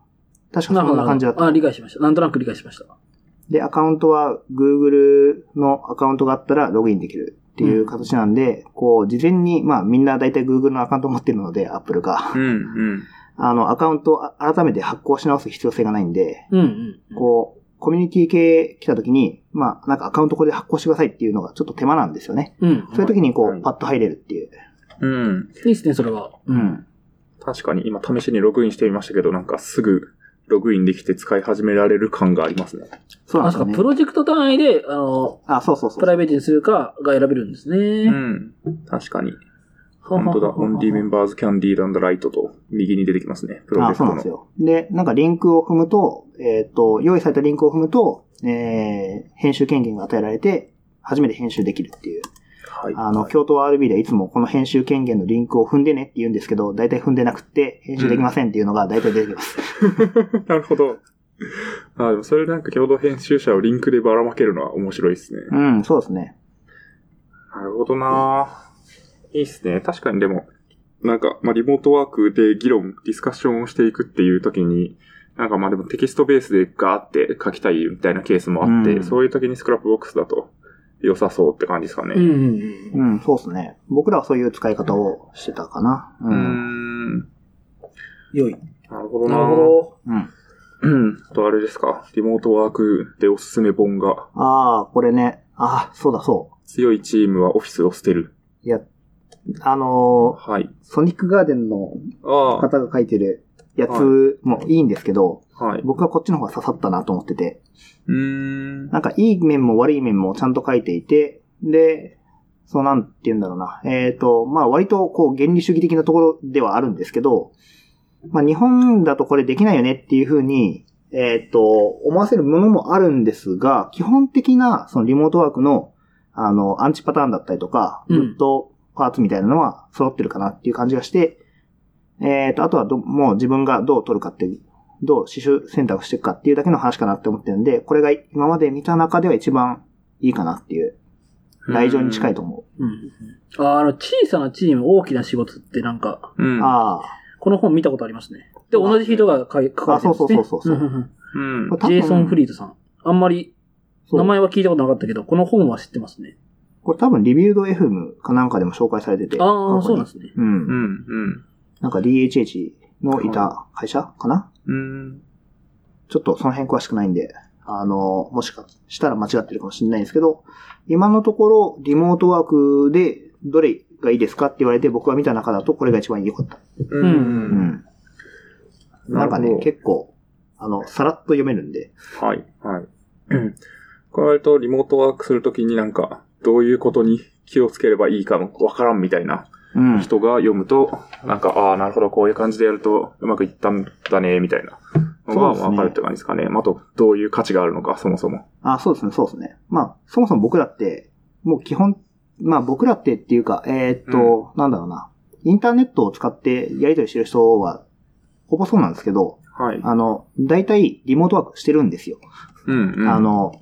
S1: 確か
S2: なる
S1: そ
S2: ほ
S1: ん
S2: ど。
S1: な感じだった。
S2: あ、理解しました。なんとなく理解しました。
S1: で、アカウントは Google のアカウントがあったらログインできるっていう形なんで、こう、事前に、まあみんな大体 Google のアカウント持ってるので、Apple が。
S3: うん、うん。
S1: あの、アカウントをあ改めて発行し直す必要性がないんで、
S2: うんうん。
S1: こう、コミュニティ系来た時に、まあなんかアカウントこれで発行してくださいっていうのがちょっと手間なんですよね。
S2: うん。
S1: そういう時にこ
S3: は
S1: う、
S3: い
S1: パッと入れるっていう。
S3: うん。
S2: いいですね、それは。
S1: うん。
S3: 確かに今試しにログインしてみましたけど、なんかすぐログインできて使い始められる感がありますね。
S1: そうなん
S2: あ、
S1: で
S2: そ
S1: すよ
S2: うか、
S1: ね
S2: プ。ロジェクト単位で、あの、
S1: あ、そうそうそう。
S2: プライベートにするかが選べるんです
S3: う
S2: ね。
S3: ん。確かに。
S2: ほ
S3: 本
S2: ほ
S3: 当だ。
S2: ほほ
S3: オンリーメンバーズキャンディーランドライトと右に出てきますね。プロジェ
S1: あ、
S3: ク
S1: そ
S3: ト
S1: う
S3: の。
S1: なんですよ。で、なんかリンクを踏むと、えっ、と、用意されたリンクを踏むと、えー、編集権限が与えられて、初めて編集できるっていう。
S3: はい。
S1: あの、京都 RB ではいつもこの編集権限のリンクを踏んでねって言うんですけど、大体踏んでなくって、編集できませんっていうのが大体出てきます。
S3: なるほど。あでもそれなんか共同編集者をリンクでばらまけるのは面白いですね。
S1: うん、そうですね。
S3: なるほどないいっすね。確かにでも、なんか、まあ、リモートワークで議論、ディスカッションをしていくっていう時に、なんかまあでもテキストベースでガーって書きたいみたいなケースもあって、
S1: うん
S3: そういう時にスクラップボックスだと良さそうって感じですかね。
S2: うんうんうん。
S1: うん、そうですね。僕らはそういう使い方をしてたかな。う
S3: うー
S1: ん。
S3: ん。な
S4: 良い。な
S3: るほどな
S4: るほど。
S1: うん。
S3: うん。 あとあれですか。リモートワークでおすすめ本が、
S1: ああ、これね。ああ、そうだ、そ
S3: 強いチームはオフィスを捨てる。
S1: う。いや、あのー
S3: はい。
S1: ソニックガーデンの
S3: あ
S1: 方が書いてるやつもいいんですけど、
S3: あ、はい。
S1: 僕はこっちの方が刺さったなと思ってて、
S3: うーん。
S1: なんかいい面も悪い面もちゃんと書いていて、で、そうなんて言うんだろうな。えっ、と、まあ割とこう原理主義的なところではあるんですけど、まあ日本だとこれできないよねっていうふうに、えっ、と、思わせるものもあるんですが、基本的なそのリモートワークの、あの、アンチパターンだったりとか、
S2: うん
S1: グッドパーツみたいなのは揃ってるかなっていう感じがして、えっ、と、あとはど、もう自分がどう取るかっていうどう刺繍選択していくかっていうだけの話かなって思ってるんで、これが今まで見た中では一番いいかなっていう、来場に近いと思
S2: うんうん。ああの、小さなチーム、大きな仕事ってなんか、
S3: う
S1: う。
S3: ん。
S1: あ
S2: この本見たことありますね。で、同じ人が書い書かれてるんですね。
S1: あそうそうそうそうん
S2: んん
S3: うん
S1: あ。
S2: ジェイソン・フリードさん。あんまり、
S1: そう
S2: 名前は聞いたことなかったけど、この本は知ってますね。
S1: これ多分リビュード FM かなんかでも紹介されてて。
S2: ああ、そうなん
S1: す。
S2: ですね。
S1: うん。
S3: うん、うん。
S1: なんか DHH のいた会社かな
S3: うん。
S1: ちょっとその辺詳しくないんで、あの、もしかしたら間違ってるかもしれないんですけど、今のところリモートワークでどれがいいですかって言われて僕が見た中だとこれが一番良かった。
S3: うん
S1: う。ん。なんか
S3: なる
S1: ね
S3: ほ、ど
S1: 結構、あの、さらっと読めるんで。
S3: はい、はい。 うんこれ割とリモートワークするときになんか、どういうことに気をつければいいかもわからんみたいな
S1: うん。
S3: 人が読むと、なんか、ああ、なるほど、こういう感じでやるとうまくいったんだね、みたいなのが
S1: そうですね
S3: わかるって感じですかね。まああと、どういう価値があるのか、そもそも。
S1: あ、そうですね、そうですね。まあ、そもそも僕らって、もう基本、まあ僕らってっていうか、えーっと、なんだろうな。インターネットを使ってやり取りしてる人は、ほぼそうなんですけど、
S3: はい。
S1: あの、大体リモートワークしてるんですよ。
S3: うん、うん。
S1: あの、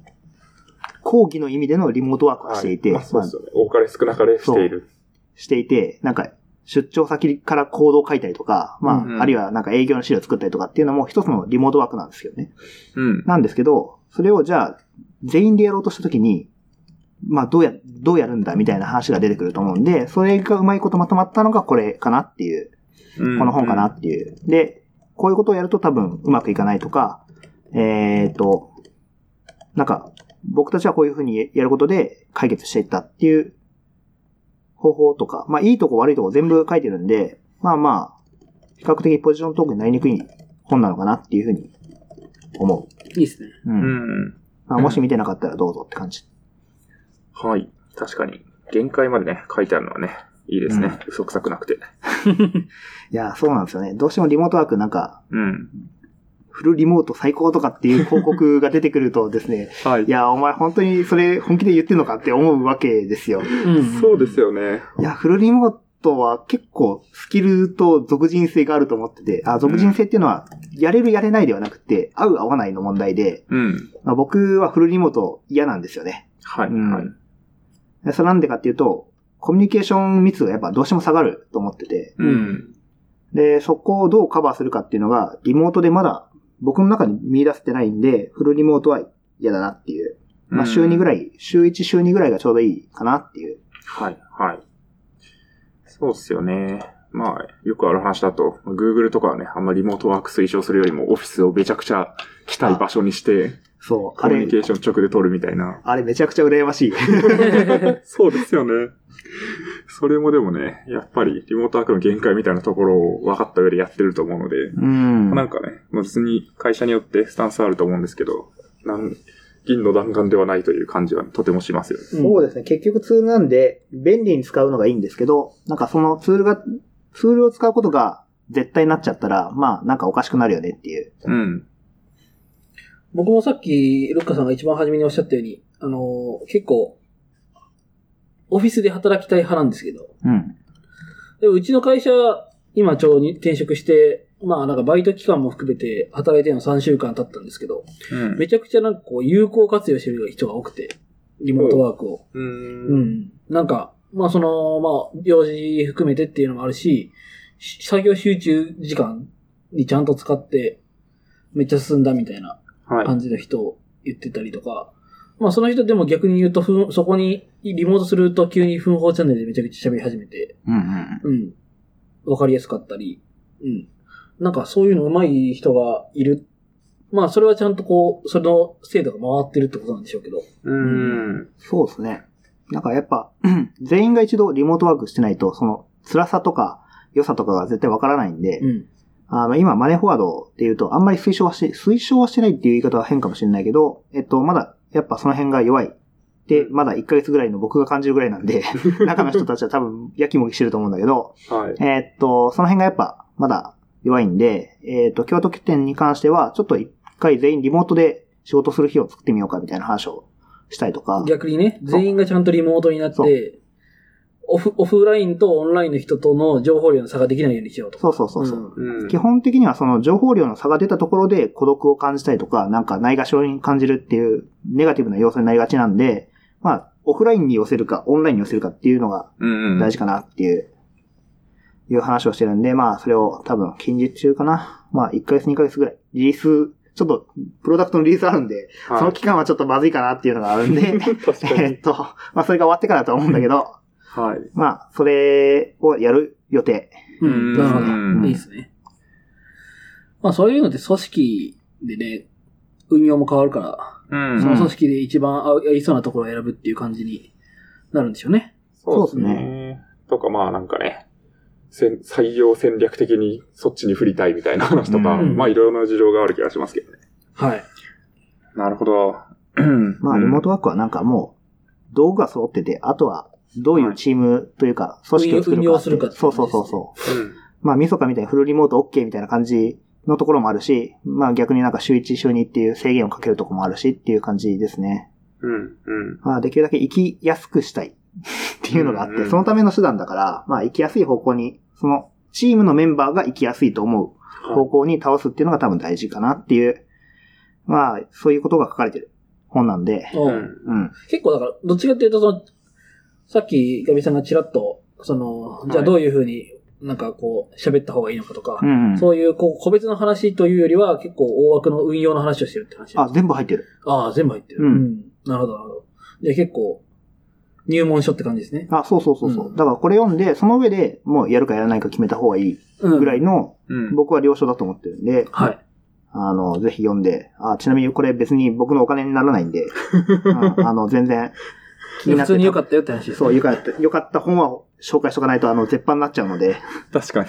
S1: 講義の意味でのリモートワークをしていて、
S3: はいまあそう
S1: ま
S3: で
S1: あ
S3: すよね。多かれ少なかれしている。
S1: していて、なんか、出張先からコードを書いたりとか、まあ、
S3: うんうん
S1: あるいはなんか営業の資料を作ったりとかっていうのも一つのリモートワークなんですよね。
S3: うん。
S1: なんですけど、それをじゃあ、全員でやろうとしたときに、まあ、どうや、どうやるんだみたいな話が出てくると思うんで、それがうまいことまとまったのがこれかなっていう、
S3: うん
S1: この本かな。っていう。で、こういうことをやると多分うまくいかないとか、えっ、と、なんか、僕たちはこういうふうにやることで解決していったっていう方法とか、まあ、いいとこ悪いとこ全部書いてるんで、まあまあ、比較的ポジショントークになりにくい本なのかなっていうふうに思
S2: いいですね。
S1: う。う
S3: うんん。
S1: まあ、もし見てなかったらどうぞって感じ。
S3: はい。確かに。限界までね、書いてあるのはね、いいですね。嘘くさくなくて。
S1: いや、そうなんですよね。どうしてもリモートワークなんか、
S3: うん。
S1: フルリモート最高とかっていう広告が出てくるとですね、
S3: はい。
S1: いや、お前本当にそれ本気で言ってんのかって思うわけですよ。
S4: うん。
S3: そうですよね。
S1: いや、フルリモートは結構スキルと俗人性があると思ってて、あ、俗人性っていうのは、やれるやれないではなくて、合う合わないの問題で、
S3: うん。
S1: まあ、僕はフルリモート嫌なんですよね。
S3: はい。
S1: うん
S3: はい。
S1: でそれなんでかっていうと、コミュニケーション密度がやっぱどうしても下がると思ってて、
S3: うん。
S1: で、そこをどうカバーするかっていうのが、リモートでまだ僕の中に見出せてないんで、フルリモートは嫌だなっていう。まあ、週2ぐ
S3: い。
S1: らい、週1、週2ぐらいがちょうどいいかなっていう。
S3: はい。はい。そうっすよね。まあ、よくある話だと、Google とかはね、あんまりリモートワーク推奨するよりも、オフィスをめちゃくちゃ来たい場所にして、
S1: そう、
S3: コ
S1: あ
S3: ミュ
S1: れ
S3: ニ、ケーション直で取るみたいな。
S1: あれめちゃくちゃ羨ましい。
S3: そうですよね。それもでもね、やっぱりリモートワークの限界みたいなところを分かった上でやってると思うので、
S1: うん。
S3: なんかね、まあ別に会社によってスタンスあると思うんですけど、なん銀の弾丸ではないという感じはとてもしますよね。
S1: そうですね。結局ツールなんで、便利に使うのがいいんですけど、なんかそのツールが、ツールを使うことが絶対になっちゃったら、まあなんかおかしくなるよねっていう。
S3: うん。
S2: 僕もさっき、ルッカさんが一番初めにおっしゃったように、あのー結構、オフィスで働きたい派なんですけど、
S1: うん。
S2: でもうちの会社、今ちょうどに転職して、まあなんかバイト期間も含めて働いてるの3週間経ったんですけど、
S3: うん
S2: めちゃくちゃなんかこう有効活用してる人が多くて、リモートワークを。
S3: う。
S2: うんん。なんか、まあその、まあ、用事含めてっていうのもあるし、し作業集中時間にちゃんと使って、めっちゃ進んだみたいな
S3: はい。
S2: 感じの人を言ってたりとか、まあその人でも逆に言うと、ふんそこにリモートすると急に奮法チャンネルでめちゃくちゃ喋り始めて、
S1: うんうん。
S2: うん。わかりやすかったり、うん。なんかそういうの上手い人がいる。まあそれはちゃんとこう、その制度が回ってるってことなんでしょうけど。
S3: うん。
S1: そうですね。なんかやっぱ、全員が一度リモートワークしてないと、その辛さとか良さとかが絶対わからないんで、
S2: うん。
S1: あの、今、マネーフォワードっていうと、あんまり推奨はして、推奨はしてないっていう言い方は変かもしれないけど、えっと、まだ、やっぱその辺が弱い。で、まだ1ヶ月ぐらいの僕が感じるぐらいなんで、中の人たちは多分、やきもきしてると思うんだけど、
S3: はい。
S1: えっと、その辺がやっぱ、まだ弱いんで、えっと、京都拠点に関しては、ちょっと一回全員リモートで仕事する日を作ってみようかみたいな話をしたりとか、
S2: 逆にね、全員がちゃんとリモートになっ
S1: そう
S2: て、オフ、オフラインとオンラインの人との情報量の差ができないようにしようと。
S1: そうそうそうそう。
S3: うん
S1: 基本的にはその情報量の差が出たところで孤独を感じたりとか、なんかないがしろに感じるっていうネガティブな要素になりがちなんで、まあ、オフラインに寄せるか、オンラインに寄せるかっていうのが
S3: うん。
S1: 大事かなっていう、いう話をしてるんで、まあ、それを多分近日中かな。まあ、1ヶ月2ヶ月ぐらい。リリース、ちょっと、プロダクトのリリースあるんで、
S3: はい
S1: その期間はちょっとまずいかなっていうのがあるんで、
S3: 確か
S1: え
S3: に。
S1: っと、まあ、それが終わってからだと思うんだけど、
S3: はい。
S1: まあ、それをやる予定。
S4: う
S3: うん
S4: ん。なるほど。
S1: うん
S4: いいですね。まあそういうのって組織でね、運用も変わるから、
S3: うん
S4: その組織で一番合いそうなところを選ぶっていう感じになるんでしょうね。
S3: そう
S1: う
S3: で
S1: ですす
S3: ね。とか、まあなんかね、せん採用戦略的にそっちに振りたいみたいな話とか、
S2: うん
S3: まあいろいろな事情がある気がしますけどね。
S2: はい。
S3: なるほど。
S1: まあ、リモートワークはなんかもう、道具が揃ってて、あとは、どういうチームというか、組織を作るかっていう。
S2: 運用するかっていう
S1: そ
S2: 感
S1: う
S2: じ
S1: そ
S2: ですね
S1: うそうそう。
S3: うん
S1: まあ、みそかみたいにフルリモート OK みたいな感じのところもあるし、まあ逆になんか週1、週2っていう制限をかけるところもあるしっていう感じですね。
S3: うん。うん。
S1: まあ、できるだけ生きやすくしたいっていうのがあっ
S3: うんう
S1: て、
S3: ん
S1: そのための手段だから、まあ、生きやすい方向に、その、チームのメンバーが生きやすいと思う方向に倒すっていうのが多分大事かなっていう、まあ、そういうことが書かれてる本なんで、
S2: う
S3: うんん。
S1: うん。
S2: 結構だから、どっちかっていうと、その、さっきガビさんがちらっと、その、じゃ
S3: は
S2: あ
S3: い
S2: どういうふうになんかこう、喋った方がいいのかとか
S1: う、ん、うん。
S2: そういうこう個別の話というよりは、結構大枠の運用の話をしてるって話です。
S1: あ、全部入ってる。
S2: ああ、全部入ってる。
S1: うん
S2: なるほど、なるほど。じゃあ結構、入門書って感じですね。
S1: あ、そうそうそうそう、
S2: うん
S1: だからこれ読んで、その上でもうやるかやらないか決めた方がいい
S4: うん。
S1: ぐらいの、
S3: うん。
S1: 僕は了承だと思ってるんで、
S2: はい。
S1: あの、ぜひ読んで、あ、ちなみにこれ別に僕のお金にならないんで、うんあの、全然気にな
S4: 普
S1: って
S4: 通に良か
S1: っ
S4: ったよって話です。
S1: そう、よかった、よかった本は紹介しとかないと、あの、絶版になっちゃうので、
S3: 確かに。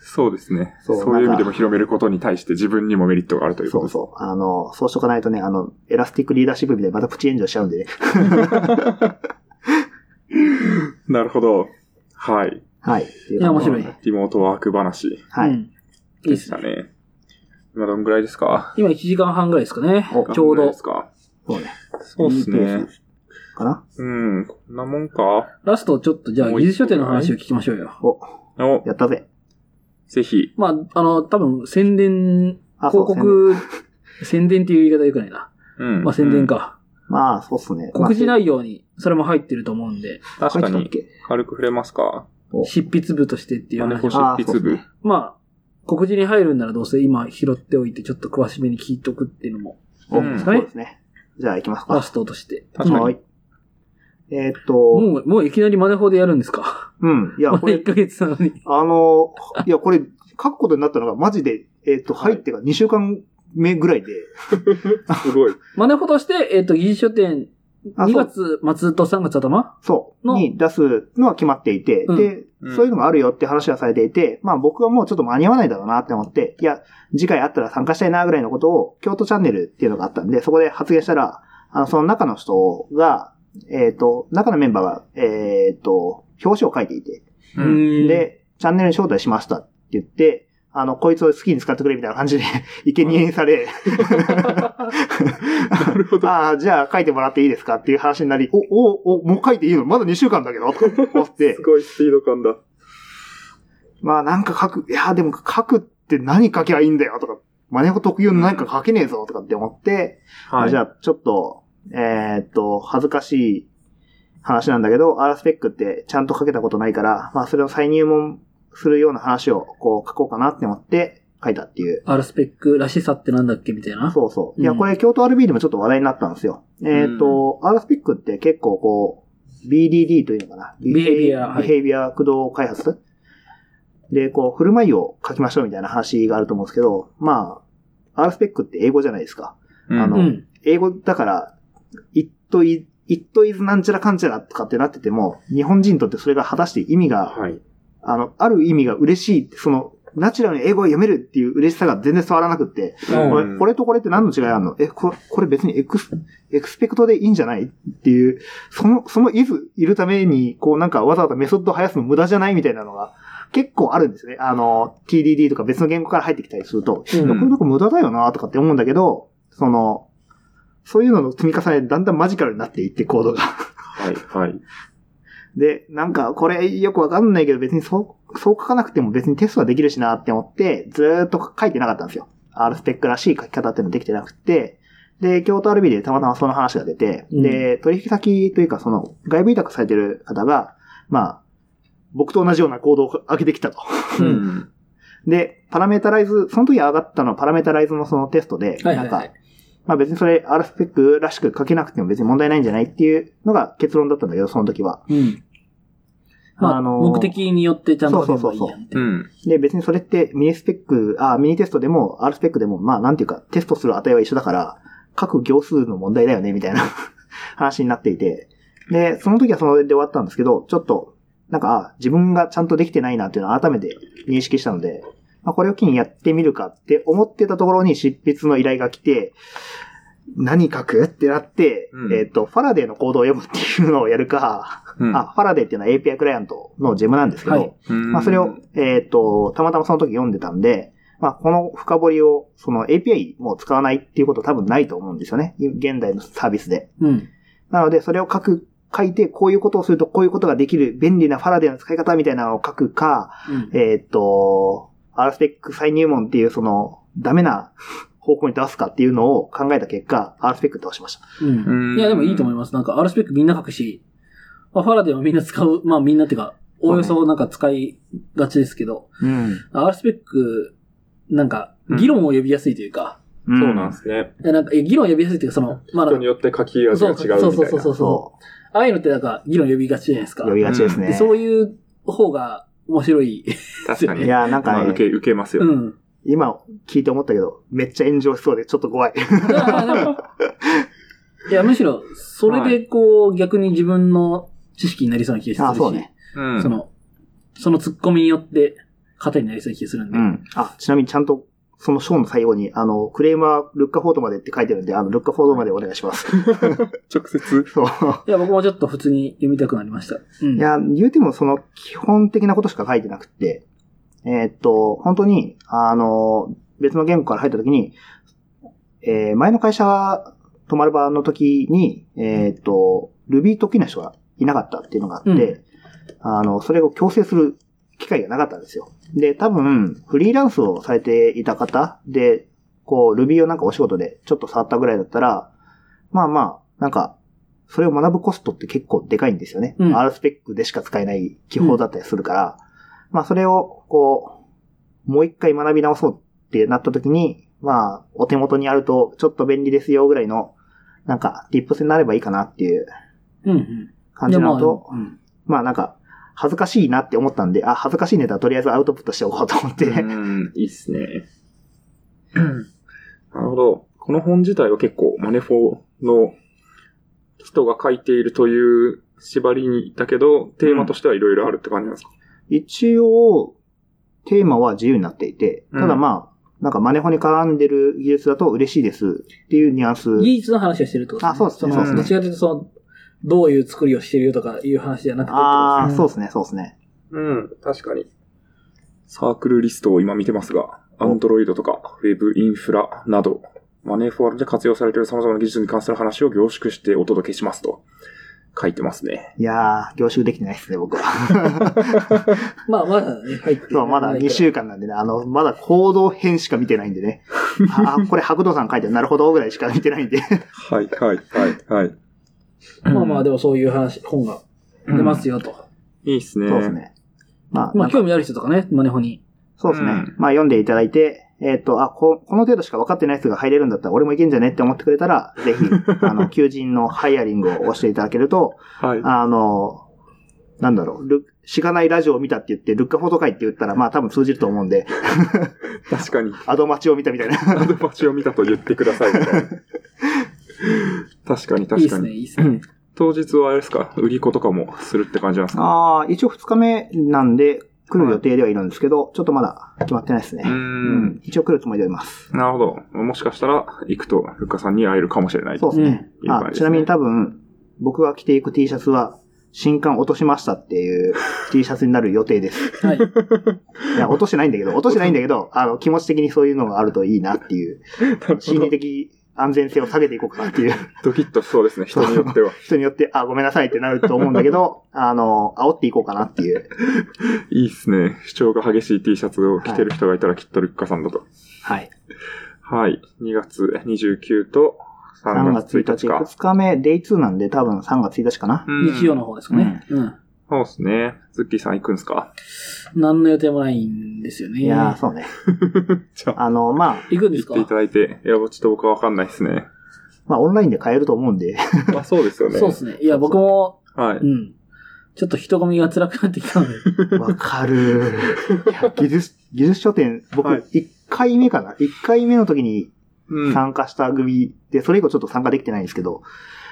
S3: そうですね。そ
S1: そうう
S3: いう意
S1: なん
S3: 味
S1: か
S3: でも広めることに対して自分にもメリットがあるというこ
S1: そ
S3: と
S1: う
S3: です。
S1: そう、あの、そうしとかないとね、あの、エラスティックリーダーシップみたいにまたプチ炎上しちゃうんでね。
S3: なるほど。はい。
S1: はい。っていう
S2: いや面
S1: 感じ
S2: 白い。
S3: リモートワーク話
S1: はい。
S2: うんいい
S3: で
S2: っ
S3: し
S2: す
S3: た
S2: ね。
S3: ね。今どんぐらいですか
S2: 今1時間半ぐらいですかね
S1: お。
S2: ちょう
S3: ど
S2: ど
S3: んぐらいで。すか
S1: そうね。
S3: そうです
S1: いいペ
S3: ね
S1: ー。かな
S3: うん、こんなもんか。
S2: ラストちょっとじゃあ技術書店の話を聞きましょうよ。
S1: お、
S3: お、
S1: やったぜ。
S3: ぜひ。
S2: まあ、あの、多分宣伝、
S1: あ
S2: 広
S1: そう
S2: 告、宣伝っていう言い方よくないな。
S3: うん。
S2: まあ宣伝か。
S1: まあ、そうっすね。
S2: 告示
S1: まあ
S2: 内容にそれも入ってると思うんで、
S3: うん。確か
S1: 書い
S3: に、
S1: て
S3: 軽く触れますか。
S1: お
S2: 執筆部としてっていう
S3: マネ
S2: 話
S3: ホ
S2: を
S3: 執
S1: あー
S3: 筆
S1: そう
S3: 部
S1: です。
S2: まあ、告示に入るんならどうせ今拾っておいてちょっと詳しめに聞いとくっていうのも、
S1: たっけお、
S3: うん
S1: そうですね。じゃあ、行きます
S2: ラ
S1: か。
S2: ストとして。
S3: 確か
S1: は
S3: に。
S1: い。えーっと、
S2: もう、もういきなりマネホでやるんですか。
S1: うん。いや、
S2: ま
S1: こ
S2: だ1
S1: れ、
S2: ヶ月なのに。
S1: あの、いや、これ、書くことになったのが、マジで、えーっと、入ってから2週間目ぐらいで、
S3: すごい。
S2: マネホとして、えっ、と、技術書店、
S1: あ
S2: 2月末と3月頭
S1: そう、
S2: の
S1: に出すのは決まっていて、
S2: うん
S1: で、
S3: うん
S1: そういうのがあるよって話はされていて、まあ僕はもうちょっと間に合わないだろうなって思って、いや、次回あったら参加したいなぐらいのことを、京都チャンネルっていうのがあったんで、そこで発言したら、あの、その中の人が、えっ、と、中のメンバーが、えっ、と、表紙を書いていて、
S3: うん。
S1: で、チャンネルに招待しましたって言って、あの、こいつを好きに使ってくれみたいな感じで、 生贄にされ、
S3: なるほど。
S1: ああ、じゃあ書いてもらっていいですかっていう話になり、お、お、お、もう書いていいのまだ2週間だけどとか思って
S3: す、ごいスピード感だ。
S1: まあなんか書く、いや、でも書くって何書きゃいいんだよとか、マネコ特有の何か書けねえぞとかって思って、
S3: はい。
S1: じゃあちょっと、えーっと、恥ずかしい話なんだけど、R スペックってちゃんと書けたことないから、まあそれを再入門するような話をこう書こうかなって思って書いたっていう。
S2: R スペックらしさってなんだっけみたいな。
S1: そうそう。いや、
S2: うん
S1: これ、京都 RB でもちょっと話題になったんですよ。えっ、と、R スピックって結構こう、BDD というのかな。
S2: ビヘイビアはい
S1: ビヘイビア駆動開発で、こう、振る舞いを書きましょうみたいな話があると思うんですけど、まあ、R スペックって英語じゃないですか。
S3: うん
S1: あの
S2: うん。
S1: 英語だから、it is, it is なんちゃらかんちゃらとかってなってても、日本人にとってそれが果たして意味が、
S3: はい。
S1: あの、ある意味が嬉しいって、その、ナチュラルに英語を読めるっていう嬉しさが全然伝わらなくって、
S3: うん
S1: これこれとこれって何の違いあるのえ、これ、これ別にエクス、エクスペクトでいいんじゃないっていう、その、そのいず、いるために、こうなんかわざわざメソッドを生やすの無駄じゃないみたいなのが結構あるんですね。あの、TDD とか別の言語から入ってきたりすると、
S3: うん
S1: いやこれなんか無駄だよなとかって思うんだけど、その、そういうのの積み重ねでだんだんマジカルになっていってコードが。
S3: はい。はい。
S1: で、なんか、これよくわかんないけど、別にそう、そう書かなくても別にテストはできるしなって思って、ずーっと書いてなかったんですよ。R スペックらしい書き方っていうのできてなくて、で、京都 RB でたまたまその話が出て、
S2: うん
S1: で、取引先というか、その、外部委託されてる方が、まあ、僕と同じような行動を上げてきたと。
S2: うん
S3: ん。
S1: で、パラメータライズ、その時上がったのはパラメータライズのそのテストで、
S2: はいはいはい
S1: なんか、まあ別にそれ R スペックらしく書けなくても別に問題ないんじゃないっていうのが結論だったんだけど、その時は。
S2: うん。まあ、
S1: あのー
S2: 目的によってちゃんと書けばいいやんって
S3: う。ん。
S1: で、別にそれってミニスペック、あ、ミニテストでも R スペックでも、まあなんていうか、テストする値は一緒だから、各行数の問題だよね、みたいな 話になっていて。で、その時はそれで終わったんですけど、ちょっと、なんか、あ自分がちゃんとできてないなっていうのを改めて認識したので、まあ、これを機にやってみるかって思ってたところに執筆の依頼が来て、何書くってなって、
S3: うん
S1: えっ、と、ファラデーの行動を読むっていうのをやるか、
S3: うん
S1: あ、ファラデーっていうのは API クライアントのジェムなんですけど、
S2: はい
S3: うん
S1: まあ、それを、えっ、と、たまたまその時読んでたんで、まあ、この深掘りを、その API も使わないっていうことは多分ないと思うんですよね。現代のサービスで。
S2: うん。
S1: なので、それを書く、書いて、こういうことをするとこういうことができる便利なファラデーの使い方みたいなのを書くか、
S2: うん
S1: えっ、と、R スペック再入門っていうその、ダメな方向に出すかっていうのを考えた結果、R スペック倒しました。
S2: う。
S3: うんん
S2: いや、でもいいと思います。なんか、R スペックみんな書くし、まあ、ファラデーはみんな使う、まあみんなっていうか、おおよそなんか使いがちですけど、
S1: うん。
S2: R スペック、なんか、議論を呼びやすいというか、
S3: そうなんですね。
S2: えなんか、え議論を呼びやすいというか、その、まあ、
S3: 人によって書き味が
S2: そ
S3: 違
S2: う
S3: うみたいな。
S2: そうそうそうそうそ。
S1: そう
S2: ああいうのってなんか、議論呼びがちじゃないです
S1: う。
S2: か。
S1: 呼びがちですね。
S2: でそういう方が面白い。
S3: 確か
S1: い
S3: に。
S1: や、なん
S3: ま
S1: か
S3: あ、
S1: ね、
S3: 受け、受けますよ
S2: う
S3: ね。
S2: ん。
S1: 今聞いて思ったけど、めっちゃ炎上しそうでちょっと怖い。
S2: いやでもいや、むしろ、それでこう、逆に自分の知識になりそうな気がするし、
S1: あそうね
S3: うん
S2: その、その突っ込みによって、糧になりそうな気がするんで。
S1: うん。あ、ちなみにちゃんとその章の最後に、あの、クレーマー、ルッカフォードまでって書いてるんで、あの、ルッカフォードまでお願いします。
S3: 直接。
S1: そう。
S2: いや、僕もちょっと普通に読みたくなりました。うん。
S1: いや、言うてもその基本的なことしか書いてなくって、えーっと、本当に、あの、別の言語から入った時に、えー前の会社、泊まる場の時に、えーっと、Ruby 得意な人がいなかったっていうのがあって、
S2: う
S1: あの、それを強制する機会がなかったんですよ。で、多分、フリーランスをされていた方で、こう、Ruby をなんかお仕事でちょっと触ったぐらいだったら、まあまあ、なんか、それを学ぶコストって結構でかいんですよね。
S2: うん
S1: R スペックでしか使えない技法だったりするから、まあそれを、こう、もう一回学び直そうってなった時に、まあ、お手元にあるとちょっと便利ですよぐらいの、なんか、リップスになればいいかなっていう
S2: うん、うん。
S1: 感じなの
S2: でも
S1: と、まあなんか、恥ずかしいなって思ったんで、あ、恥ずかしいネタはとりあえずアウトプットしておこうと思って、
S3: うん、いいっすね。なるほど。この本自体は結構マネフォの人が書いているという縛りにだけど、テーマとしてはいろいろあるって感じなんですか、
S1: 一応、テーマは自由になっていて、
S3: うん
S1: ただまあ、なんかマネホに絡んでる技術だと嬉しいですっていうニュアンス。
S4: 技術の話をしてるってこと
S1: あ、そうですね、そうです
S4: ど
S1: ね
S4: っ。ちかというと、その、どういう作りをしてるよとかいう話じゃなくてってこと
S1: あ
S4: で
S1: あ、
S4: すね
S1: そうですね、そうですね。
S3: うん、確かに。サークルリストを今見てますが、アンドロイドとか、ウェブインフラなど、マネフォで活用されている様々な技術に関する話を凝縮してお届けしますと書いてますね。
S1: いやー、凝縮できてないですね、僕 は。
S4: まあ、まだね、入って
S1: そう、まだ2週間なんでね、あの、まだ行動編しか見てないんで ね。あー、これ白道さん書いてる、なるほど、ぐらいしか見てないんで。
S3: はい、はい、はい、はい。
S4: まあまあ、でもそういう話、本が出ますよと。
S3: いいっすね。
S1: そうですね。まあ、
S2: ま
S1: な
S2: あ、
S1: んか
S2: 興味ある人とかね、マネホに。
S1: そうですね。
S3: うん
S1: まあ、読んでいただいて、えっ、と、あこ、この程度しか分かってない人が入れるんだったら、俺もいけんじゃねって思ってくれたら、ぜ ひ、あの、求人のハイアリングを押していただけると、
S3: はい。
S1: あの、なんだろう、ルしがないラジオを見たって言って、ルッカフォト会って言ったら、まあ多分通じると思 うんで、
S3: 確かに。
S1: アドマチを見たみたいな。
S3: アドバチを見たと言ってくだ さいみたいな。確かに
S2: いい
S3: 確
S2: で
S3: か
S2: すね、
S3: に。
S2: いいですね。
S3: 当日はあれですか、売り子とかもするって感じなんですか
S1: ああ、一応2日目なんで、来る予定ではいるんですけど、ちょっとまだ決まってないですね。
S3: うーん。
S1: 一応来るつもりでおります。
S3: なるほど。もしかしたら、行くと、ルッカさんに会えるかもしれない。
S1: そうですね。
S3: うんいい感
S1: あ
S3: じですね
S1: ちなみに多分、僕が着ていく T シャツは、新刊落としましたって いう T シャツになる予定です。
S2: はい。
S1: い や、落としてないんだけど、落としてないんだけど、あの、気持ち的にそういうのがあるとい いなっていう、心理的安全性を下げていこうかなっていう。
S3: ドキッとしそうですね、人によっては。
S1: 人によって、あ、ごめんなさいってなると思うんだけど、あの、煽っていこうかなっていう。
S3: いいですね。主張が激しい T シャツを着てる人がいたら、きっとルッカさんだと。
S1: はい。
S3: はい。2月29と3
S1: 3
S3: 月
S1: 月
S3: 1
S1: 1
S3: 日
S1: 日、
S3: か。
S1: 2日目、デイ2なんで多分3月1日かな。
S3: うん
S2: 日曜の。方ですかね。うん。
S3: そうですね。ズッキーさん行くんですか
S2: 何の予定もないんですよね。
S1: いやー、そうね。
S3: じゃあ、
S1: あの、まあ、
S2: 行くんです
S3: 行っ
S2: か
S3: ていただいて、いや、ぼちと僕はわかんないですね。
S1: まあ、オンラインで買えると思うんで、
S3: まあ、そうですよね。
S2: そうですね。いや、僕も、
S3: はい。
S2: うん。ちょっと人混みが辛くなってきたので。
S1: わかるー。いや技術、技術書店、僕、
S3: はい
S1: 1回目かな ?1 回目の時に
S3: うん
S1: 参加した組で、それ以降ちょっと参加できてないんですけど、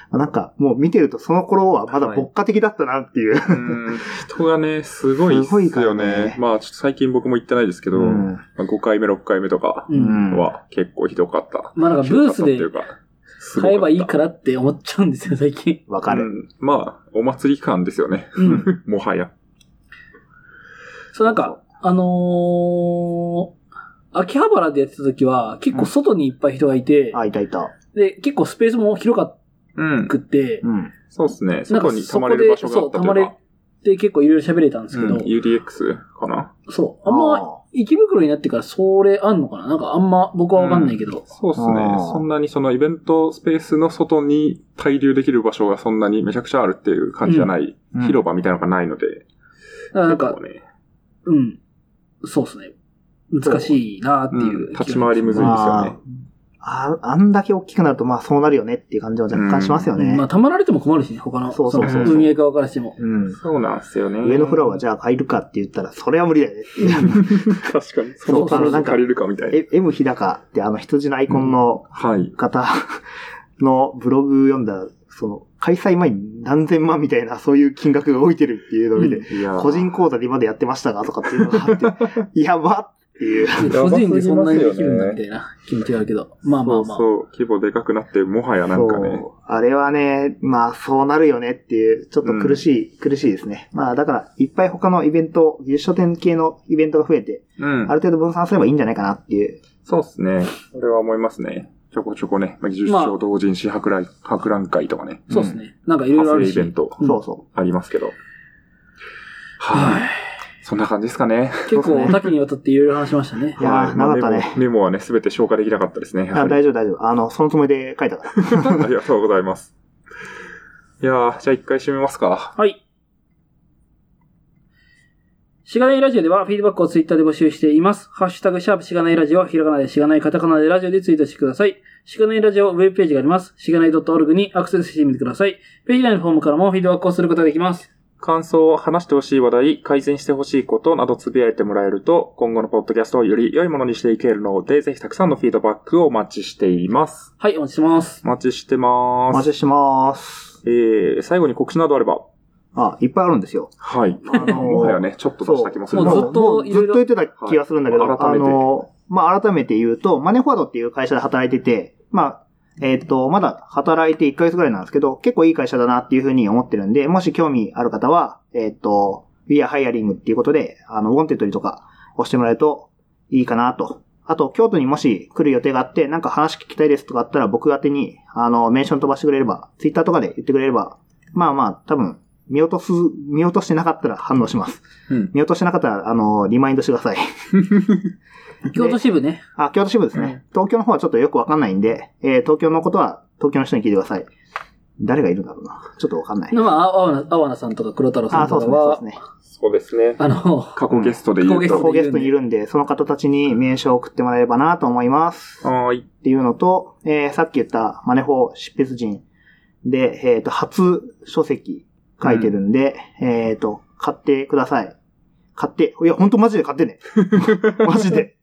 S1: まあなんか、もう見てるとその頃はまだ牧歌的だったなっていう。
S3: うん人がね、すごいっ
S1: すごい
S3: す
S1: か
S3: よ
S1: ら
S3: ね。
S1: ね
S3: まあ、ちょっと最近僕も行ってないですけど、
S1: うん
S3: まあ5回目、6回目とか
S2: うん。
S1: うん
S3: は結構ひどかった。
S2: まあなんかブースで
S3: ひどかったっていうかすごかっ
S2: 買
S3: た
S2: えばいいからって思っちゃうんですよ、最近。
S1: わか
S3: う
S1: る。
S3: んまあ、お祭り感ですよね。
S2: うん。
S3: もはや。
S2: そうなんか、あのー、秋葉原でやってた時は、結構外にいっぱい人がいて、
S1: あ、いたいた。
S2: で、結構スペースも広か
S3: うん。
S2: くって、
S1: うん。
S3: そうですね。
S2: なん
S3: 外
S2: か
S3: に
S2: そ
S3: 溜
S2: こ
S3: ま
S2: で、
S3: れる場所があった
S2: そう、
S3: と
S2: 溜ま
S3: いう
S2: れ
S3: か。
S2: て結構いろいろ喋れたんですけ
S3: う
S2: ど、
S3: ん、UDX かな
S2: そう、あん
S1: あ
S2: ま、
S1: ー
S2: 池袋になってからそれあんのかななんかあんま僕はわかんないけど、
S3: そうですね
S1: あ。ー
S3: そんなにそのイベントスペースの外に滞留できる場所がそんなにめちゃくちゃあるっていう感じじゃない、
S1: うん
S3: 広場みたいなのがないので、
S2: だからなん
S3: 結
S2: か
S3: 構、ね、
S2: うん、そうですね。難しいなっていう
S3: うん
S2: 気がします、
S3: 立ち回りむずいですよね。
S1: ああんだけ大きくなると、まあそうなるよねっていう感じは若干しますよ
S2: うん
S1: ね
S2: まあ、。たまられても困るしね、他の、
S1: そうそう
S3: そう
S2: の運営側からしても。
S1: うん。
S3: そうなんですよね。
S1: 上のフロアはじゃあ買えるかって言ったら、それは無理だよねっていう。
S3: 確かに。そ
S1: そ
S3: の
S1: うそう
S3: 彼女借りるかみたいな。
S1: え M 日高ってあの羊のアイコンの
S3: はい。
S1: 方のブログ読んだ、その、開催前に何千万みたいな、そういう金額が動いてるっていうのを見て、
S3: いやー
S1: 個人口座で今までやってましたが、とかっていうのがあって、やばっっていう。
S3: やば
S2: 個
S3: すぎ
S2: 人
S3: ま
S2: ですそんなにできるんだ
S3: よ
S2: みた
S3: ね。
S2: いな気持ちがあるけど。まあまあまあ。
S3: そうそう、規模でかくなって、もはやなんかね。
S1: そうあれはね、まあそうなるよねっていう、ちょっと苦しい、苦しいですね。まあだから、いっぱい他のイベント、技術書店系のイベントが増えて、
S3: うん
S1: あ。る程度分散すればいいんじゃないかなっていう。
S3: そうですね。それは思いますね。ちょこちょこね、まあ技術
S2: ま
S3: 賞
S2: あ
S3: 同人誌博覧博覧会とかね。
S2: そうですね。なんかいろいろあ
S3: 派
S2: る
S3: 生イ
S2: し。
S3: ベント
S2: うん
S1: そうそ
S3: ありますけど。はい。そんな感じですかね。
S2: 結構多岐にわたっていろいろ話しましたね。
S1: いやー
S3: はい
S1: なかったね
S3: まあメモメモはね、すべて消化できなかったですね。
S1: う。
S3: や
S1: あ
S3: はり
S1: 大丈夫大丈夫。あの、そのつもりで書いたから。
S3: ありがとうございます。いやー、じゃあ一回締めますか。
S2: はい。しがないラジオではフィードバックをツイッターで募集しています。ハッシュタグ、シャープしがないラジオはひらがなでしがないカタカナでラジオでツイートしてください。しがないラジオウェブページがあります。しがない .org にアクセスしてみてください。ページ内のフォームからもフィードバックをすることができます。
S3: 感想を話してほしい話題、改善してほしいことなどつぶやいてもらえると、今後のポッドキャストをより良いものにしていけるので、ぜひたくさんのフィードバックをお待ちしています。
S2: はい、お待ちしてます。
S3: お待ちしてま
S1: お
S3: ーす。
S1: 待ちしてます。
S3: えー、最後に告知などあれば。
S1: あ、いっぱいあるんですよ。
S3: はい。
S1: あ の
S3: もはやね、ちょっと出した気もするな
S2: もうずっと
S1: もうずっと言ってた気がするんだけど、
S3: はい改
S1: あ
S3: めて
S1: の、まあ、改めて言うと、マネフォワードっていう会社で働いてて、まあ、えっ、と、まだ働いて1ヶ月ぐらいなんですけど、結構いい会社だなっていうふうに思ってるんで、もし興味ある方は、えっ、と、We are hiring っていうことで、あの、ウォンテッドリとか押してもらえるといいかなと。あと、京都にもし来る予定があって、なんか話聞きたいですとかあったら、僕宛てに、あの、メンション飛ばしてくれれば、ツイッターとかで言ってくれれば、まあまあ、多分、見落とす、見落としてなかったら反応します。
S3: うん
S1: 見落としてなかったら、あの、リマインドしてください。
S2: 京都支部ね。
S1: あ、京都支部ですね。東京の方はちょっとよくわかんないんで、えー東京のことは東京の人に聞いてください。誰がいるんだろうな。ちょっとわかんない。
S2: まあ、あわな、あわなさんとか黒太郎さ
S1: あ、
S2: ん
S1: そ
S2: と
S1: うで
S2: か
S1: すね、そうで
S2: は
S1: す、
S3: そう
S1: ね。
S3: ですね。
S2: あの、
S3: 過去ゲストで言う
S2: 過去
S1: 過
S3: と。
S1: 去ゲストにいるんで、その方たちに名称を送ってもらえればなと思います。
S3: はーい。
S1: っていうのと、えーさっき言ったマネホー執筆人で、えっ、と、初書籍書いてるんで、えっ、と、買ってください。買って、いや、ほんとマジで買って ね。マジで。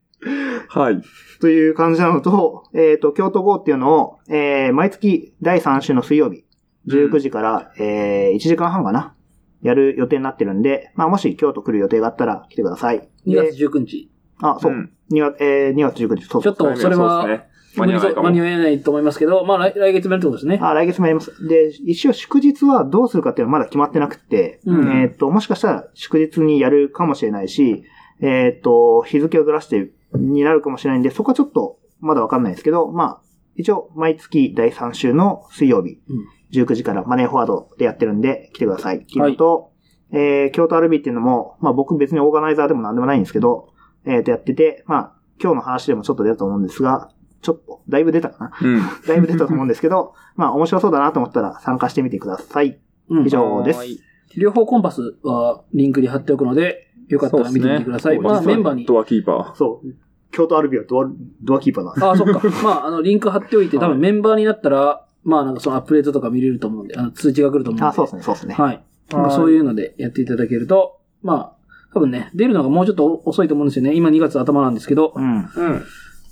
S3: はい。
S1: という感じなのと、えっ、と、京都号っていうのを、えー毎月第3週の水曜日、19時から、えー1時間半かな、やる予定になってるんで、まあ、もし京都来る予定があったら来てください。
S2: 2
S1: で
S2: 月19日。
S1: あ、そう。
S3: ん
S1: 2月、えー2月19日、そう
S2: ち
S1: そ
S2: ょ
S1: う
S2: っと、それは
S3: そうですね、
S2: 間
S3: 間
S2: に
S3: に
S2: 合
S3: 合
S2: わ
S3: わ
S2: な
S3: ないいかも
S2: と思いますけど、まあ、来来月もやるってことですね。
S1: あ、来月もやります。で、一応祝日はどうするかっていうのはまだ決まってなくて、
S2: うん
S1: えっ、と、もしかしたら祝日にやるかもしれないし、えっ、と、日付をずらしてになるかもしれないんで、そこはちょっとまだわかんないですけど、まあ、一応、毎月第3週の水曜日、
S2: うん
S1: 19時からマネーフォワードでやってるんで、来てください。っていうのと、えー、京都 RB っていうのも、まあ僕別にオーガナイザーでもなんでもないんですけど、えっ、と、やってて、まあ、今日の話でもちょっと出たと思うんですが、ちょっと、だいぶ出たかな。
S3: うん。
S1: だいぶ出たと思うんですけど、 まあ面白そうだなと思ったら参加してみてください。
S2: うん
S1: 以上です
S3: はーい。
S2: 両方コンパスはリンクに貼っておくので、よかったら見てみてください。まあ、メンバーに。
S3: ドアキーパ
S1: そう。京都アルビはドアドアキーパーなんです。
S2: ああ、そっか。まあ、あの、リンク貼っておいて、
S3: はい
S2: 多分メンバーになったら、まあ、なんかそのアップデートとか見れると思うんで、あの、通知が来ると思うんで。
S1: あ、そうですね、そうですね。
S2: はい。まあそういうのでやっていただけると、まあ、多分ね、出るのがもうちょっと遅いと思うんですよね。今2月頭なんですけど
S1: う、ん。
S3: ー。うん。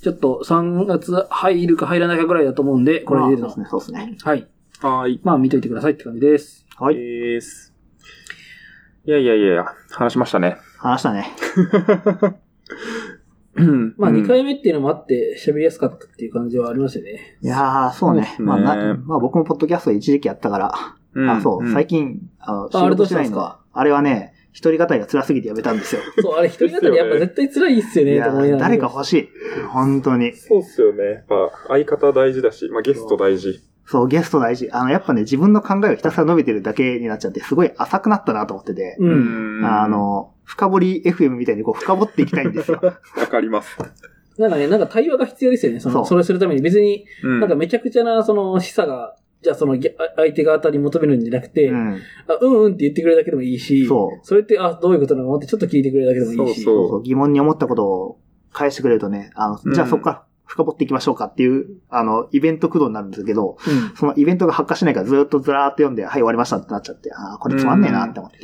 S2: ちょっと3月入るか入らないかぐらいだと思うんで、これ出る
S1: まあ
S2: の
S1: そうです。ね、そうですね。
S2: はい。
S3: はーい。
S2: まあ見といてくださいって感じです。
S1: はい。
S3: です。いやいやいやいや、話しましたね。
S1: 話したね。
S4: まあ
S3: うん
S4: 2回目っていうのもあって喋りやすかったっていう感じはありますよね。
S1: いやー、そうね。
S3: そうですね
S1: まあ、なまあ僕もポッドキャスト一時期やったから、
S3: うん
S1: あ、そう、
S3: ん
S1: 最近、あの、仕
S4: あれど
S1: 事
S4: う
S1: し
S4: したん
S1: な
S4: で
S1: い
S4: す
S1: の
S4: か
S1: は、あれはね、一人語りが辛すぎてやめたんですよ。
S4: そう、あれ一人語りやっぱ絶対辛いっすよ
S1: い
S4: ね、
S1: や
S4: と思いな
S1: ー
S4: がら。
S1: 誰か欲しい。本当に。
S3: そうっすよね。やっぱ、相方大事だし、まあ、ゲスト大事。
S1: そう、ゲスト大事。あの、やっぱね、自分の考えをひたすら述べてるだけになっちゃって、すごい浅くなったなと思ってて。
S4: うん。
S1: あ、の、深掘り FM みたいにこう深掘っていきたいんで すよ。
S3: わかります。
S4: なんかね、なんか対話が必要ですよね、そ
S1: そう
S4: の、それするために。別に、
S3: うん
S4: なんかめちゃくちゃな、その、示唆が、じゃあその、ぎゃ相手側あたりに求めるんじゃなくて、
S1: うん。
S4: あ、うんうんって言ってくれるだけでもいいし、
S1: そう
S4: それって、あ、どういうことなのってちょっと聞いてくれるだけでもいいし。
S3: そう
S1: そうそう疑問に思ったことを返してくれるとね、あの、じゃあ
S3: うん
S1: そこから深掘っていきましょうかっていう、あの、イベント駆動になるんですけど、
S4: うん
S1: そのイベントが発火しないからずーっとずらーっと読んで、はい終わりましたってなっちゃって、ああ、これつまんねえなって思って。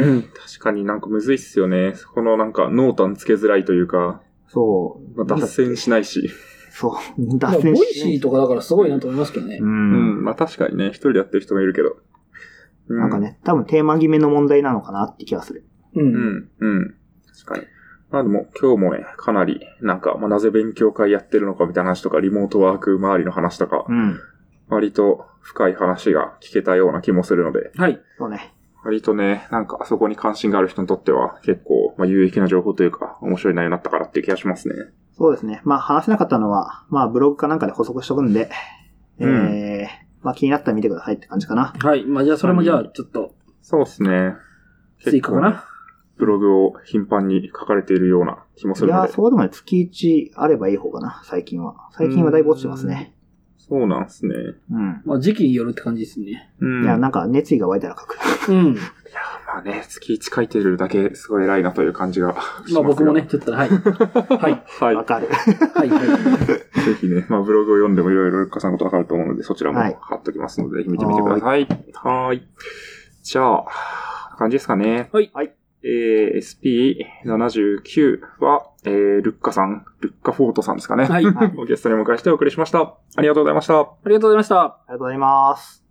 S3: うん確かになんかむずいっすよね。このなんか濃淡つけづらいというか、
S1: そう。
S3: まあ、脱線しないし。
S1: そう。
S4: まあ
S1: 脱線
S4: ボイ
S1: し
S4: シーとかだからすごいなと思いますけどね
S1: う。。
S3: うんん。まあ確かにね、一人でやってる人もいるけど。う
S1: なんか。ね、多分テーマ決めの問題なのかなって気がする。
S4: う。
S3: うんん。うん。確かに。まあでも今日もね、かなり、なんか、まあなぜ勉強会やってるのかみたいな話とか、リモートワーク周りの話とか、
S1: うん。
S3: 割と深い話が聞けたような気もするので、
S2: はい。
S1: そうね。
S3: 割とね、なんかそこに関心がある人にとっては結構、まあ、有益な情報というか、面白い内容になったからっていう気がしますね。
S1: そうですね。まあ話せなかったのは、まあブログかなんかで補足しとくんで、
S3: うん
S1: えー、まあ気になったら見てくださいって感じかな。
S2: はい。まあじゃあそれもじゃあちょっと
S3: そうですね。
S2: 追加か
S3: 結構ね。
S2: な。
S3: ブログを頻繁に書かれているような気もす
S1: い
S3: るの
S1: やー、
S3: で。
S1: そうでもね、月1あればいい方かな、最近は。最近はだいぶ落ちてますね。
S3: そうなんですね。
S1: うん。
S2: まあ時期によるって感じですね。
S3: うん。
S1: いや、なんか熱意が湧いたら書く。
S2: うん。
S3: まあね、月1書いてるだけすごい偉いなという感じがし
S2: まあ
S3: が
S2: 僕もね、。ちょっと はい。はい。
S3: はい
S1: わ。かる。
S2: はい。は
S3: ぜひね、まあブログを読んでもいろいろ重なることわかると思うので、そちらも
S1: はい
S3: 貼っときますので、ぜひ見てみてください。はーい。じゃあ、こんな感じですかね。
S2: はい
S1: はい。
S3: えー、SP79 は、えー、ルッカさん、ルッカフォートさんですかね。
S2: い。はい。ありが
S3: をゲストにお迎えしてお送りしました。ありがとうございました。
S2: とうございました。
S1: ありがとうございます。